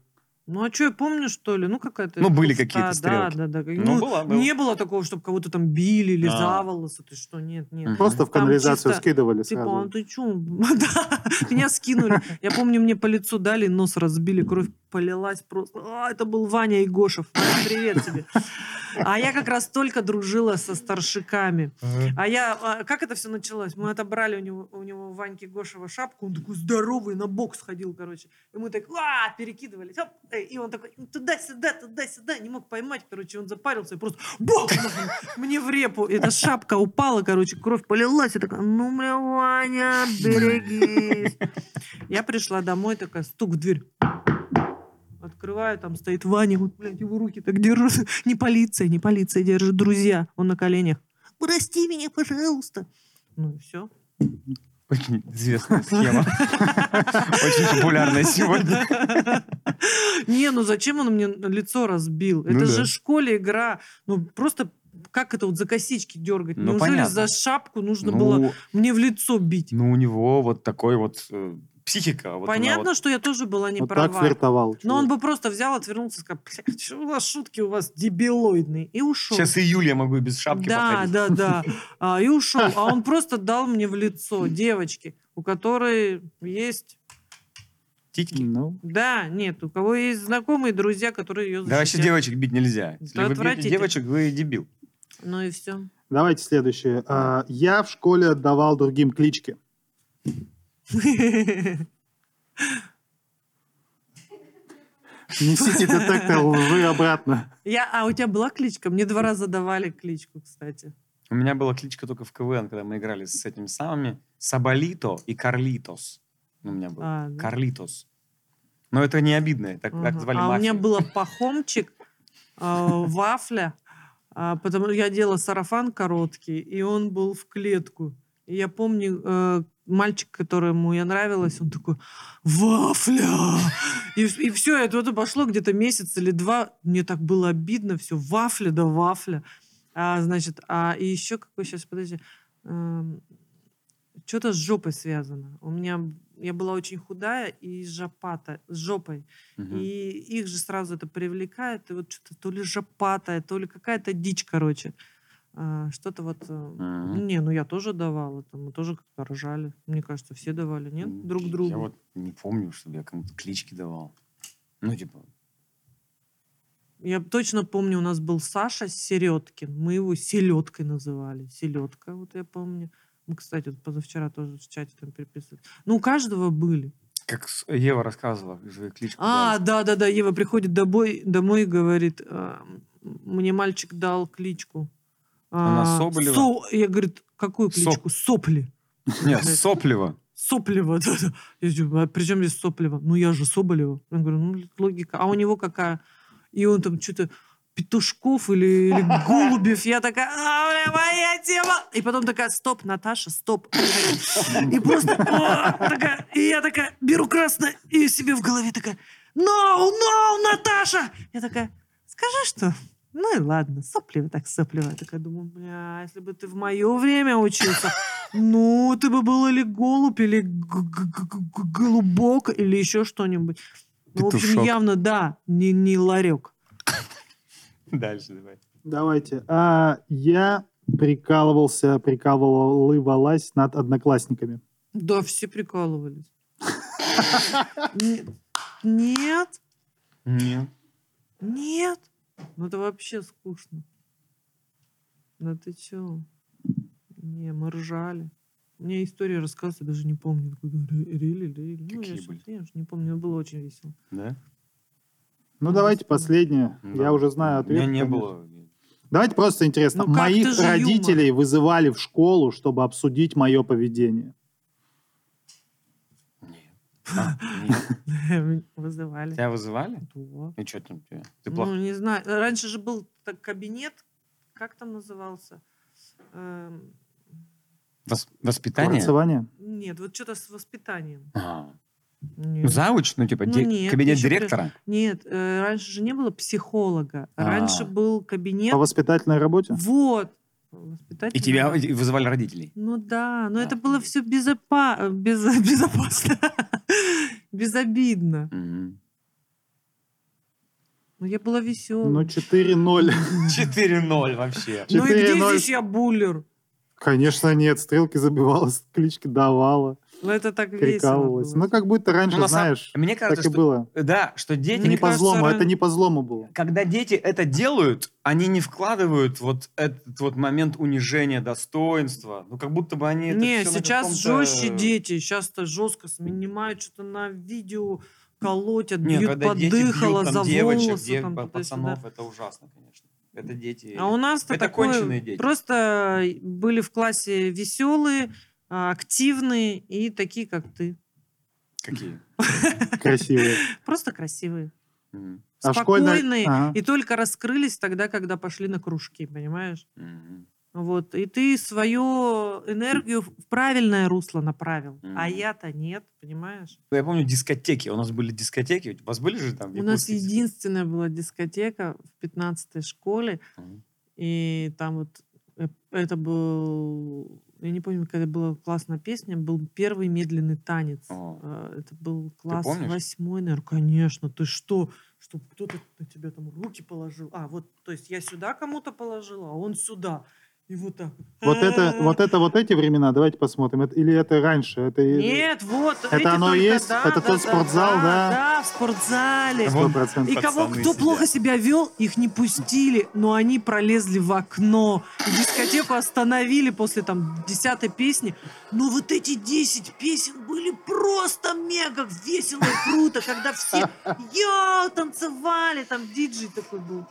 Speaker 2: Ну, а что, я помню, что ли? Ну, какая-то...
Speaker 1: Ну, были
Speaker 2: туфта,
Speaker 1: какие-то стрелки.
Speaker 2: Да, да, да.
Speaker 1: Ну,
Speaker 2: Ну,
Speaker 1: была, была.
Speaker 2: не было такого, чтобы кого-то там били или
Speaker 1: А.
Speaker 2: за волосы. Ты что, нет, нет.
Speaker 3: Просто в
Speaker 2: Там
Speaker 3: канализацию
Speaker 2: чисто,
Speaker 3: скидывали
Speaker 2: Типа, а
Speaker 3: сразу.
Speaker 2: ты чё? Да, меня скинули. Я помню, мне по лицу дали, нос разбили, кровь полилась просто. А, это был Ваня Игошев. Ваня, Привет тебе. А я как раз только дружила со старшиками. А я... а, Как это все началось? Мы отобрали у него, у него у Ваньки Гошева шапку, он такой здоровый, на бок сходил, короче. И мы так а, перекидывались. оп, э, и он такой туда-сюда, туда-сюда, не мог поймать, короче, он запарился и просто бок нахуй, мне в репу. Эта шапка упала, короче, кровь полилась. Я такая, ну, бля, Ваня, берегись. Я пришла домой, такая, стук в дверь. Открываю, там стоит Ваня, вот, блядь, его руки так держат. Не полиция, не полиция держит, друзья. Он на коленях. Прости меня, пожалуйста. Ну и все.
Speaker 1: Очень известная схема. Очень популярная сегодня.
Speaker 2: Не, ну зачем он мне лицо разбил?
Speaker 1: Ну
Speaker 2: Это
Speaker 1: да.
Speaker 2: же в школе игра. Ну просто как это вот за косички дергать?
Speaker 1: Ну,
Speaker 2: Неужели
Speaker 1: понятно.
Speaker 2: за шапку нужно
Speaker 1: Ну,
Speaker 2: было мне в лицо бить?
Speaker 1: Ну, у него вот такой вот э, психика. вот она
Speaker 2: Понятно,
Speaker 1: вот-
Speaker 2: что я тоже была не
Speaker 1: Вот так
Speaker 2: права.
Speaker 1: флиртовал,
Speaker 2: Но он бы просто взял, отвернулся и сказал, «Блядь, что у вас шутки у вас дебилоидные, и ушел.
Speaker 1: Сейчас и Юлия могу и без шапки
Speaker 2: да,
Speaker 1: походить.
Speaker 2: да, да, А, И ушел. А он просто дал мне в лицо девочки, у которой есть...
Speaker 1: Титьки.
Speaker 3: Ну.
Speaker 2: Да, нет, у кого есть знакомые, друзья, которые ее
Speaker 1: Да вообще девочек бить нельзя. Если вы бьете
Speaker 2: отвратительно.
Speaker 1: девочек, вы дебил.
Speaker 2: Ну и все.
Speaker 3: Давайте следующее. А, Я в школе отдавал другим клички. Несите детектор лжи обратно.
Speaker 2: Я, а у тебя была кличка? Мне два раза давали кличку, кстати.
Speaker 1: У меня была кличка только в КВН, когда мы играли с этими самыми. Сабалито и Карлитос. Ну, У меня был.
Speaker 2: А, да.
Speaker 1: Карлитос. Но это не обидно. Так, так
Speaker 2: Ага.
Speaker 1: звали
Speaker 2: а у меня
Speaker 1: мафию.
Speaker 2: было пахомчик, э, вафля, а, потому я делала сарафан короткий, и он был в клетку. И я помню, э, мальчик, которому я нравилась, он такой, вафля! И, все, это вот пошло где-то месяц или два, мне так было обидно, все, вафля да вафля. А, значит, а и еще какой сейчас, подожди, что-то с жопой связано. У меня, я была очень худая и жопата, с жопой.
Speaker 1: Мгм.
Speaker 2: И их же сразу это привлекает. И вот что-то то ли жопатая, то ли какая-то дичь, короче. А, Что-то вот... э,
Speaker 1: Мгм.
Speaker 2: Не, ну я тоже давала. Там, мы тоже как-то ржали. Мне кажется, все давали, нет? Друг другу.
Speaker 1: Я вот не помню, чтобы я кому-то клички давал. Ну, типа,
Speaker 2: Я точно помню, у нас был Саша Середкин. Мы его селедкой называли. Селедка, вот я помню. Мы, кстати, вот позавчера тоже в чате там переписывались. Ну, у каждого были.
Speaker 1: как с- Ева рассказывала, же кличку
Speaker 2: А, да, да, да. Ева приходит домой, домой и говорит: «А, м, мне мальчик дал кличку.
Speaker 1: Она
Speaker 2: а,
Speaker 1: Соболева?
Speaker 2: Со- Я говорит, какую
Speaker 1: Соп-
Speaker 2: кличку? Сопли.
Speaker 1: дали. Нет, Соплева.
Speaker 2: Соплева. да-да. Я говорю, а при чем здесь Соплева? Ну я же Соболева. Я говорю, ну логика. А у него какая? И он там что-то петушков или, или голубев. Я такая, «А, бля, моя тема. И потом такая, стоп, Наташа, стоп. И просто «О!» такая, и я такая беру красное и себе в голове такая, no, no, Наташа. Я такая, скажи что? Ну и ладно, сопливо так сопливо. Я такая думаю, бля, а если бы ты в мое время учился, ну, ты бы был или голубь, или г- г- г- г- голубок, или еще что-нибудь. Ну, в общем,
Speaker 3: Петушок.
Speaker 2: явно, да, не, не ларек.
Speaker 1: Дальше давай.
Speaker 3: Давайте. А, Я прикалывался, прикалывалась над одноклассниками.
Speaker 2: Да, все прикалывались. Н- Нет,
Speaker 1: Нет.
Speaker 2: нет. Ну, это вообще скучно. Да ты че? Не, мы ржали. Мне история рассказывала, я даже не помню. Такой, ре- Рили, рили. Ну, я
Speaker 1: Какие
Speaker 2: ж-
Speaker 1: были?
Speaker 2: я ж не помню, но было очень весело.
Speaker 1: Да?
Speaker 3: Ну, давайте последнее. Я уже знаю
Speaker 1: У меня
Speaker 3: ответ.
Speaker 1: не
Speaker 3: конечно.
Speaker 1: было.
Speaker 3: Давайте просто интересно.
Speaker 2: Ну как ты
Speaker 3: Моих
Speaker 2: же юмор?
Speaker 3: родителей вызывали в школу, чтобы обсудить мое поведение.
Speaker 2: Вызывали.
Speaker 1: А, Тебя вызывали?
Speaker 2: Да.
Speaker 1: И что там тебе? Ты
Speaker 2: Ну,
Speaker 1: плохо?
Speaker 2: не знаю. Раньше же был так кабинет, как там назывался? Эм,
Speaker 1: Вос- Воспитание?
Speaker 3: Танцевание?
Speaker 2: Нет, вот что-то с воспитанием.
Speaker 1: А.
Speaker 2: Нет.
Speaker 1: Завуч? Ну, типа,
Speaker 2: Ну,
Speaker 1: ди-
Speaker 2: нет,
Speaker 1: кабинет
Speaker 2: еще при-
Speaker 1: директора?
Speaker 2: Нет, э, раньше же не было психолога.
Speaker 1: А.
Speaker 2: Раньше был кабинет.
Speaker 3: По воспитательной работе?
Speaker 2: Вот. Воспитатель.
Speaker 1: И тебя вызывали родителей?
Speaker 2: Ну да, но это было все безопа... без... безопасно. Безобидно. Но я была веселая.
Speaker 3: Ну, 4-0.
Speaker 1: 4-0 вообще.
Speaker 2: ну и где
Speaker 3: 4-0.
Speaker 2: здесь я буллер?
Speaker 3: Конечно, нет. Стрелки забивала, клички давала,
Speaker 2: Ну это так весело.
Speaker 3: прикалывалась. Ну, как будто раньше,
Speaker 1: Ну, на самом-
Speaker 3: знаешь,
Speaker 1: Мне кажется,
Speaker 3: так и
Speaker 1: что...
Speaker 3: было.
Speaker 1: Да, что дети...
Speaker 2: Ну,
Speaker 3: Не по злому, это не по злому было.
Speaker 1: Когда дети это делают, они не вкладывают вот этот вот момент унижения достоинства. Ну, как будто бы они... это
Speaker 2: Не,
Speaker 1: всё на
Speaker 2: сейчас
Speaker 1: каком-то-
Speaker 2: жестче дети, сейчас-то жестко снимают что-то на видео, колотят,
Speaker 1: Не,
Speaker 2: бьют
Speaker 1: когда дети бьют
Speaker 2: подыхало
Speaker 1: там
Speaker 2: за
Speaker 1: девочек,
Speaker 2: волосы.
Speaker 1: дев-
Speaker 2: там
Speaker 1: па-
Speaker 2: туда-сюда.
Speaker 1: пацанов, это ужасно, конечно. Это дети...
Speaker 2: А у нас-то
Speaker 1: Э, Это
Speaker 2: такое,
Speaker 1: конченые дети.
Speaker 2: Просто э, были в классе веселые, а, активные и такие, как ты.
Speaker 1: Какие?
Speaker 3: Красивые.
Speaker 2: Просто красивые.
Speaker 1: Мгм.
Speaker 3: А в школьной-
Speaker 2: спокойные
Speaker 3: ага.
Speaker 2: и только раскрылись тогда, когда пошли на кружки, понимаешь?
Speaker 1: Мгм.
Speaker 2: Вот. И ты свою энергию в правильное русло направил. А я-то нет, понимаешь?
Speaker 1: Ну, Я помню дискотеки. У нас были дискотеки. У вас были же там?
Speaker 2: У нас
Speaker 1: якутские?
Speaker 2: единственная была дискотека в 15 школе. И там вот э, это был... Я не помню, какая была классная песня. Был первый медленный танец. Э, Это был класс
Speaker 1: помнишь?
Speaker 2: восьмой, наверное. Конечно. Ты что? Чтобы кто-то на тебя там руки положил. А, вот, то есть я сюда кому-то положила, а он сюда. И вот так.
Speaker 3: Вот
Speaker 2: э,
Speaker 3: это, вот это, вот эти времена, давайте посмотрим. Это- или это раньше? Это и-
Speaker 2: Нет, вот.
Speaker 3: Это
Speaker 2: видите,
Speaker 3: оно
Speaker 2: только
Speaker 3: есть?
Speaker 2: да, да,
Speaker 3: Это тот
Speaker 2: да,
Speaker 3: спортзал, да?
Speaker 2: Да, в спортзале.
Speaker 3: Сто процентов.
Speaker 2: И кого,
Speaker 3: Пацаны
Speaker 2: кто
Speaker 3: сидят.
Speaker 2: плохо себя вел, их не пустили, но они пролезли в окно. И дискотеку остановили после там десятой песни. Но вот эти 10 песен были просто мега весело и круто, когда все йоу, танцевали, там диджей такой был.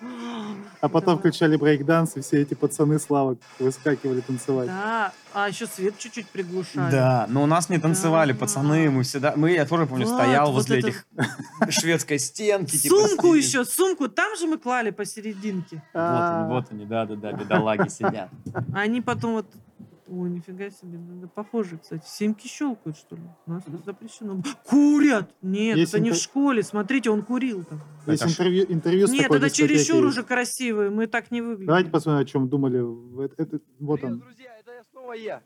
Speaker 3: А потом включали брейк-данс, и все эти пацаны Славок выскакивали танцевать.
Speaker 2: Да, а еще свет чуть-чуть приглушали.
Speaker 1: Да, но у нас не танцевали, пацаны, мы всегда... Мы, я тоже помню,
Speaker 2: Вот,
Speaker 1: стоял
Speaker 2: вот
Speaker 1: возле
Speaker 2: это-
Speaker 1: этих шведской стенки. типа,
Speaker 2: Сумку
Speaker 1: сидел.
Speaker 2: еще, сумку. Там же мы клали посерединке.
Speaker 1: Вот
Speaker 3: А,
Speaker 1: они, вот они, да-да-да, бедолаги сидят.
Speaker 2: Они потом вот... О, нифига себе, да, похоже, кстати. Семки щелкают, что ли? У нас тут запрещено. Курят! Нет,
Speaker 3: Есть
Speaker 2: это не в
Speaker 3: интер-
Speaker 2: школе. Смотрите, он курил там.
Speaker 3: Есть интервью, интервью с
Speaker 2: Нет,
Speaker 3: такой
Speaker 2: это
Speaker 3: дискотекой
Speaker 2: чересчур
Speaker 3: есть.
Speaker 2: уже красивые. Мы так не выглядим.
Speaker 3: Давайте посмотрим, о чем думали. в- это- это- вот он.
Speaker 15: Снова я.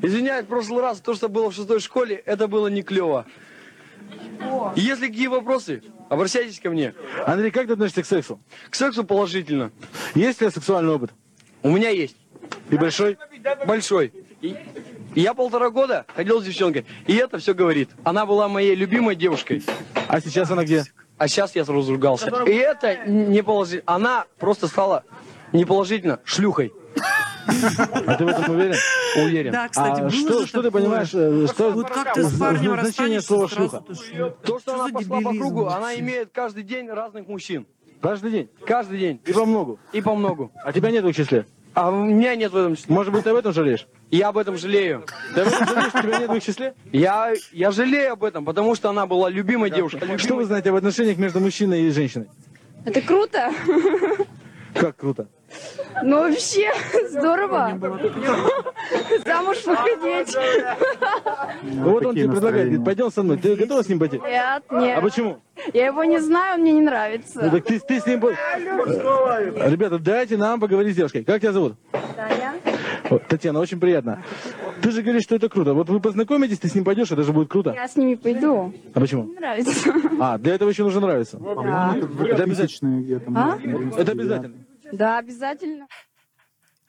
Speaker 15: Извиняюсь, в прошлый раз то, что было в шестой школе, это было не клево. Если какие вопросы, обращайтесь ко мне. Андрей, как ты относишься к сексу? К сексу положительно. Есть ли сексуальный опыт? У меня есть. И большой? Большой. И- Я полтора года ходил с девчонкой, и это все говорит. Она была моей любимой девушкой. А сейчас она где? А сейчас я сразу ругался. И это не положительно. Она просто стала неположительно шлюхой.
Speaker 17: А ты в этом уверен?
Speaker 15: Уверен. А
Speaker 17: Да, кстати, было же
Speaker 15: что, что ты
Speaker 17: такое.
Speaker 15: понимаешь, э, что
Speaker 17: Вот как ты с
Speaker 3: Ну,
Speaker 17: парнем
Speaker 15: значение
Speaker 17: расстанешься,
Speaker 15: слова
Speaker 17: сразу
Speaker 15: шлюха?
Speaker 17: ты
Speaker 15: То, что она пошла по кругу, она имеет каждый день разных мужчин. Каждый день? Каждый день. И по многу? И по многу. А тебя нет в их числе? А у меня нет в этом числе. Может быть, ты об этом жалеешь? Я об этом жалею. Ты об этом жалеешь, что тебя нет в их числе? Я, я жалею об этом, потому что она была любимой девушкой.
Speaker 17: Что вы знаете об отношениях между мужчиной и женщиной?
Speaker 18: Это круто.
Speaker 17: Как круто.
Speaker 18: Ну вообще здорово. Замуж выходить.
Speaker 3: Ну, э,
Speaker 17: вот он тебе предлагает, говорит, пойдем со мной. Ты готова с ним пойти?
Speaker 18: Нет, нет.
Speaker 17: А почему?
Speaker 18: Я его не знаю, он мне не
Speaker 17: Ну,
Speaker 18: нравится.
Speaker 17: так ты, ты с ним... по- Э, Ребята, дайте нам поговорить с девушкой. Как тебя зовут? О, Татьяна, очень приятно. Ты же говоришь, что это круто. Вот вы познакомитесь, ты с ним пойдешь, это же будет круто.
Speaker 18: Я с ними пойду.
Speaker 17: А почему?
Speaker 18: Не нравится.
Speaker 17: А, для этого еще нужно нравиться.
Speaker 18: Да.
Speaker 17: Это обязательно.
Speaker 18: А?
Speaker 17: Это обязательно.
Speaker 18: Да, обязательно.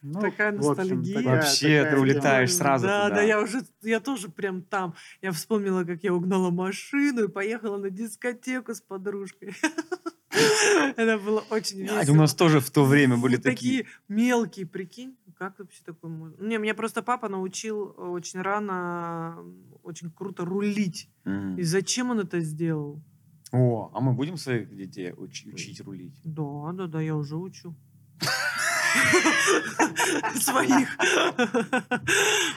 Speaker 3: Ну,
Speaker 2: такая
Speaker 17: в общем,
Speaker 2: ностальгия.
Speaker 17: такая- Вообще,
Speaker 1: ты улетаешь сразу
Speaker 2: Да,
Speaker 1: туда.
Speaker 2: да, я уже, я тоже прям там. Я вспомнила, как я угнала машину и поехала на дискотеку с подружкой. Это было очень
Speaker 1: Блядь,
Speaker 2: весело.
Speaker 1: У нас тоже в то время были такие...
Speaker 2: Ну, такие мелкие, прикинь, как вообще такое можно? Не, меня просто папа научил э, очень рано, э, очень круто рулить.
Speaker 1: Мгм.
Speaker 2: И зачем он это сделал?
Speaker 1: О, а мы будем своих детей уч- учить рулить?
Speaker 2: Да, да, да, я уже учу. Своих.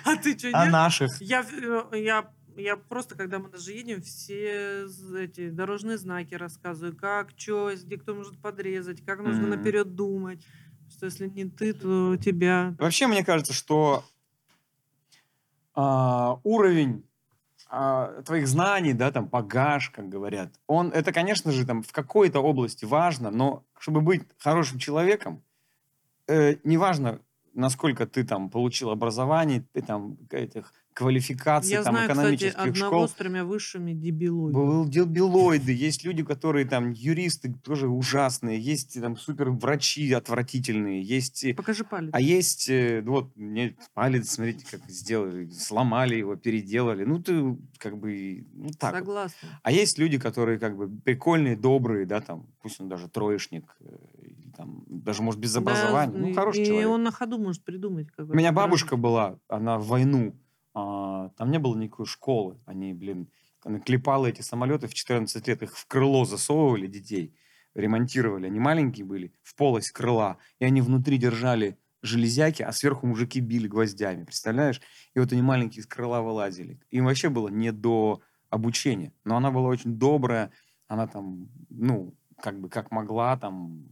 Speaker 2: А ты что, нет?
Speaker 1: А наших?
Speaker 2: Я, э, я, я просто, когда мы даже едем, все з- эти дорожные знаки рассказываю, как, что, где кто может подрезать, как нужно
Speaker 1: Мгм.
Speaker 2: наперед думать, что если не ты, то тебя.
Speaker 1: Вообще, мне кажется, что а, уровень а, твоих знаний, да, там, багаж, как говорят, он, это, конечно же, там, в какой-то области важно, но чтобы быть хорошим человеком, э, неважно, насколько ты там получил образование, ты там к- этих квалификаций,
Speaker 2: Я
Speaker 1: там,
Speaker 2: знаю, кстати,
Speaker 1: экономических
Speaker 2: одного
Speaker 1: школ.
Speaker 2: с тремя высшими дебилой.
Speaker 1: Был дебилоиды, есть люди, которые там юристы тоже ужасные, есть там супер врачи отвратительные, есть... э,
Speaker 2: Покажи палец.
Speaker 1: А есть, э, вот, мне палец, смотрите, как сделали, сломали его, переделали. Ну, ты как бы, ну, так. вот.
Speaker 2: Согласна.
Speaker 1: А есть люди, которые как бы прикольные, добрые, да, там, пусть он даже троечник, э, или там, даже, может, без
Speaker 2: Да,
Speaker 1: образования, ну,
Speaker 2: и-
Speaker 1: хороший
Speaker 2: и
Speaker 1: человек.
Speaker 2: он на ходу может придумать.
Speaker 1: У меня бабушка была, она в войну, а, там не было никакой школы. Они, блин, она клепала эти самолеты в 14 лет, их в крыло засовывали детей, ремонтировали. Они маленькие были, в полость крыла, и они внутри держали железяки, а сверху мужики били гвоздями, представляешь? И вот они маленькие из крыла вылазили. Им вообще было не до обучения. Но она была очень добрая, она там, ну, как бы как могла, там,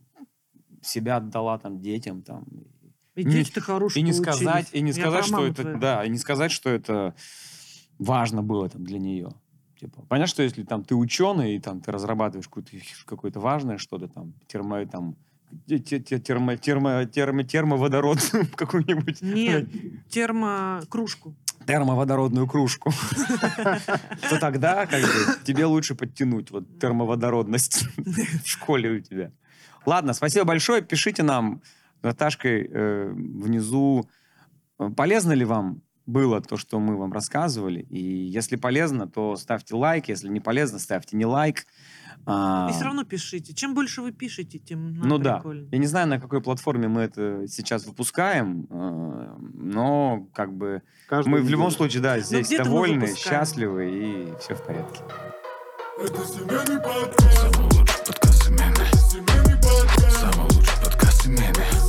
Speaker 1: себя отдала там детям, там,
Speaker 2: И
Speaker 1: Не-
Speaker 2: дети-то хорошие
Speaker 1: и не
Speaker 2: получились.
Speaker 1: сказать, и не
Speaker 2: Я
Speaker 1: сказать,
Speaker 2: про
Speaker 1: что
Speaker 2: маму
Speaker 1: это,
Speaker 2: твою.
Speaker 1: да, и не сказать, что это важно было там для нее. Типа, понятно, что если там ты ученый и там ты разрабатываешь какую-то- какое-то важное что-то там термо там те- те- те- термо термо термо термоводород какую-нибудь
Speaker 2: Нет, термокружку.
Speaker 1: термоводородную кружку, то тогда как бы тебе лучше подтянуть вот термоводородность в школе у тебя. Ладно, спасибо большое. Пишите нам с Наташкой э, внизу, э, полезно ли вам было то, что мы вам рассказывали. И если полезно, то ставьте лайк. Если не полезно, ставьте не лайк. А,
Speaker 2: И все равно пишите. Чем больше вы пишете, тем нам
Speaker 1: ну да.
Speaker 2: прикольнее.
Speaker 1: Я не знаю, на какой платформе мы это сейчас выпускаем, э, но как бы
Speaker 3: Каждую
Speaker 1: мы в любом
Speaker 3: неделю.
Speaker 1: случае, да,
Speaker 3: Но
Speaker 1: здесь
Speaker 3: где-то мы
Speaker 1: довольны,
Speaker 3: выпускаем.
Speaker 1: счастливы и все в порядке.
Speaker 5: Это семейный подкаст. Самый лучший подкаст семейный. Самый лучший подкаст семейный.